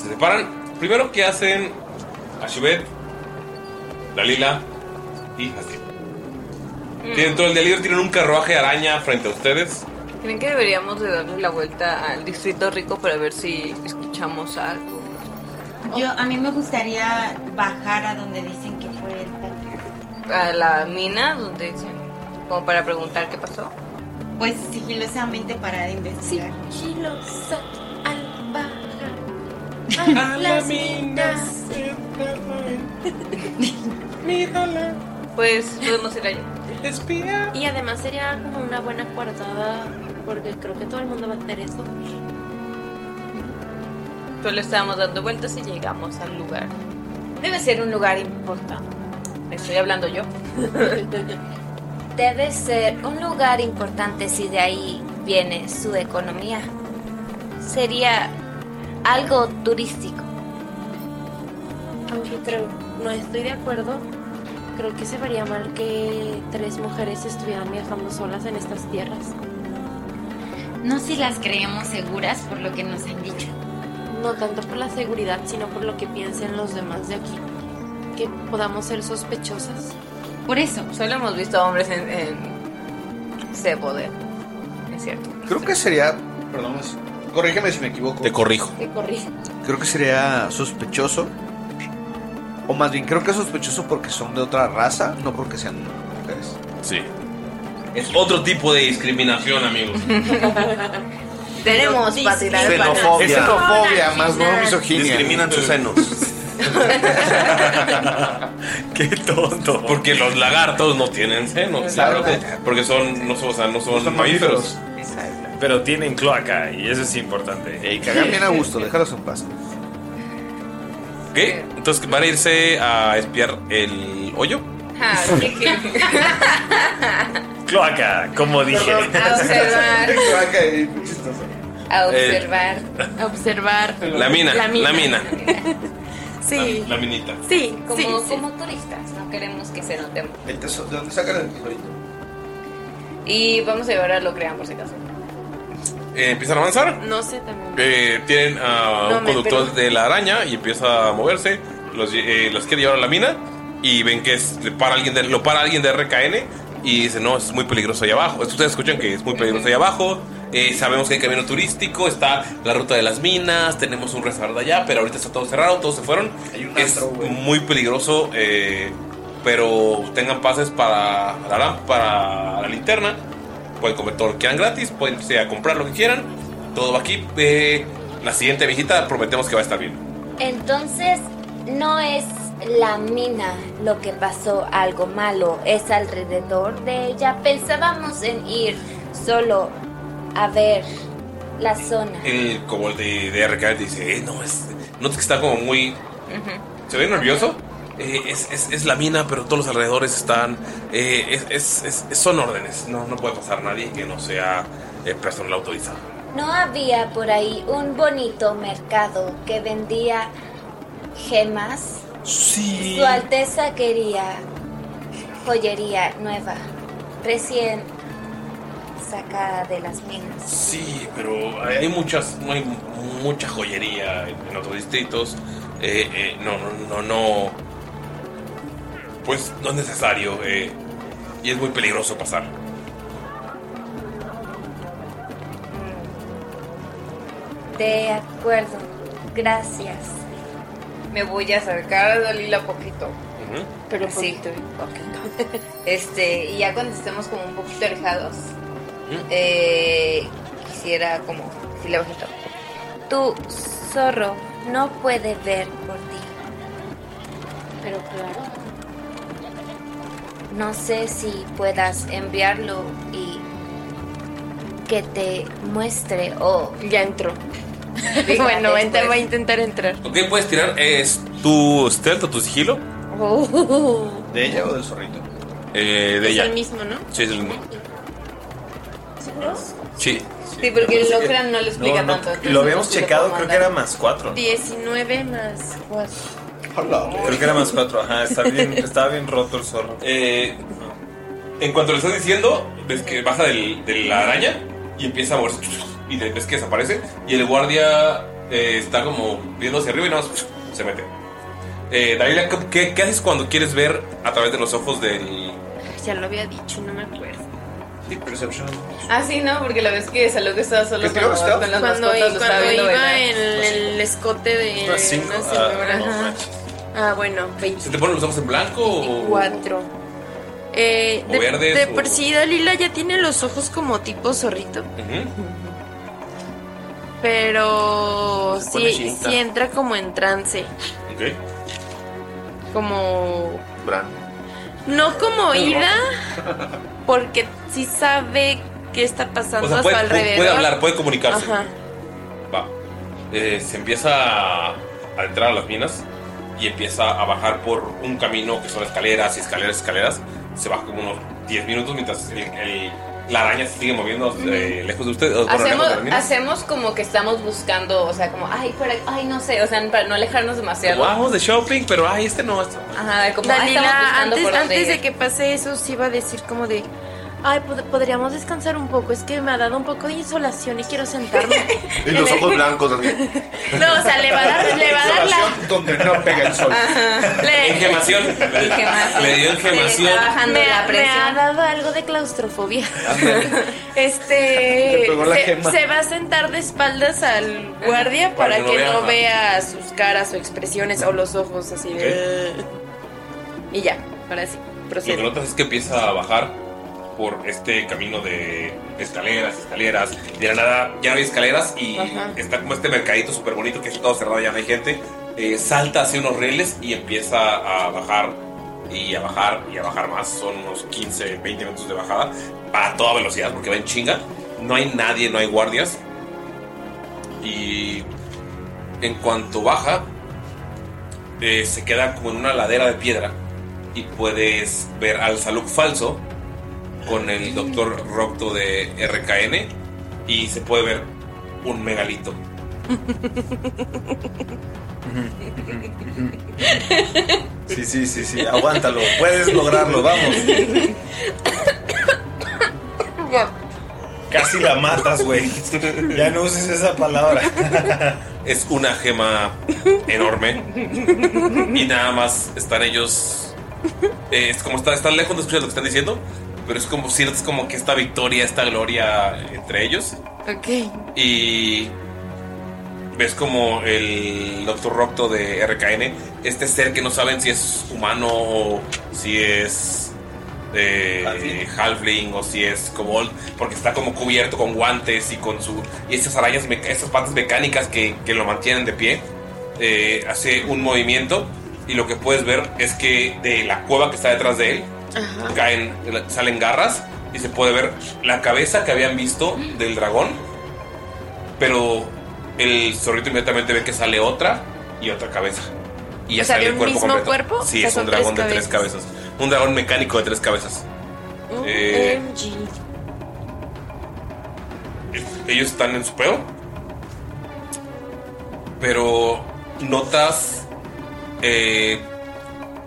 Se separan. Primero que hacen Ashibet, Dalila y Hasib. Tienen todo el día libre, tienen un carruaje araña frente a ustedes. ¿Creen que deberíamos de darle la vuelta al Distrito Rico para ver si escuchamos algo? Yo, a mí me gustaría bajar a donde dicen que fue el tal. A la mina, donde dicen, como para preguntar qué pasó. Pues sigilosamente para investigar. Sigilosa al bajar. minas. Pues podemos ir allá. Y además sería como una buena coartada, porque creo que todo el mundo va a hacer eso. Solo estábamos dando vueltas y llegamos al lugar. Debe ser un lugar importante. Estoy hablando yo. Debe ser un lugar importante si de ahí viene su economía. Sería algo turístico. Aunque creo, no estoy de acuerdo. Creo que se vería mal que tres mujeres estuvieran viajando solas en estas tierras. No si las creemos seguras por lo que nos han dicho. No tanto por la seguridad, sino por lo que piensen los demás de aquí. Que podamos ser sospechosas. Por eso. Solo hemos visto hombres en, en ese poder. Es cierto. Creo que sería. Perdón, es- corrígeme si me equivoco. Te corrijo. Te corrí. Creo que sería sospechoso. O más bien, creo que es sospechoso porque son de otra raza, no porque sean mujeres. Sí. Es otro tipo de discriminación, amigos. Tenemos para tirar el banano. Es xenofobia, más no misoginia. Discriminan sus senos. Qué tonto. Porque los lagartos no tienen senos. Claro. Claro que- porque son, no son, o sea, no son, mamíferos. Pero tienen cloaca y eso es importante. Y cagan bien a gusto, déjalos en paz. ¿Ok? Entonces van a irse a espiar el hoyo. Ah, qué- qué- Cloaca, como dije. Ah, A Cloaca, observar. A observar. A observar. La mina, la mina. Ah, Sí. La minita. Sí, como, sí, sí. como turistas, no queremos que se note mucho. El tesoro, ¿De dónde sacan el tesorito? Y vamos a llevar a lo crean por si acaso. Eh, empiezan a avanzar. No sé también. Eh, tienen a No, un me conductor perdí. de la araña y empieza a moverse. Los, lle- eh, los quiere llevar a la mina y ven que es- le para alguien de- lo para alguien de RKN y dice, no, es muy peligroso ahí abajo. Esto Ustedes escuchan que es muy peligroso ahí abajo. Eh, sabemos que hay camino turístico, está la ruta de las minas, tenemos un restaurante allá, pero ahorita está todo cerrado, todos se fueron. es muy peligroso, eh, pero tengan pases para la, lám- para la linterna. Pueden comer todo lo que quieran gratis, pueden irse a comprar lo que quieran. Todo va aquí. eh, la siguiente visita prometemos que va a estar bien. Entonces, no es la mina lo que pasó algo malo, es alrededor de ella. Pensábamos en ir solo a ver la zona. El cobol de, de RKN dice, eh, no, es, notas que está como muy... ¿Se ve nervioso? Eh, es, es- es la mina, pero todos los alrededores están... eh, es- es- es- es- son órdenes, no, no puede pasar nadie que no sea eh, personal autorizado. No había por ahí un bonito mercado que vendía gemas. Sí. Su Alteza quería joyería nueva, recién sacada de las minas. Sí, pero hay, hay muchas, no hay mucha joyería en, en otros distritos. Eh, eh, no, no, no, no. Pues no es necesario. eh, y es muy peligroso pasar. De acuerdo, gracias. Me voy a acercar a Dalila poquito. Pero pues- sí, poquito. Este, y ya cuando estemos como un poquito alejados, eh, quisiera como decirle bajito. Tu zorro no puede ver por ti. Pero claro. No sé si puedas enviarlo y que te muestre o... Ya entró. bueno, enter- voy a intentar entrar. Ok, puedes tirar. ¿Es tu stealth o tu sigilo? Oh, ¿De ella o del zorrito? Eh, de Es ella. el mismo, ¿no? Sí, es el mismo. Sí. Sí, porque el Locran no lo explica No, no, tanto. lo habíamos checado, creo que era más cuatro. 19 más 4. Creo que era más cuatro, ajá. Está bien, estaba bien roto el zorro. Eh, en cuanto le estás diciendo, ves que baja del- de la araña y empieza a moverse. Y de- ves que desaparece. Y el guardia eh, está como viendo hacia arriba y nada más se mete. Eh, Dalila, ¿qué- ¿qué, qué haces cuando quieres ver a través de los ojos del. Ya lo había dicho, no me acuerdo. Perception? Ah, sí, no, porque la vez que salió que estaba solo ¿Qué con, los- creo que con las cuando, mascotas, lo estaba cuando viendo iba bailar. en el, escote de Ah, cinco, una ah, señora. no ajá. manches. Ah, bueno, 20. ¿Se te ponen los ojos en blanco o.? Cuatro. Eh, O de, verdes, de o- por sí Dalila ya tiene los ojos como tipo zorrito, Ujú. pero Se pone sí, chinita. sí entra como en trance, Ok. como Bran. no como ira, porque sí sabe qué está pasando O sea, a puede, su puede- alrededor. puede hablar, puede comunicarse. Ajá. Va. Eh, se empieza a a entrar a las minas y empieza a bajar por un camino que son escaleras y escaleras y escaleras. Se baja como unos 10 minutos mientras el- el- la araña se sigue moviendo eh, lejos de ustedes. o, bueno, Hacemos, lejos de las minas. hacemos como que estamos buscando, o sea, como, ay, para, ay, no sé, o sea, para no alejarnos demasiado. Como, Vamos de shopping, pero ay, este no. este- Ajá, como, ay, estamos Dalila, buscando antes, por dónde antes de ir. que pase eso, sí iba a decir como de, ay, pod- podríamos descansar un poco, es que me ha dado un poco de insolación y quiero sentarme. Y los ojos blancos así. no, o sea, le va a dar, Ah, pues le va a dar la... Ah, Donde no pega el sol. Engemación. Le dio engemación. me, ha- la presión. me ha dado algo de claustrofobia. Te este pegó la se, gema. se va a sentar de espaldas al guardia Para para, que que no no vea, vea sus caras o expresiones o los ojos así de y ya, ahora sí, Lo que procede. notas es que empieza a bajar por este camino de escaleras, escaleras. Y de la nada ya no hay escaleras y Ajá. está como este mercadito súper bonito que está todo cerrado, ya no hay gente. Eh, salta hacia unos rieles y empieza a bajar y a bajar y a bajar más. Son unos 15, 20 minutos de bajada a toda velocidad porque va en chinga. No hay nadie, no hay guardias. Y en cuanto baja, eh, se queda como en una ladera de piedra y puedes ver al Saluk falso con el doctor Rocto de RKN y se puede ver un megalito. Sí, sí, sí, sí, aguántalo, puedes lograrlo, vamos. Casi la matas, güey. Ya no uses esa palabra. Es una gema enorme. Y nada más están ellos. eh, es como está- están lejos de escuchar lo que están diciendo. Pero es como cierto, es como que esta victoria, esta gloria entre ellos. Ok. Y ves como el Doctor Rocto de RKN, este ser que no saben si es humano o si es eh, halfling o si es kobold, porque está como cubierto con guantes y con su y estas arañas, meca- estas patas mecánicas que, que lo mantienen de pie, eh, hace un movimiento y lo que puedes ver es que de la cueva que está detrás de él caen, salen garras y se puede ver la cabeza que habían visto del dragón. Pero el zorrito inmediatamente ve que sale otra y otra cabeza. Y ya O sea, sale ¿de el un cuerpo mismo completo. cuerpo? O Sí, sea, es un son dragón tres de tres cabezas. Un dragón mecánico de tres cabezas. Uh, Eh, OMG. eh. ellos están en su pedo. Pero notas eh,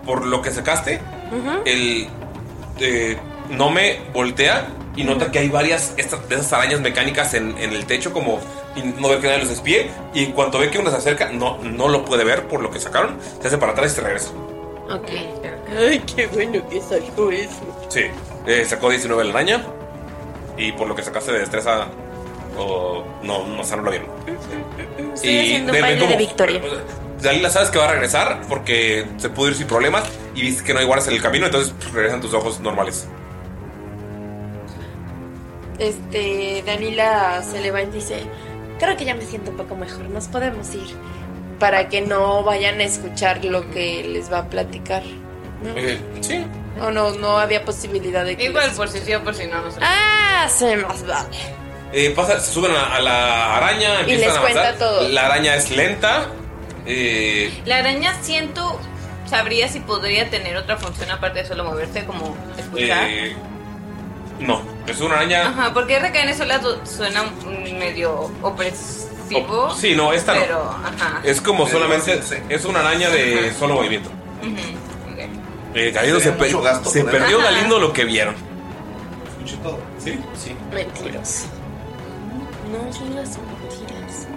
por lo que sacaste, Mm-hmm. Ujú. el eh, Nome voltea y nota que hay varias estas- de esas arañas mecánicas en, en el techo, como y no ver que nadie los espíe. Y en cuanto ve que uno se acerca, no, no lo puede ver por lo que sacaron, se hace para atrás y se regresa. Ok. Ay, qué bueno que salió eso. Sí, eh, sacó 19 de la araña. Y por lo que sacaste de destreza, o no, no salió bien. Estoy Y haciendo un ve- ve baile de cómo- pues, victoria. Dalila sabes que va a regresar porque se pudo ir sin problemas y viste que no hay guardias en el camino, entonces pues, regresan tus ojos normales. Este, Danila se levanta y dice, creo que ya me siento un poco mejor, nos podemos ir. Para que no vayan a escuchar lo que les va a platicar. ¿no? Sí. O no, no había posibilidad de que... Igual por si sí o por si no, no sé. Ah, se más vale. Eh, pasa- se suben a, a la araña, Y empiezan les a avanzar. cuenta todo. La araña es lenta. eh, La araña siento, sabría si podría tener otra función aparte de solo moverse, como escuchar. eh, no, es una araña. Ajá, porque RKN sola du- suena mm, medio opresivo. Op- sí, no, esta no. pero, ajá. Es como solamente. Es una araña de solo movimiento. Ujú, ok. Eh, Galindo se, Sería mucho per- gasto se poner- perdió Ajá. Galindo lo que vieron. Escuché todo. Sí, sí. Mentiras. No son las mentiras.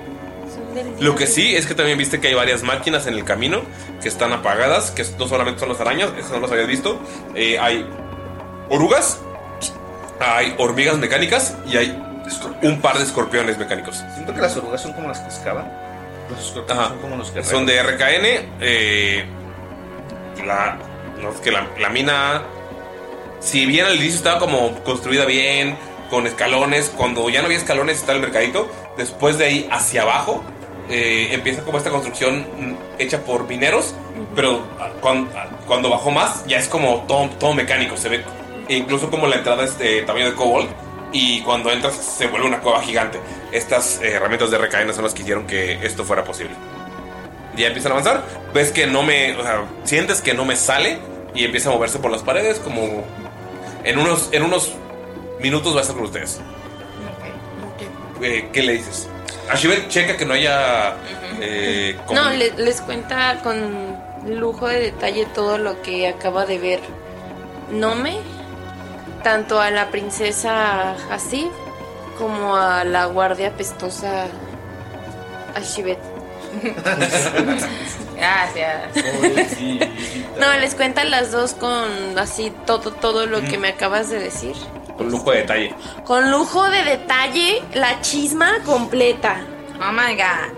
Son del Lo que sí es que también viste que hay varias máquinas en el camino que están apagadas, que no solamente son las arañas, esas no las habías visto. Eh, hay orugas, hay hormigas mecánicas y hay un par de escorpiones mecánicos. Siento que las orugas son como las que excavan. Los escorpiones Ajá. son como los que Son de RKN. eh, la, no, es que la, la mina, si bien al inicio estaba como construida bien, con escalones, cuando ya no había escalones está el mercadito, después de ahí hacia abajo eh, empieza como esta construcción mm, hecha por mineros, pero ah, cuan- ah, cuando, bajó más ya es como todo, todo mecánico, se ve e incluso como la entrada es de tamaño de cobalt. Y cuando entras se vuelve una cueva gigante. Estas eh, herramientas de RKN son las que hicieron que esto fuera posible ya empiezan a avanzar. Ves que no me. O sea, sientes que no me sale y empieza a moverse por las paredes. Como. En unos, en unos minutos va a estar con ustedes. Eh, ¿Qué le dices? A Shiver checa que no haya. eh, como- No, le- les cuenta con lujo de detalle todo lo que acaba de ver Nome, tanto a la princesa Hasib como a la guardia pestosa Ashibet. Gracias. No, les cuenta las dos con así todo, todo lo Mm. que me acabas de decir. Con lujo de detalle. Con lujo de detalle, la chisma completa. Oh my god.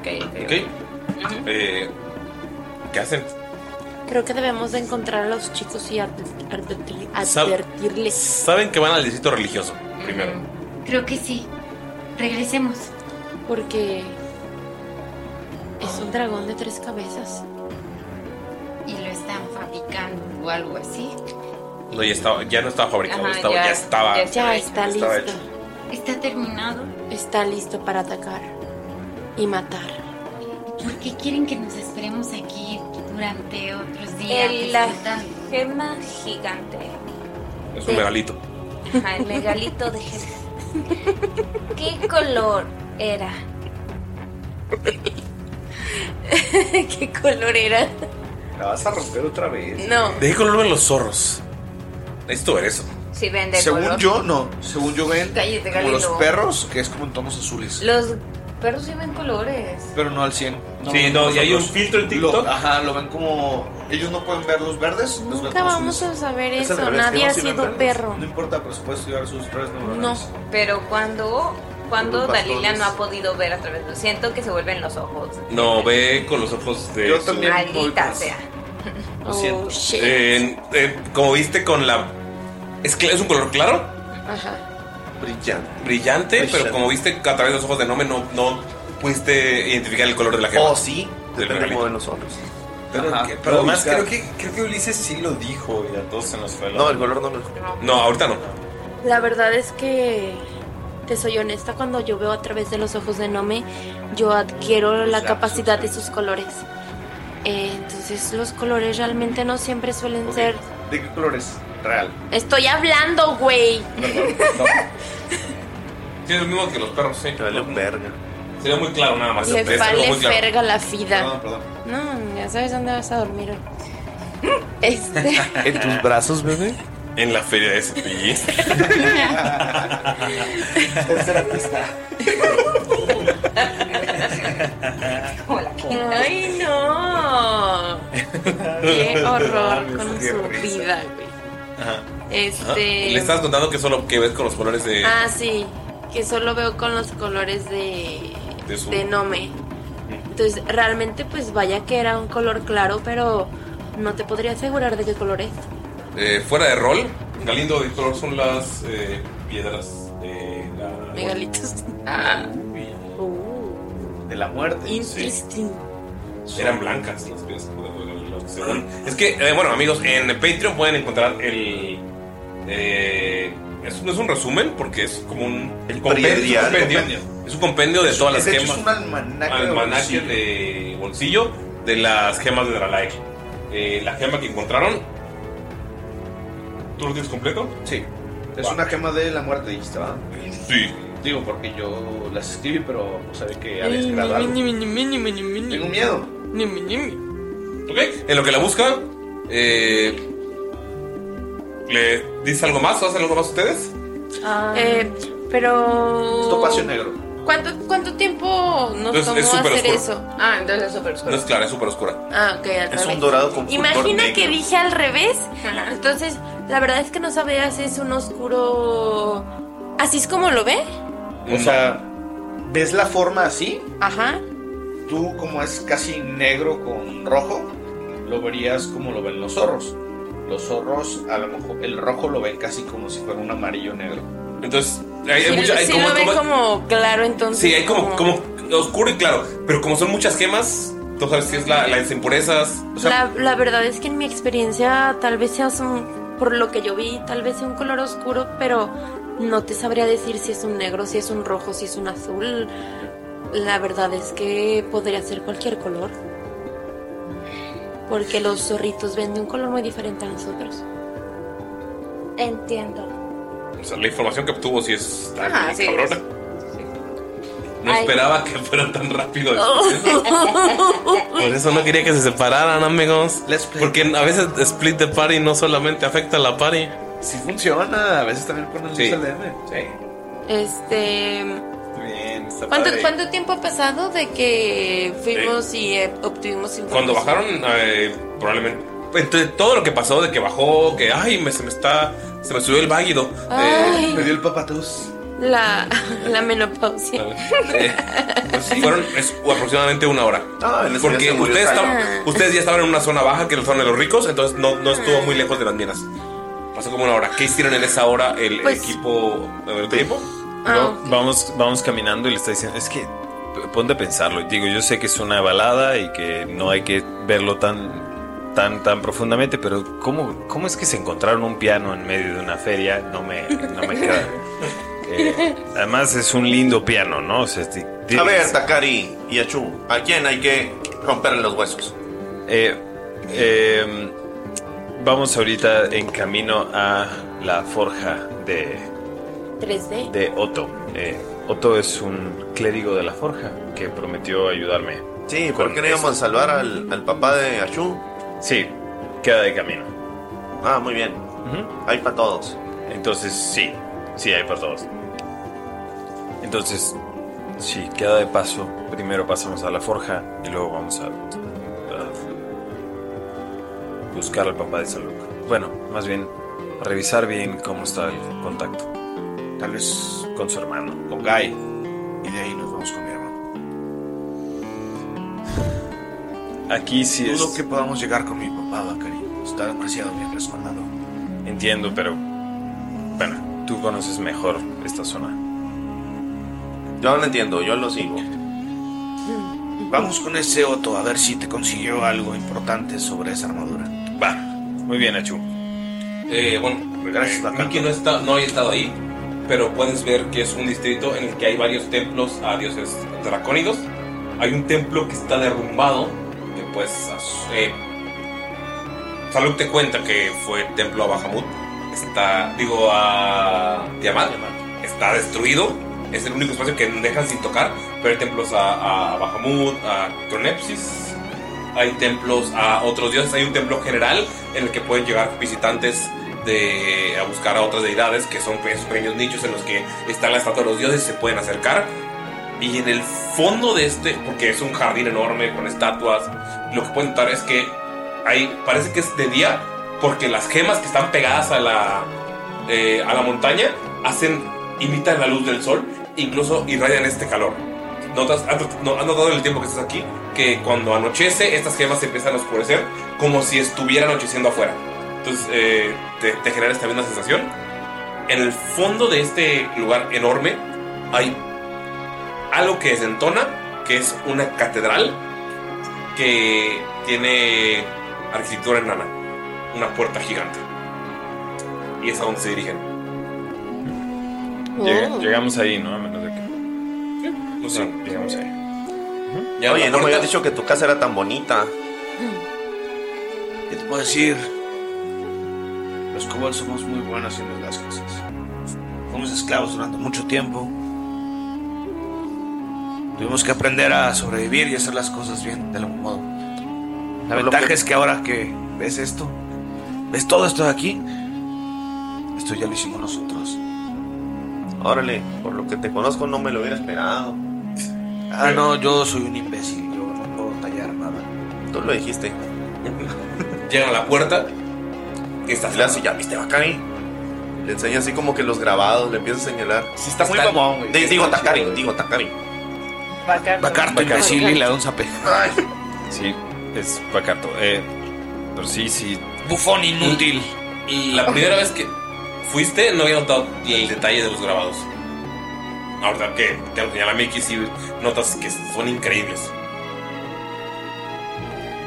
Ok, ok. ¿Ok? Eh, ¿Qué hacen? Creo que debemos de encontrar a los chicos y adver- advertir- Sab- advertirles. Saben que van al distrito religioso primero. Creo que sí. Regresemos. Porque es un dragón de tres cabezas. Y lo están fabricando o algo así. No, ya, estaba, ya no estaba fabricado, Ajá, estaba- ya, ya- estaba. ya está hecho, Está estaba listo. hecho. Está terminado. Está listo para atacar y matar. ¿Por qué quieren que nos esperemos aquí durante otros días? El- la disfrutando? gema gigante. Es un megalito. Ajá, el megalito de gema. ¿Qué color era? ¿Qué color era? La vas a romper otra vez. No. ¿De qué color ven los zorros? Necesito ver eso. Sí, vende Según color. yo, no. Según yo ven Cállate, como los Galindo. perros, que es como en tonos azules. Los perros sí ven colores. Pero no al 100. Sí, no, y hay un filtro en TikTok. ajá, lo ven como... Ellos no pueden ver los verdes. los ven Nunca como vamos azules. a saber Es al eso. revés, Nadie que ha no sirven sido verdes. perro. No importa, pero se puede estudiar sus tres No. neuronales. Pero cuando, cuando Los bastones. Dalila no ha podido ver a través de siento que se vuelven los ojos. No, ve con los ojos de. Yo Maldita sea. Lo siento. Oh, Eh, eh, como viste con la. Es, cl- es un color claro, Ajá. brillante, pero como viste a través de los ojos de Nome, no, no pudiste identificar el color de la gema. Oh, sí, Del depende regalito. como de nosotros. Pero, Ajá. que- pero Puedo además buscar. creo que, creo que Ulises sí lo dijo y a todos se nos fue. No, el color no lo No, ahorita no. La verdad es que te soy honesta, cuando yo veo a través de los ojos de Nome, yo adquiero la capacidad de sus colores. Eh, entonces los colores realmente no siempre suelen ser... ¿De qué color es? Real. Estoy hablando, güey. Sí, es lo mismo que los perros, sí. Sería muy claro nada más. Este, Le Es algo vale muy claro. verga la fida. Perdón, perdón. No, ya sabes dónde vas a dormir hoy. Este. ¿En tus brazos, bebé? En la feria de Cepillín. Tercera pista. Ay, no. Qué horror Mames, con qué su risa. vida, güey. Ajá. Ajá. Este. Le estabas contando que solo que ves con los colores de. Ah, sí. Que solo veo con los colores de. De su- de Nome. Entonces, realmente, pues vaya que era un color claro, pero no te podría asegurar de qué color es. Eh, fuera de rol, Galindo, de qué color son las eh, piedras de la. Megalitos. Ah. De la muerte. Interesting. Eran blancas las piedras. según- Es que, eh, bueno, amigos, en Patreon pueden encontrar el. eh, es- no es un resumen, porque es como un. compendio, predial. es un compendio. Es un compendio de todas las de hecho, gemas. es un almanaque de almanaque bolsillo. de bolsillo de las gemas de Dralaek. Eh, la gema que encontraron. ¿Tú lo tienes completo? Sí. Es una gema de la muerte, dijiste, ¿verdad? Sí. Digo, porque yo las escribí, pero no sabía que habías creado algo. Tengo miedo. Ok, en lo que la busca, eh, ¿le dice algo más? ¿Hacen algo más ustedes? Eh, pero. negro. ¿Cuánto, ¿Cuánto tiempo nos Es- es tomó súper hacer oscuro. eso? Ah, entonces es súper No es clara, es súper oscura. Ah, ok, al Es un revés. dorado con fulgor Imagina negro. que dije al revés. Entonces, la verdad es que no sabía si es un oscuro. ¿Así es como lo ve? O sea, ¿ves la forma así? Ajá. Tú, como es casi negro con rojo, lo verías como lo ven los zorros. Los zorros, a lo mejor, el rojo lo ven casi como si fuera un amarillo negro. Entonces, hay, hay Sí, mucha- hay sí como, lo ve como- como, claro, entonces. Sí, hay como, como oscuro y claro, pero como son muchas gemas, tú sabes si es la, las impurezas. O sea, la, la verdad es que en mi experiencia, tal vez sea un. Por lo que yo vi, tal vez sea un color oscuro, pero no te sabría decir si es un negro, si es un rojo, si es un azul. La verdad es que podría ser cualquier color. Porque los zorritos ven de un color muy diferente a nosotros. Entiendo. o sea, la información que obtuvo sí es tan Ah, sí, cabrona. sí. No Ay. esperaba que fuera tan rápido. Oh. Por eso no quería que se separaran, amigos. Porque a veces split the party no solamente afecta a la party. Sí funciona, a veces también con el Sí. DSLM. Sí. Este. Bien, está ¿Cuánto, padre. cuánto tiempo ha pasado de que fuimos y eh, obtuvimos información? Cuando bajaron, eh, probablemente. Entre todo lo que pasó, de que bajó, que ay, me, se me está. Se me subió el váguido. eh, Ay. me dio el papatús. La, la menopausia. Pues fueron es, aproximadamente una hora. Ah, en ese día Porque se murió ustedes, Tyler. estaban- ustedes ya estaban en una zona baja que era la zona de los ricos, entonces no, no estuvo muy lejos de las minas. Pasó como una hora. ¿Qué hicieron en esa hora el Pues- equipo? ¿El tiempo? Ah, No, vamos, vamos caminando y le está diciendo, es que p- ponte a pensarlo. Digo, yo sé que es una balada y que no hay que verlo tan, tan, tan profundamente, pero ¿cómo, cómo es que se encontraron un piano en medio de una feria? No me, no me queda. Eh, además es un lindo piano, ¿no? O sea, ti- ti- A ver, Takari y Achu, ¿a quién hay que romperle los huesos? Eh, eh, vamos ahorita en camino a la forja de 3D. de Otto. Eh, Otto es un clérigo de la forja que prometió ayudarme. Sí, ¿por qué no íbamos a salvar al, al papá de Ashu? Sí, queda de camino. Ah, muy bien. Hay para todos. Entonces, sí, sí, hay para todos. Entonces, sí, queda de paso. Primero pasamos a la forja y luego vamos a, a buscar al papá de Salud. Bueno, más bien, revisar bien cómo está el contacto. Tal vez con su hermano. Con Guy. Y de ahí nos vamos con mi hermano. Aquí sí Dudo es. que podamos llegar con mi papá, Bacari. Está demasiado bien resguardado. Entiendo, pero. Bueno, tú conoces mejor esta zona. Yo no entiendo, yo lo sigo. Vamos con ese Otto a ver si te consiguió algo importante sobre esa armadura. Va, muy bien, Achu. Eh, bueno, gracias, Miki no, está, no ha estado ahí, pero puedes ver que es un distrito en el que hay varios templos a dioses dracónidos. Hay un templo que está derrumbado, que pues... as- eh, Salud te cuenta que fue el templo a Bahamut. Está, digo, a Tiamat. Está destruido. Es el único espacio que dejan sin tocar. Pero hay templos a, a Bahamut, a Cronepsis, hay templos a otros dioses, hay un templo general en el que pueden llegar visitantes de, a buscar a otras deidades, que son pe- pequeños nichos en los que está la estatua de los dioses, se pueden acercar. Y en el fondo de este, porque es un jardín enorme con estatuas, lo que pueden notar es que hay, parece que es de día, porque las gemas que están pegadas a la, eh, a la montaña hacen, imitan la luz del sol, incluso irradian este calor. Notas, has not- no- has notado en el tiempo que estás aquí que cuando anochece estas gemas se empiezan a oscurecer como si estuviera anocheciendo afuera. Entonces eh, te, te genera esta misma sensación. En el fondo de este lugar enorme hay algo que desentona, que es una catedral que tiene arquitectura enana, una puerta gigante. Y es a donde se dirigen. Llega- Oh. Llegamos ahí, ¿no? A menos de que. No sé. llegamos ahí. Ya, Oye, no me habías dicho que tu casa era tan bonita. ¿Qué te puedo decir? Los kobolds somos muy buenos haciendo las cosas. Fuimos esclavos durante mucho tiempo. Tuvimos que aprender a sobrevivir y hacer las cosas bien, de algún modo. La ventaja es que ahora que ves esto, ves todo esto de aquí, esto ya lo hicimos nosotros. Órale, por lo que te conozco no me lo hubiera esperado. Ah, no, yo soy un imbécil, yo no puedo tallar nada. Tú lo dijiste. Llegan a la puerta. Estás le hace, ya viste Bacari. Le enseña así como que los grabados, le empieza a señalar. Sí, está muy mamón, güey. Digo Takari, digo Takari. Bacarto, imbécil, y la onza Sí, es Bacarto. Eh, pero sí, sí. Bufón inútil. Y la primera vez que fuiste no había notado ni el detalle de los grabados. Ahorita que te lo señala Mickey, sí notas que son increíbles.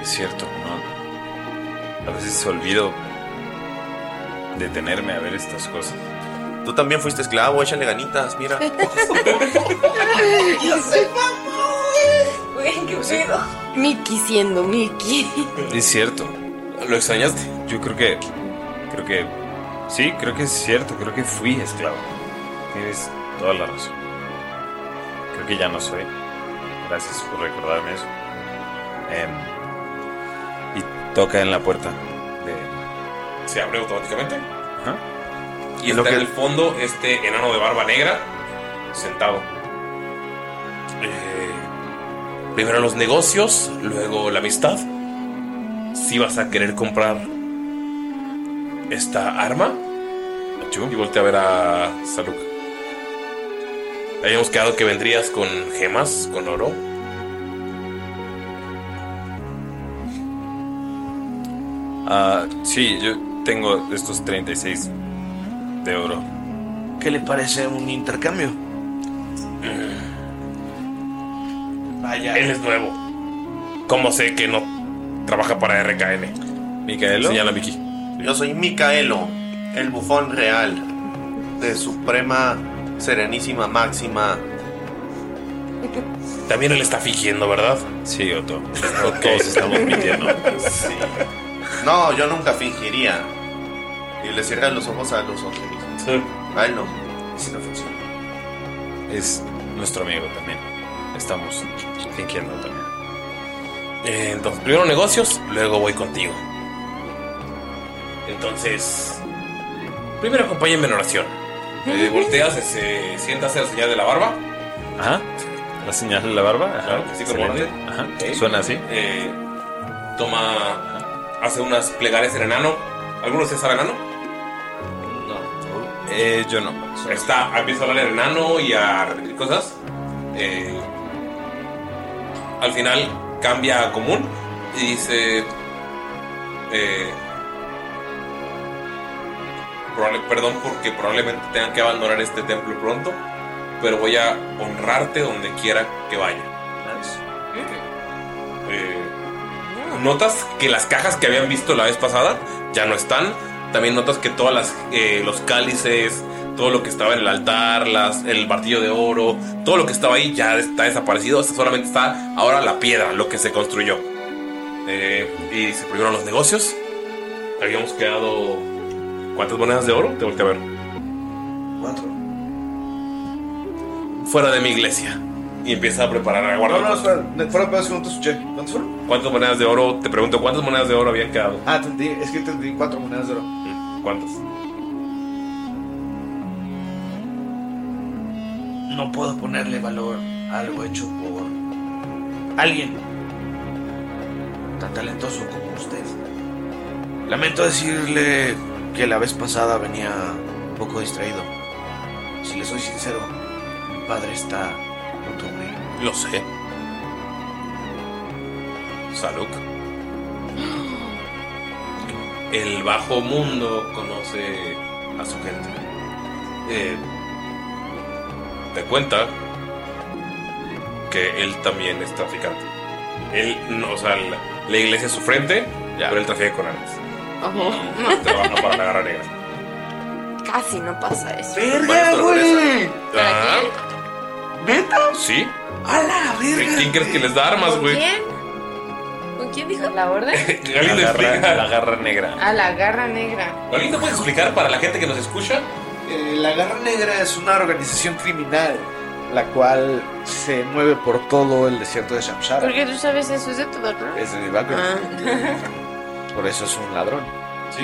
Es cierto, ¿no? A veces olvido detenerme a ver estas cosas. Tú también fuiste esclavo, échale ganitas, mira. Güey, qué Sí. pedo. Mickey siendo Mickey. Es cierto. ¿Lo extrañaste? Yo creo que. Creo que. Sí, creo que es cierto. Creo que fui esclavo. Tienes toda la razón. Creo que ya no soy. Gracias por recordarme eso. Em, y toca en la puerta. Se abre automáticamente. Ajá. Y está en el fondo este enano de barba negra sentado. Eh, primero los negocios, luego la amistad. Si vas a querer comprar esta arma, y voltea a ver a Saluk. Habíamos quedado que vendrías con gemas, con oro. Ah, sí, yo tengo estos 36 de oro. ¿Qué le parece un intercambio? Vaya. Él es nuevo. ¿Cómo sé que no trabaja para RKN? Micaelo. Señala Miki. Yo soy Micaelo, el bufón real de Suprema Serenísima Máxima. También él está fingiendo, ¿verdad? Sí, Otto. Todos estamos mintiendo. Sí. No, yo nunca fingiría. Y le cierran los ojos a los otros. A él no. si no funciona. Es nuestro amigo también. Estamos fingiendo también. Eh, entonces, primero negocios, luego voy contigo. Entonces, primero acompáñenme en oración. Eh, volteas, eh, se sienta hace la señal de la barba. Ajá. La señal de la barba. Ajá. Claro, así como Excelente. orden. Ajá. Ok. Suena así. Eh, toma, hace unas plegarias en enano. ¿Alguno de ustedes sabe enano? No. Eh, yo no. Está, empieza a hablar en enano y a repetir cosas. Eh, al final cambia a común y dice... Eh, probable- perdón porque probablemente tengan que abandonar este templo pronto, pero voy a honrarte donde quiera que vaya. Eh, notas que las cajas que habían visto la vez pasada ya no están. También notas que todas las eh, los cálices, todo lo que estaba en el altar, las, el martillo de oro, todo lo que estaba ahí ya está desaparecido. Solamente está ahora la piedra, lo que se construyó. Eh, y se prohibieron los negocios. Habíamos quedado. ¿Cuántas monedas de oro? Te volteo a ver. Cuatro. Fuera de mi iglesia. Y empieza a preparar a guardar. No, no, espera. ne- Fuera de pedo, segundo te escuché. ¿Cuántos fueron? ¿Cuántas monedas de oro? Te pregunto, ¿cuántas monedas de oro habían quedado? Mm, Ah, te entendí. Es que te di cuatro monedas de oro. ¿Cuántas? No puedo ponerle valor a algo hecho por alguien tan talentoso como usted. Lamento decirle que la vez pasada venía un poco distraído. Si le soy sincero, mi padre está roto, hombre. Lo sé. Saluk. El bajo mundo conoce a su gente. Eh, te cuenta que él también es traficante. Él, no, o sea, la, la iglesia es su frente, pero él trafica con armas. Ojo. Trabaja para la garra negra. Casi no pasa eso. ¡Verga, güey! Ah, ¿Neta? sí. ¡A la ¿Quién crees que les da armas, ¿Con güey? quién? ¿Con quién dijo? ¿La orden? Galindo explica. La garra negra. A la garra negra. Galindo, ¿puedes explicar para la gente que nos escucha? Eh, la Garra Negra es una organización criminal, la cual se mueve por todo el desierto de Shamshara. Porque tú sabes eso es de tu background. Es de mi Ah. background. Por eso es un ladrón. Sí.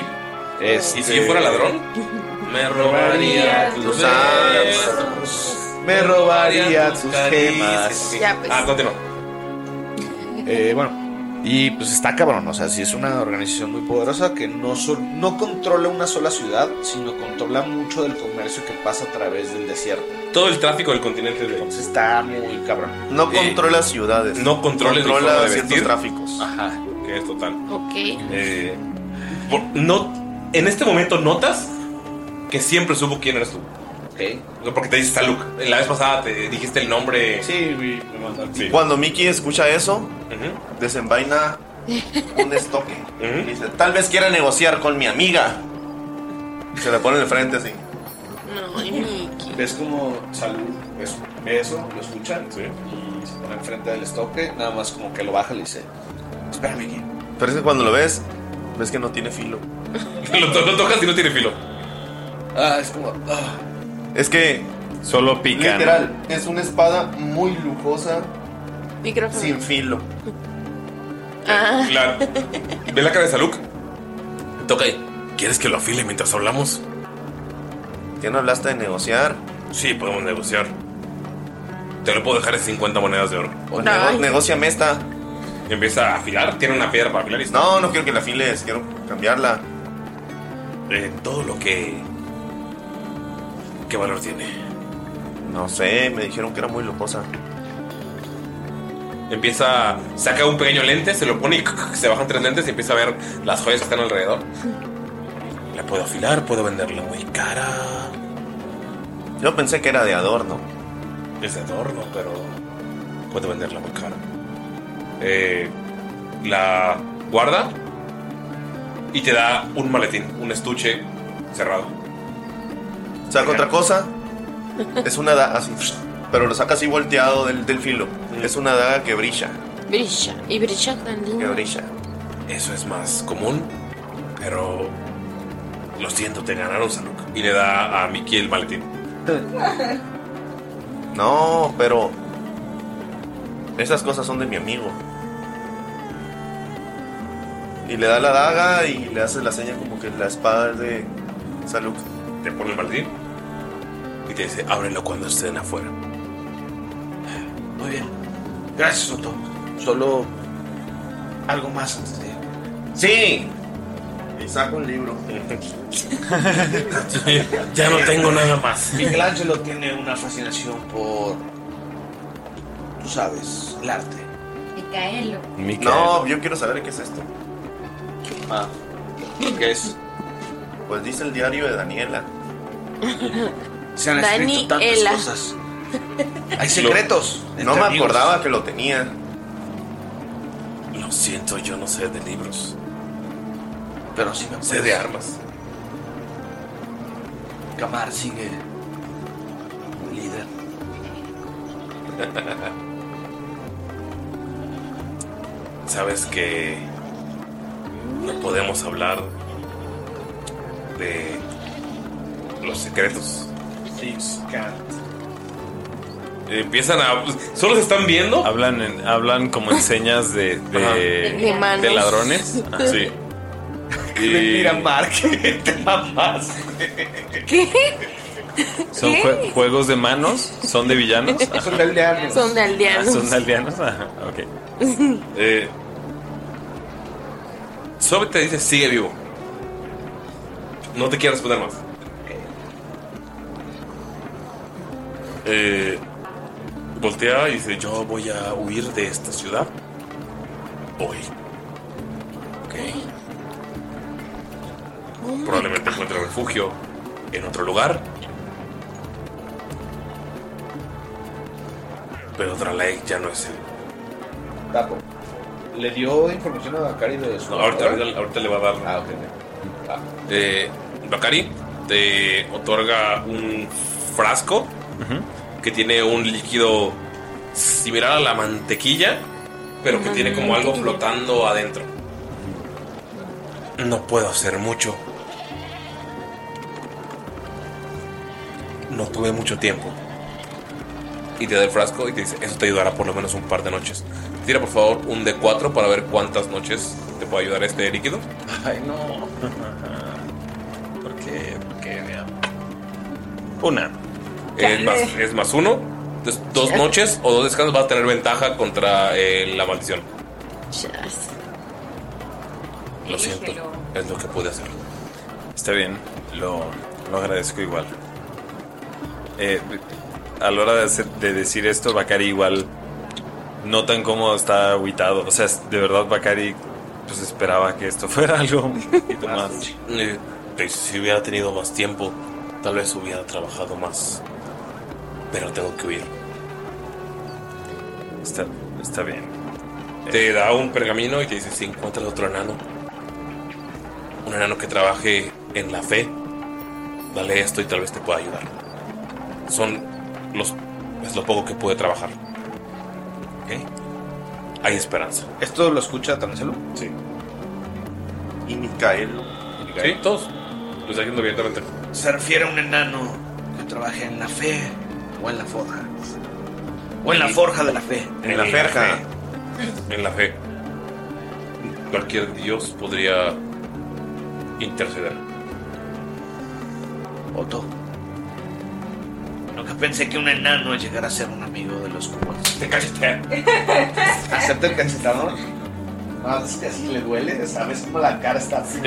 Este- ¿Y si yo fuera ladrón? Me robaría tus armas. Me robaría tus Sí, gemas. sí. Ah, continúa. Eh, bueno, y pues está cabrón, o sea, sí es una organización muy poderosa que no, sol- no controla una sola ciudad, sino controla mucho del comercio que pasa a través del desierto. Todo el tráfico del continente de Está muy cabrón. Eh, No controla ciudades. Eh, No controla, Controla ciertos ciertos tráficos. Ajá, que es total. Ok. Eh, por- no, en este momento notas que siempre supo quién eres tú. O sea, Porque te dices Saluk. La vez pasada te dijiste el nombre. Sí, güey. Cuando Mickey escucha eso, desenvaina un estoque. Dice, tal vez quiera negociar con mi amiga. Se la pone de frente así. No, y Mickey. ¿Ves como Salud eso, ve eso, lo escuchan y se pone enfrente del estoque, nada más como que lo baja y le dice, espérame aquí. Pero es que cuando lo ves, ves que no tiene filo. lo, to- lo tocas y no tiene filo. Ah, es como... ah. Es que solo pica. ¿no? Literal, es una espada muy lujosa, Micrófono. sin filo. Ah. La, ve la cara de Saluk. Toca ahí. ¿Quieres que lo afile mientras hablamos? ¿Ya no hablaste de negociar? Sí, podemos negociar. Te lo puedo dejar en 50 monedas de oro. O nego- Ay. negóciame esta. Empieza a afilar. Tiene una piedra para afilar. No, no quiero que la afiles. Quiero cambiarla. todo lo que... ¿Qué valor tiene? No sé, me dijeron que era muy lujosa. Empieza... Saca un pequeño lente, se lo pone y se bajan tres lentes y empieza a ver las joyas que están alrededor. La puedo afilar, puedo venderla muy cara. Yo pensé que era de adorno. Es de adorno, pero puedo venderla muy cara. Eh, la guarda y te da un maletín, un estuche cerrado. Saca otra cosa. Es una daga así, pero lo saca así volteado del, del filo. Es una daga que brilla. Ah, Brilla. Y brilla tan lindo. brilla. Eso es más común, pero lo siento, te ganaron, Sanuk. Y le da a Mickey el maletín. No, pero. Esas cosas son de mi amigo. Y le da la daga y le hace la seña como que la espada es de Saluk. Te pone el martín. Y te dice, ábrelo cuando estén afuera. Muy bien. Gracias, Soto. Solo algo más antes de... ¡Sí! Y saco un libro. Ya no tengo nada más. Michelangelo tiene una fascinación por... Tú sabes, el arte. Micaelo. No, yo quiero saber qué es esto. Ah, ¿qué es? Pues dice el diario de Daniela. Se han escrito tantas Daniela. cosas. Hay secretos. no entre me amigos. acordaba que lo tenía. Lo siento, yo no sé de libros. Pero sí me Sé de armas. Camar sigue. un Líder. Sabes que no podemos hablar de los secretos. eh, Empiezan a. pues, Solo se están viendo. Hablan, en- hablan como en señas de, de, De manos. de ladrones. Ah. Sí. Mira, Mark, te mamás. ¿Qué? Son ¿Qué? jue- juegos de manos, son de villanos. Son de aldeanos. Son de Ah, aldeanos. son de aldeanos. Ajá, ok. Eh, Sobe te dice, sigue vivo. No te quiero responder más. Eh, voltea y dice, yo voy a huir de esta ciudad. Hoy. Ok. Probablemente encuentre refugio en otro lugar. Pero Dralek ya no es él. Taco. ¿Le dio información a Bakari de su... No, ahorita, ahorita- ahorita le va a dar. Eh, Bakari te otorga un frasco que tiene un líquido similar a la mantequilla, pero que tiene como algo flotando adentro. No puedo hacer mucho. No tuve mucho tiempo. Y te da el frasco y te dice, eso te ayudará por lo menos un par de noches. Tira por favor un D4 para ver cuántas noches te puede ayudar este líquido. Ay, no. ¿Por qué? ¿Por qué? Una. Es Eh, más, es más uno. Entonces, dos noches o dos descansos vas a tener ventaja contra eh, la maldición. Lo siento, es lo que pude hacer. Está bien, lo, lo agradezco igual. Eh, a la hora de, hacer- de decir esto, Bakari igual no tan cómodo está aguitado. O sea, es- de verdad Bakari pues esperaba que esto fuera algo un poquito más. Eh, pues, si hubiera tenido más tiempo, tal vez hubiera trabajado más. Pero tengo que huir. Está, está bien. Te da un pergamino y te dice, si encuentras otro enano, un enano que trabaje en la fe, dale esto y tal vez te pueda ayudar. Son los... es lo poco que pude trabajar. ¿Ok? Hay esperanza. ¿Esto lo escucha Tancelo? Sí. Y Micael. Sí, todos. Lo está haciendo abiertamente. Se refiere a un enano que trabaja en la fe o en la forja. O en la forja de la fe. En la ferja. En la fe. Cualquier dios podría interceder. Otto. Nunca pensé que un enano llegara a ser un amigo de los cubos. Te cachetea. ¿Acepta el cachetador? No, es que así le duele, ¿sabes? Como la cara está así.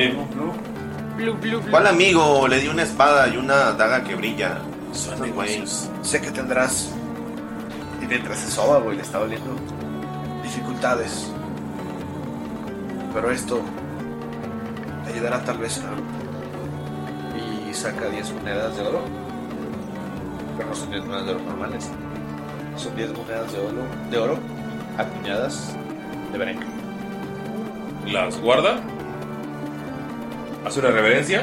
¿Cuál amigo? Le di una espada y una daga que brilla. Son amigos. Sé que tendrás. Y mientras se soba, güey, le está doliendo. Dificultades. Pero esto. Te ayudará tal vez en algo. Y saca 10 monedas de oro. Pero no son 10 monedas de oro normales. Son 10 monedas de oro, de oro acuñadas de berenca. Las guarda. Hace una reverencia.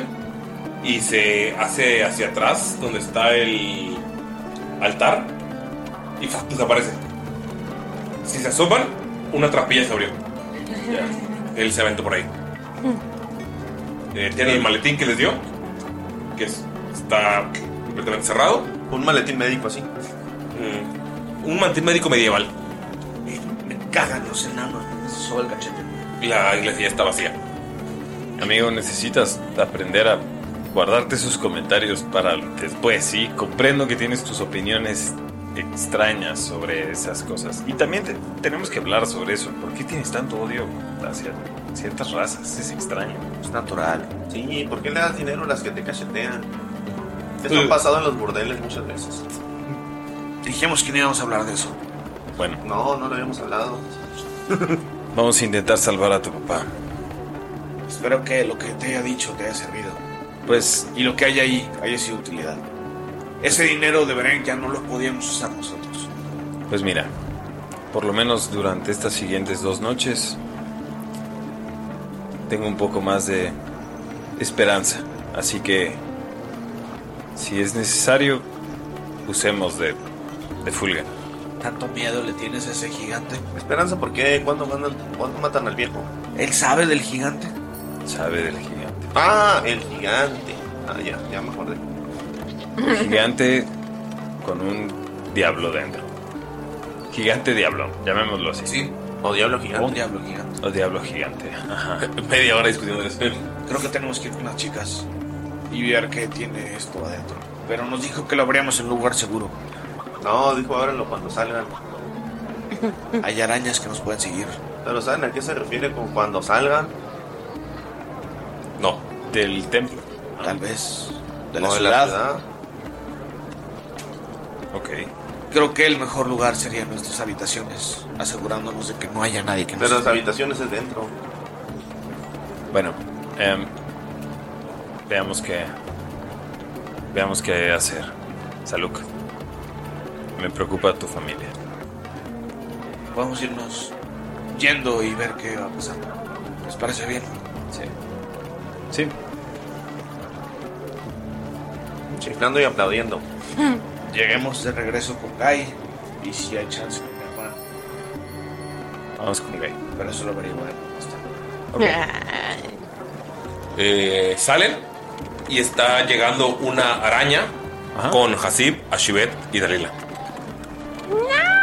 Y se hace hacia atrás, donde está el altar. Y ¡fua! desaparece. Si se asoman, una trampilla se abrió. Él se aventó por ahí. Eh, tiene el maletín que les dio, que es- está completamente cerrado. Mm. Un maletín médico así. Un mantel médico medieval. Cagan los enanos. Solo el cachete. La iglesia ya está vacía. Amigo, necesitas aprender a guardarte esos comentarios para después, ¿sí? Comprendo que tienes tus opiniones extrañas sobre esas cosas. Y también te- tenemos que hablar sobre eso. ¿Por qué tienes tanto odio hacia ciertas razas? Es extraño. Es natural. Sí, ¿por qué le das dinero a las que te cachetean? Eso ha pasado en los burdeles muchas veces. Dijimos que no íbamos a hablar de eso. Bueno, No, no lo habíamos hablado. vamos a intentar salvar a tu papá. Espero que lo que te haya dicho te haya servido. Pues, y lo que hay ahí haya sido de utilidad. Ese dinero de Beren ya no lo podíamos usar nosotros. Pues mira, por lo menos durante estas siguientes dos noches tengo un poco más de esperanza. Así que, si es necesario, usemos de, de Fulga. ¿Tanto miedo le tienes a ese gigante? Esperanza, ¿por qué? ¿Cuánto, mandan- cuánto matan al viejo? ¿Él sabe del gigante? Sabe del gigante. Ah, el gigante. Ah, ya, ya me acordé. Gigante con un diablo dentro. Gigante diablo, llamémoslo así. Sí, o diablo gigante. O diablo gigante. O diablo gigante. Ajá. Media hora discutiendo eso. Creo que tenemos que ir con las chicas y ver qué tiene esto adentro. Pero nos dijo que lo abríamos en un lugar seguro. No, dijo ábranlo cuando salgan. Hay arañas que nos pueden seguir. Pero ¿saben a qué se refiere con cuando salgan? No, del templo. Tal vez. De la, O de la ciudad. ciudad. Ok. Creo que el mejor lugar serían nuestras habitaciones, asegurándonos de que no haya nadie que nos Pero las escuche. habitaciones es dentro. Bueno, em, veamos qué. Veamos qué hacer. Saluk. Me preocupa tu familia. Vamos a irnos yendo y ver qué va a pasar. ¿Les parece bien? Sí. Sí. Chiflando y aplaudiendo. Lleguemos de regreso con Kai y si hay chance con mi hermano. Vamos con Gay. Pero eso lo averiguaré. Ah, Eh, salen y está llegando una araña con Hasib, Ashibet y Dalila.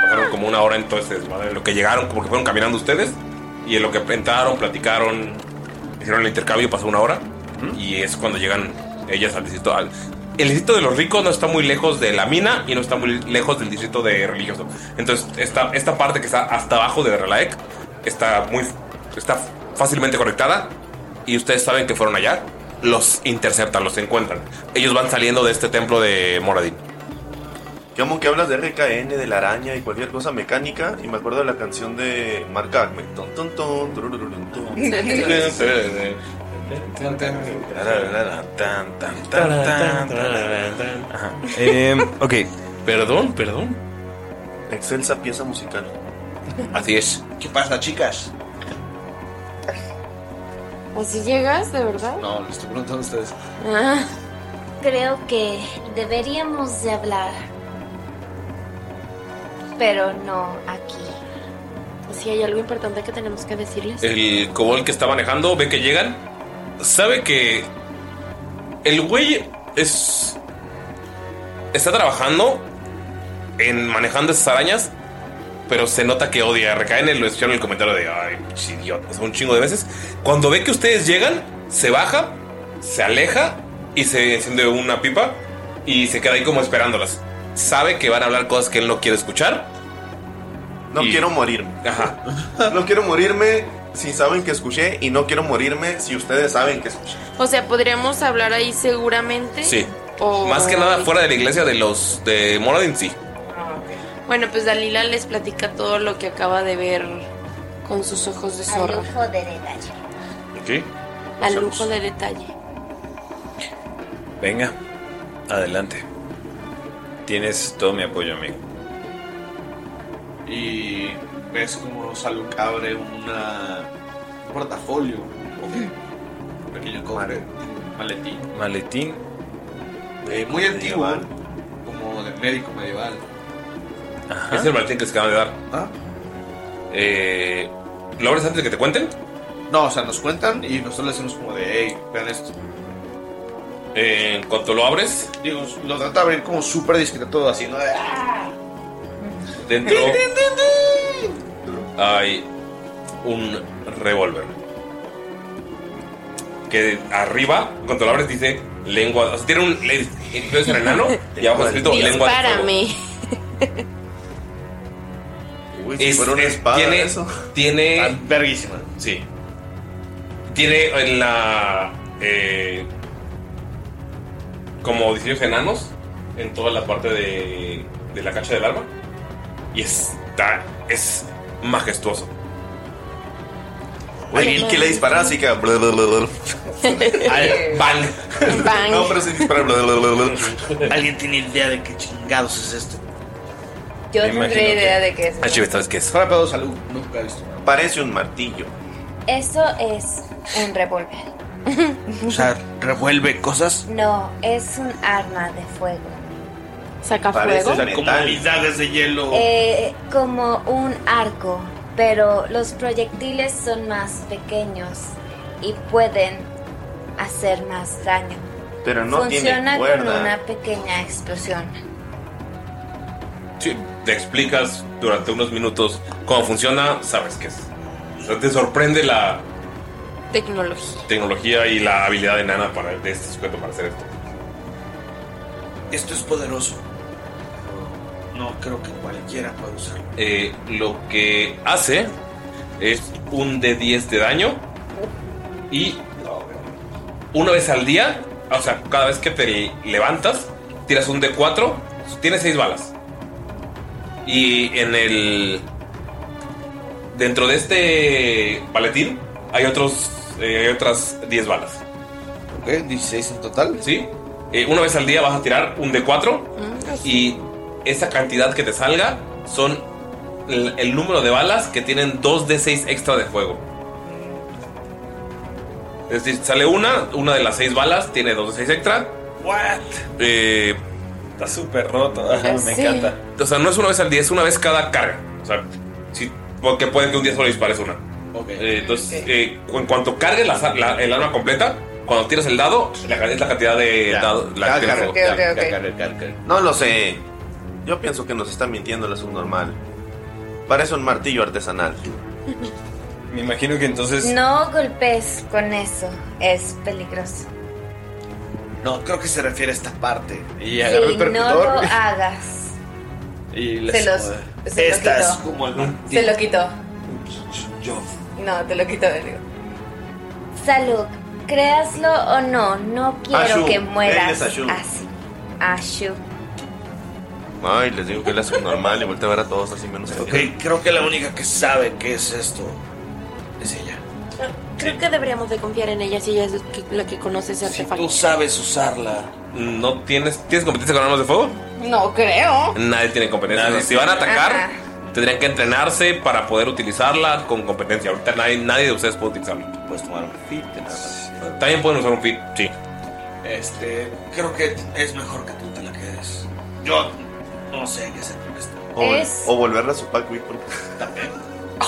Pasaron como una hora entonces, desmadre, en lo que llegaron, como que fueron caminando ustedes y en lo que entraron, platicaron, hicieron el intercambio, pasó una hora y es cuando llegan ellas al distrito. al- el distrito de los ricos no está muy lejos de la mina y no está muy lejos del distrito de religioso. Entonces, esta, esta parte que está hasta abajo de Relaek está muy está fácilmente conectada y ustedes saben que fueron allá, los interceptan, los encuentran. Ellos van saliendo de este templo de Moradin. Yo amo que hablas de RKN, de la araña y cualquier cosa mecánica. Y me acuerdo de la canción de Mark Acme. Ton, ton, ton, turururun, ton. Ajá. Em, ok. Perdón, perdón. Excelsa pieza musical. Así es. ¿Qué pasa, chicas? ¿Así llegas, de verdad? No, les estoy preguntando a ustedes. Ah, Creo que deberíamos de hablar. Pero no aquí. si hay algo importante que tenemos que decirles. El cobol que está manejando ve que llegan. Sabe que el güey es está trabajando en manejando esas arañas, pero se nota que odia. Recae en el, lo escucharon en el comentario de ay, pinche idiota, o sea, un chingo de veces. Cuando ve que ustedes llegan, se baja, se aleja y se enciende una pipa y se queda ahí como esperándolas. Sabe que van a hablar cosas que él no quiere escuchar. No quiero morirme. Ajá. No quiero morirme si saben que escuché. Y no quiero morirme si ustedes saben que escuché. O sea, podríamos hablar ahí seguramente. Sí. O- Más que nada fuera de la iglesia de los de Moradin, sí. Bueno, pues Dalila les platica todo lo que acaba de ver con sus ojos de Al zorro. lujo de detalle. Ok. Al lujo de detalle. Venga. Adelante. Tienes todo mi apoyo, amigo. Y ves como Saluk abre una, un portafolio. Un pequeño cofre. Maletín. Maletín. Eh, muy antiguo. ¿eh? Como de médico medieval. Ese Es el maletín que se acaban de dar. Eh, ¿Lo abres antes de que te cuenten? No, o sea, nos cuentan y nosotros le decimos como de, hey, vean esto. Eh, en cuanto lo abres, Digo, lo trata de abrir como súper discreto, haciendo. dentro hay un revólver. Que arriba, cuando lo abres, dice lengua. O sea, tiene un. le- Entonces en el enano y abajo está escrito lengua de fuego. Dispárame. Uy, Es- es- tiene, Tiene. Ah, Verguísima. Sí. Tiene en la. eh, como diseños enanos. En toda la parte de. De la cacha del arma. Y está. Es majestuoso. Alguien que le dispara así que. bla, bla, bla, bla. Al- Van. Van. No, pero sin disparar. bla, bla, bla, bla. ¿Alguien tiene idea de qué chingados es esto? Yo Me tendría imagino idea de qué es. Ah, chivo, ¿sabes qué es? Rápido, salud. Nunca he visto. Parece un martillo. Eso es un revólver. O sea, revuelve cosas. No, es un arma de fuego. ¿Saca como mis dagas de hielo. Eh, como un arco, pero los proyectiles son más pequeños y pueden hacer más daño. Pero no Funciona tiene con cuerda. una pequeña explosión. Sí, te explicas durante unos minutos cómo funciona, sabes qué es. O sea, te sorprende la Tecnología. tecnología y la habilidad de Nana para, de este sujeto para hacer esto. Esto es poderoso. No creo que cualquiera pueda usarlo. Eh, lo que hace es un de 10 de daño y una vez al día, o sea, cada vez que te levantas, tiras un de 4, tiene 6 balas. Y en el... Dentro de este paletín hay otros eh, hay otras 10 balas. Ok, 16 en total. Sí. Eh, una vez al día vas a tirar un de 4 y esa cantidad que te salga son el, el número de balas que tienen 2 de 6 extra de fuego. Es decir, sale una, una de las 6 balas tiene 2 de 6 extra. What? Eh, Está súper roto. Ah, Eh, Ajá, me Sí. encanta. o sea, no es una vez al día, es una vez cada carga. O sea, sí, porque puede que un día solo dispares una. Eh, entonces, eh, cu- en cuanto cargue la, la- el arma completa, cuando tiras el dado, la, es la cantidad de dado. La Ah, Ya, que tienes carga, fuego. ya, ya, carga, carga. No lo sé. Yo pienso que nos está mintiendo la subnormal. Parece un martillo artesanal. Me imagino que entonces. No golpes con eso, es peligroso. No, creo que se refiere a esta parte. Si no lo hagas, y les- Se los- se los Esta quito. es como el se lo quitó. Yo. No, te lo quito de digo. Salud, créaslo o no, no quiero Ashu, que él es mueras Ashu. así. Ashu. Ay, les digo que es la subnormal y voltea a ver a todos así menos a Ok, creo que la única que sabe qué es esto es ella. Creo que deberíamos de confiar en ella si ella es la que conoce ese artefacto. Tú sabes usarla. No tienes. ¿Tienes competencia con armas de fuego? No creo. Nadie tiene competencia. O sea, si van a atacar, tendrían que entrenarse para poder utilizarla con competencia. Ahorita nadie, nadie de ustedes puede utilizarla. Puedes tomar un fit También pueden usar un fit, sí. Este, creo que es mejor que tú te la quedes. Yo no sé qué hacer con esto. O, o volverla a su pack weapon. También.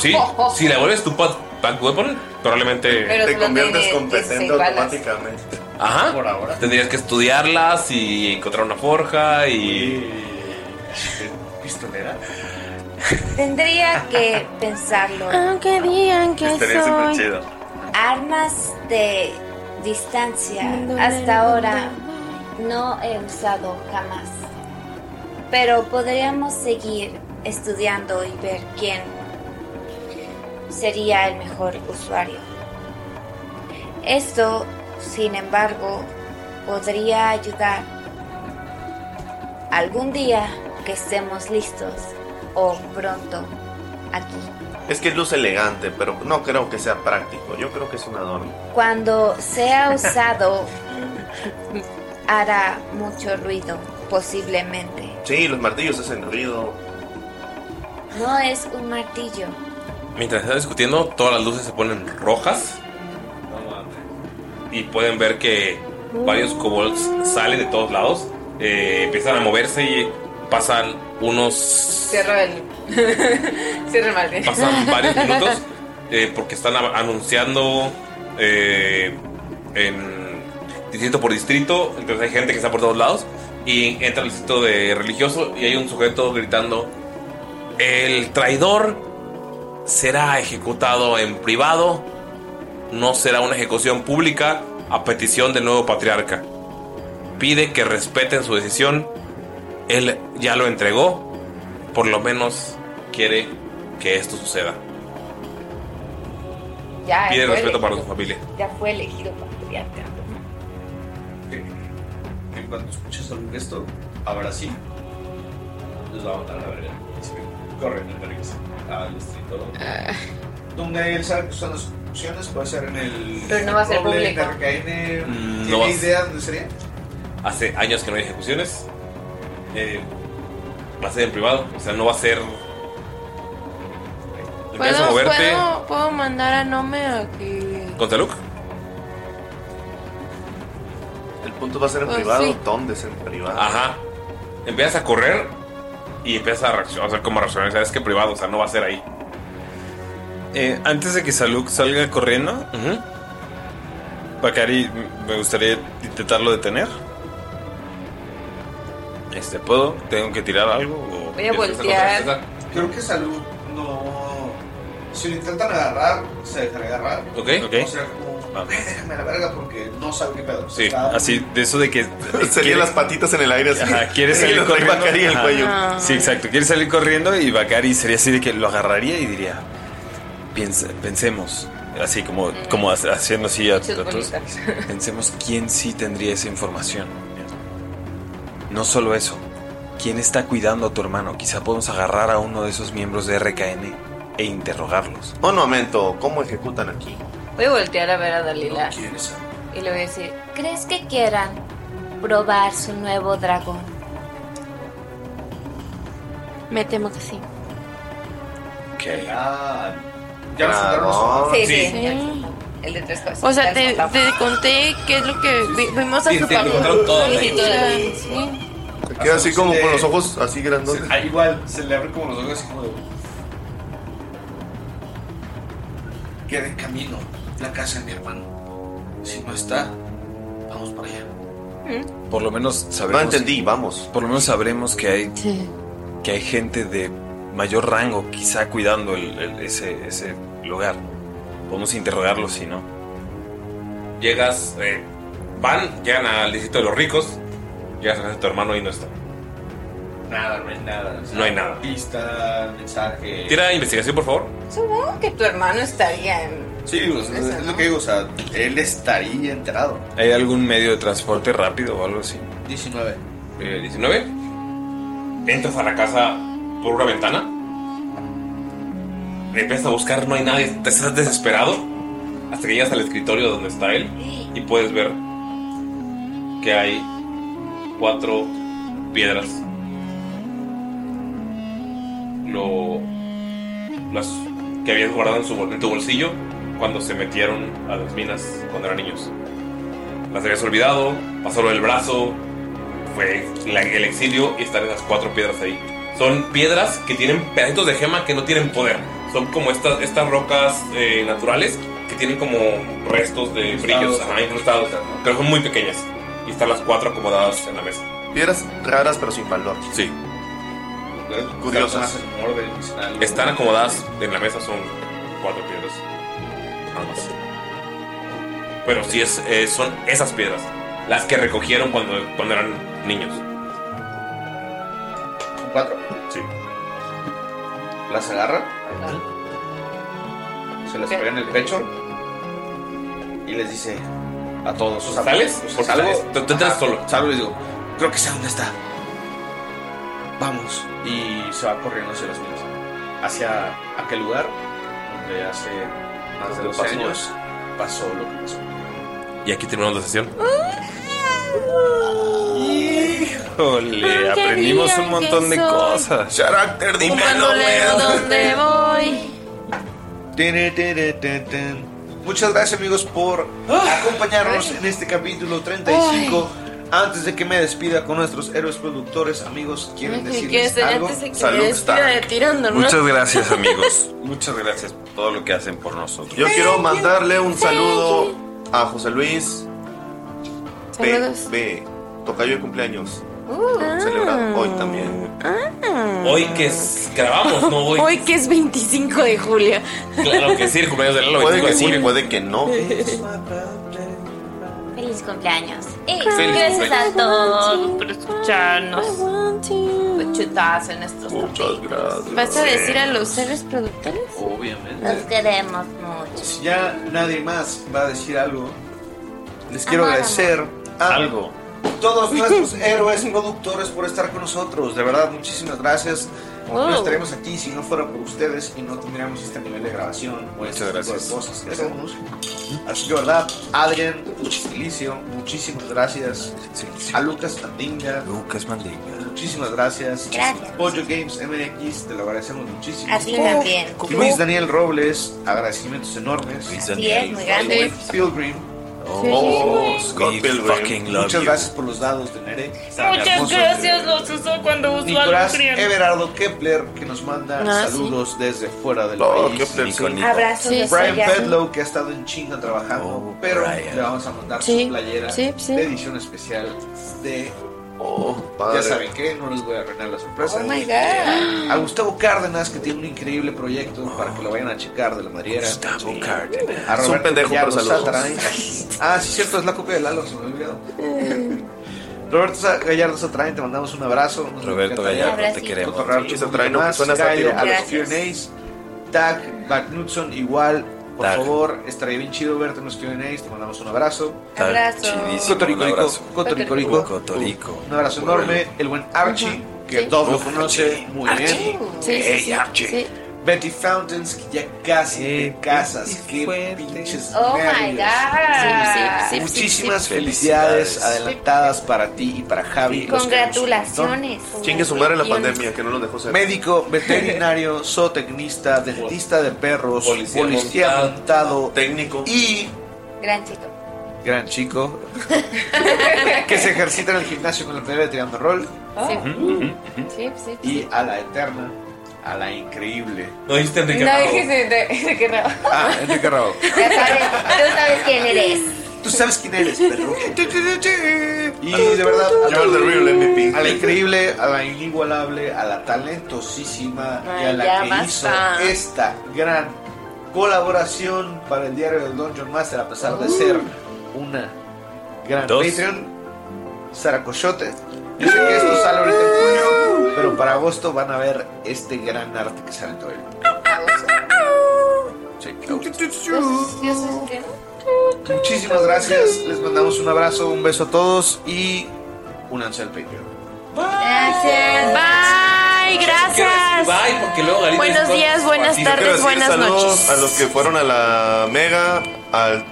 Sí, si le vuelves tu pad, pack weapon, probablemente Pero Te solo conviertes tiene competente 16 balas. automáticamente. Ajá. Por ahora. Tendrías que estudiarlas y encontrar una forja y. ¿Pistolera? Tendría que pensarlo. Aunque digan que Armas de distancia hasta ahora no he usado jamás. Pero podríamos seguir estudiando y ver quién sería el mejor usuario. Esto, sin embargo, podría ayudar algún día que estemos listos o pronto aquí. Es que luce elegante, pero no creo que sea práctico. Yo creo que es un adorno. Cuando sea usado, hará mucho ruido, posiblemente. Sí, los martillos hacen ruido. No es un martillo. Mientras están discutiendo, todas las luces se ponen rojas. Y pueden ver que varios kobolds salen de todos lados. eh, empiezan a moverse y pasan unos. Cierra el. Cierra el balde. Pasan varios minutos. eh, porque están a- anunciando. eh, en- distrito por distrito, entonces hay gente que está por todos lados, y entra el distrito de religioso y hay un sujeto gritando, el traidor será ejecutado en privado, no será una ejecución pública a petición del nuevo patriarca. Pide que respeten su decisión, él ya lo entregó, por lo menos quiere que esto suceda. Ah, Ya, Pide fue respeto elegido. para su familia. Ya fue elegido patriarca. En cuanto escuches algún gesto, ahora sí, los va a matar a la verga. Y se Corren en vergas al distrito. Ah, Ah. Donde él sabe que son las opciones, puede ser en el. Pero no va a ser doble, público. en Arcaine. Mm, ¿Tiene no va a- idea dónde sería? Hace años que no hay ejecuciones. Eh, va a ser en privado, o sea, no va a ser. Empiezas a ¿Puedo, moverte puedo, puedo mandar a Nome a que. con Taluk. El punto va a ser en Pues privado. sí. ¿Dónde es en privado? Ajá. Empiezas a correr y empiezas a reaccionar, o sea, como a reaccionar. Sabes que privado, o sea, no va a ser ahí. Eh, antes de que Saluk salga corriendo, Bakari, me gustaría intentarlo detener. Este, ¿puedo? ¿Tengo que tirar algo? o- Voy a voltear. Creo que Salud no. Si lo intentan agarrar, se dejan agarrar. Ok. Ok. O sea, como. Vamos. "Eh, déjame a la verga porque no sabe qué pedo. Sí, Está- así, de eso de que. Serían las patitas en el aire así. Ajá, quiere Y salir lo trae corriendo. Bacari en el Ajá. cuello. Ah. Sí, exacto. Quiere salir corriendo y Bakari sería así de que lo agarraría y diría: "Piensa- Pensemos. Así como, como ha- haciendo así a, a Muchas todos. bonitas. Pensemos quién sí tendría esa información. No solo eso. ¿Quién está cuidando a tu hermano? Quizá podemos agarrar a uno de esos miembros de RKN e interrogarlos. Un momento, Oh, ¿cómo ejecutan aquí? Voy a voltear a ver a Dalila. y le voy a decir, ¿Crees que quieran probar su nuevo dragón? Me temo que sí. Ah, ya nos soltaron Sí, sí. El de tres cosas. O sea, Ya te, está. te conté qué es lo que vi- vimos a Sí, su sí, lo encontraron todo, Sí, ¿eh? o sea, sí. Se queda así como con los ojos así grandotes. Ah, igual, se le abren como los ojos así como de. Queda en camino la casa de mi hermano. Si no está, vamos para allá. ¿Mm? Por lo menos sabremos. No entendí, vamos. Por lo menos sabremos que hay. Que hay gente de mayor rango, quizá cuidando el- el- ese, ese lugar. Podemos interrogarlos si no. Llegas, eh, van, llegan al distrito de los ricos. Llegas a casa de tu hermano y no está. Nada, no hay nada. No hay nada. Pista, mensaje. Tira investigación, por favor. Supongo que tu hermano estaría en. Sí, pues, es lo que digo, o sea, él estaría enterado. ¿Hay algún medio de transporte rápido o algo así? 19. Eh, 19. Entras a la casa por una ventana. Empiezas a buscar, no hay nadie. Te estás desesperado. Hasta que llegas al escritorio donde está él. Y puedes ver que hay cuatro piedras. Lo. Las que habías guardado en, su bol- en tu bolsillo cuando se metieron a las minas cuando eran niños. Las habías olvidado, pasó lo del brazo, fue la- el exilio y están esas cuatro piedras ahí. Son piedras que tienen pedacitos de gema que no tienen poder. Son como estas, estas rocas eh, naturales que tienen como restos de brillos ajá, incrustados, pero son muy pequeñas. Y están las cuatro acomodadas en la mesa. Piedras raras pero sin valor. Sí. Curiosas. Están acomodadas en la mesa, son cuatro piedras. Nada más. Pero sí, es, eh, son esas piedras. Las que recogieron cuando, cuando eran niños. Cuatro. Sí. Las agarra. Se las pega en el pecho. Y les dice a todos. sus ¿Sales? amigos, Porque ¿sales? salgo- te- te entras Ajá, solo. Salgo y les digo, creo que sé dónde está. Vamos. Y se va corriendo hacia las minas. Hacia aquel lugar donde hace más de Lo dos pasó. años pasó lo que pasó. Y aquí terminamos la sesión. Eh, Híjole, aprendimos un montón de cosas. Carácter, Cuando leo dónde voy. Tere, tere, te, te. Muchas gracias amigos por Ah, acompañarnos en este capítulo 35. Antes de que me despida con nuestros héroes productores, amigos, ¿quieren Que decirles algo? antes de que me despida de tirando, ¿no? Muchas gracias, amigos. Muchas gracias por todo lo que hacen por nosotros. Yo quiero mandarle un saludo a José Luis, B, Saludos. B. Tocayo de cumpleaños. Ah. Celebrado hoy también. Ah. Hoy que es- grabamos, no hoy. que es 25 de julio. Claro que sí, el cumpleaños de Lalo, Puede 25 que de sí, julio. puede que no. Feliz cumpleaños. Y Feliz gracias a cumpleaños. todos por escucharnos. Pues Chutazo en nuestros Muchas gracias. ¿Vas a decir a los seres productores? Obviamente. Los queremos mucho. Si ya nadie más va a decir algo, les quiero agradecer a algo. todos nuestros héroes productores por estar con nosotros. De verdad, muchísimas gracias. Oh. Wow. No estaremos aquí si no fuera por ustedes y no tendríamos este nivel de grabación o este tipo de gracias. cosas que hacemos. Así que, verdad, Adrián, Silicio, muchísimas gracias. A Lucas Mandinga. Lucas Mandinga. Muchísimas gracias. Gracias. Pollo Games MX, te lo agradecemos muchísimo. A ti también. Luis Daniel Robles, agradecimientos enormes. Luis Daniel es, muy grande. Pilgrim. Sí, güey. Scott Pilgrim. Muchas gracias por los dados de Nere. Muchas gracias, los uso cuando uso Nicolás algo frío. Everardo Kepler, que nos manda Ah, saludos desde fuera del país. Nico. Abrazos desde Brian allá. Pedlow, que ha estado en chinga trabajando, pero le vamos a mandar su playera sí, sí. de edición especial de... padre. ya saben que no les voy a arruinar la sorpresa. Oh, my God. A Gustavo Cárdenas, que tiene un increíble proyecto para que lo vayan a checar de la madriera. Gustavo Cárdenas. Es un pendejo, pero saludos. Ah, sí, cierto, es la copia de Lalo, se me olvidó. Eh. Roberto Sa- Gallardo Satrain, te mandamos un abrazo. Nos Roberto encantaría Gallardo, te queremos. cotorrear Sí, un Satrain, poquito no, más. suena Cae sátiro, a los pero- Q&As. Tag, Magnusson, igual. Por favor, estaría bien chido verte en los Q&As. Te mandamos un abrazo. Tag, Abrazo. chidísimo, un Cotoricorico. abrazo. Cotoricorico. Cotorico. Un abrazo enorme. El buen Archie, que todos lo conoce muy Ah, bien. Sí, sí, Hey, sí. Archie. Sí. Betty Fountains, que ya casi te casas. Qué pinches Oh my nervios. God. Sí, sí, sí, sí, Muchísimas sí. felicidades Felicidades. adelantadas para ti y para Javi. Los queremos un Congratulaciones. montón. Chingue su madre la pandemia, que no nos dejó ser. Médico, veterinario, zootecnista, dentista de perros, policía, Policía montado, técnico y Gran chico. gran chico que se ejercita en el gimnasio con la pelea de tirando rol Sí, sí. y a la eterna, a la increíble. No dijiste No dijiste de que no. Ah, Enrique Rao. Ya sabes, tú sabes quién eres. Tú sabes quién eres, perro. Y de verdad, a la, a la increíble, a la inigualable, a la talentosísima y a Ay, la ya que basta. hizo esta gran colaboración para el diario del Dungeon Master, a pesar de ser Uh. una gran Dos. Patreon, Sara Coyote. Yo sé que esto sale ahorita en junio, pero para agosto van a ver este gran arte que sale todo el Sí, Dios, Dios es que- Muchísimas gracias. Les mandamos un abrazo, un beso a todos y únanse al Patreon. Gracias. Bye, gracias. Bye, porque luego Galita Buenos dice días, cosas buenas así. Yo quiero tardes, decir buenas saludos noches. A los que fueron a la Mega, al,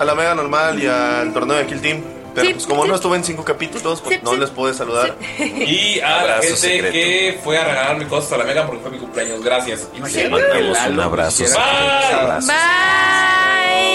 a la Mega normal y al torneo de Kill Team. Pero pues como no estuve en cinco capítulos, pues no les pude saludar. Y a la Abrazo gente secreto. que fue a regalarme cosas a la mega porque fue mi cumpleaños. Gracias. Te mandamos un abrazo. Bye. Bye.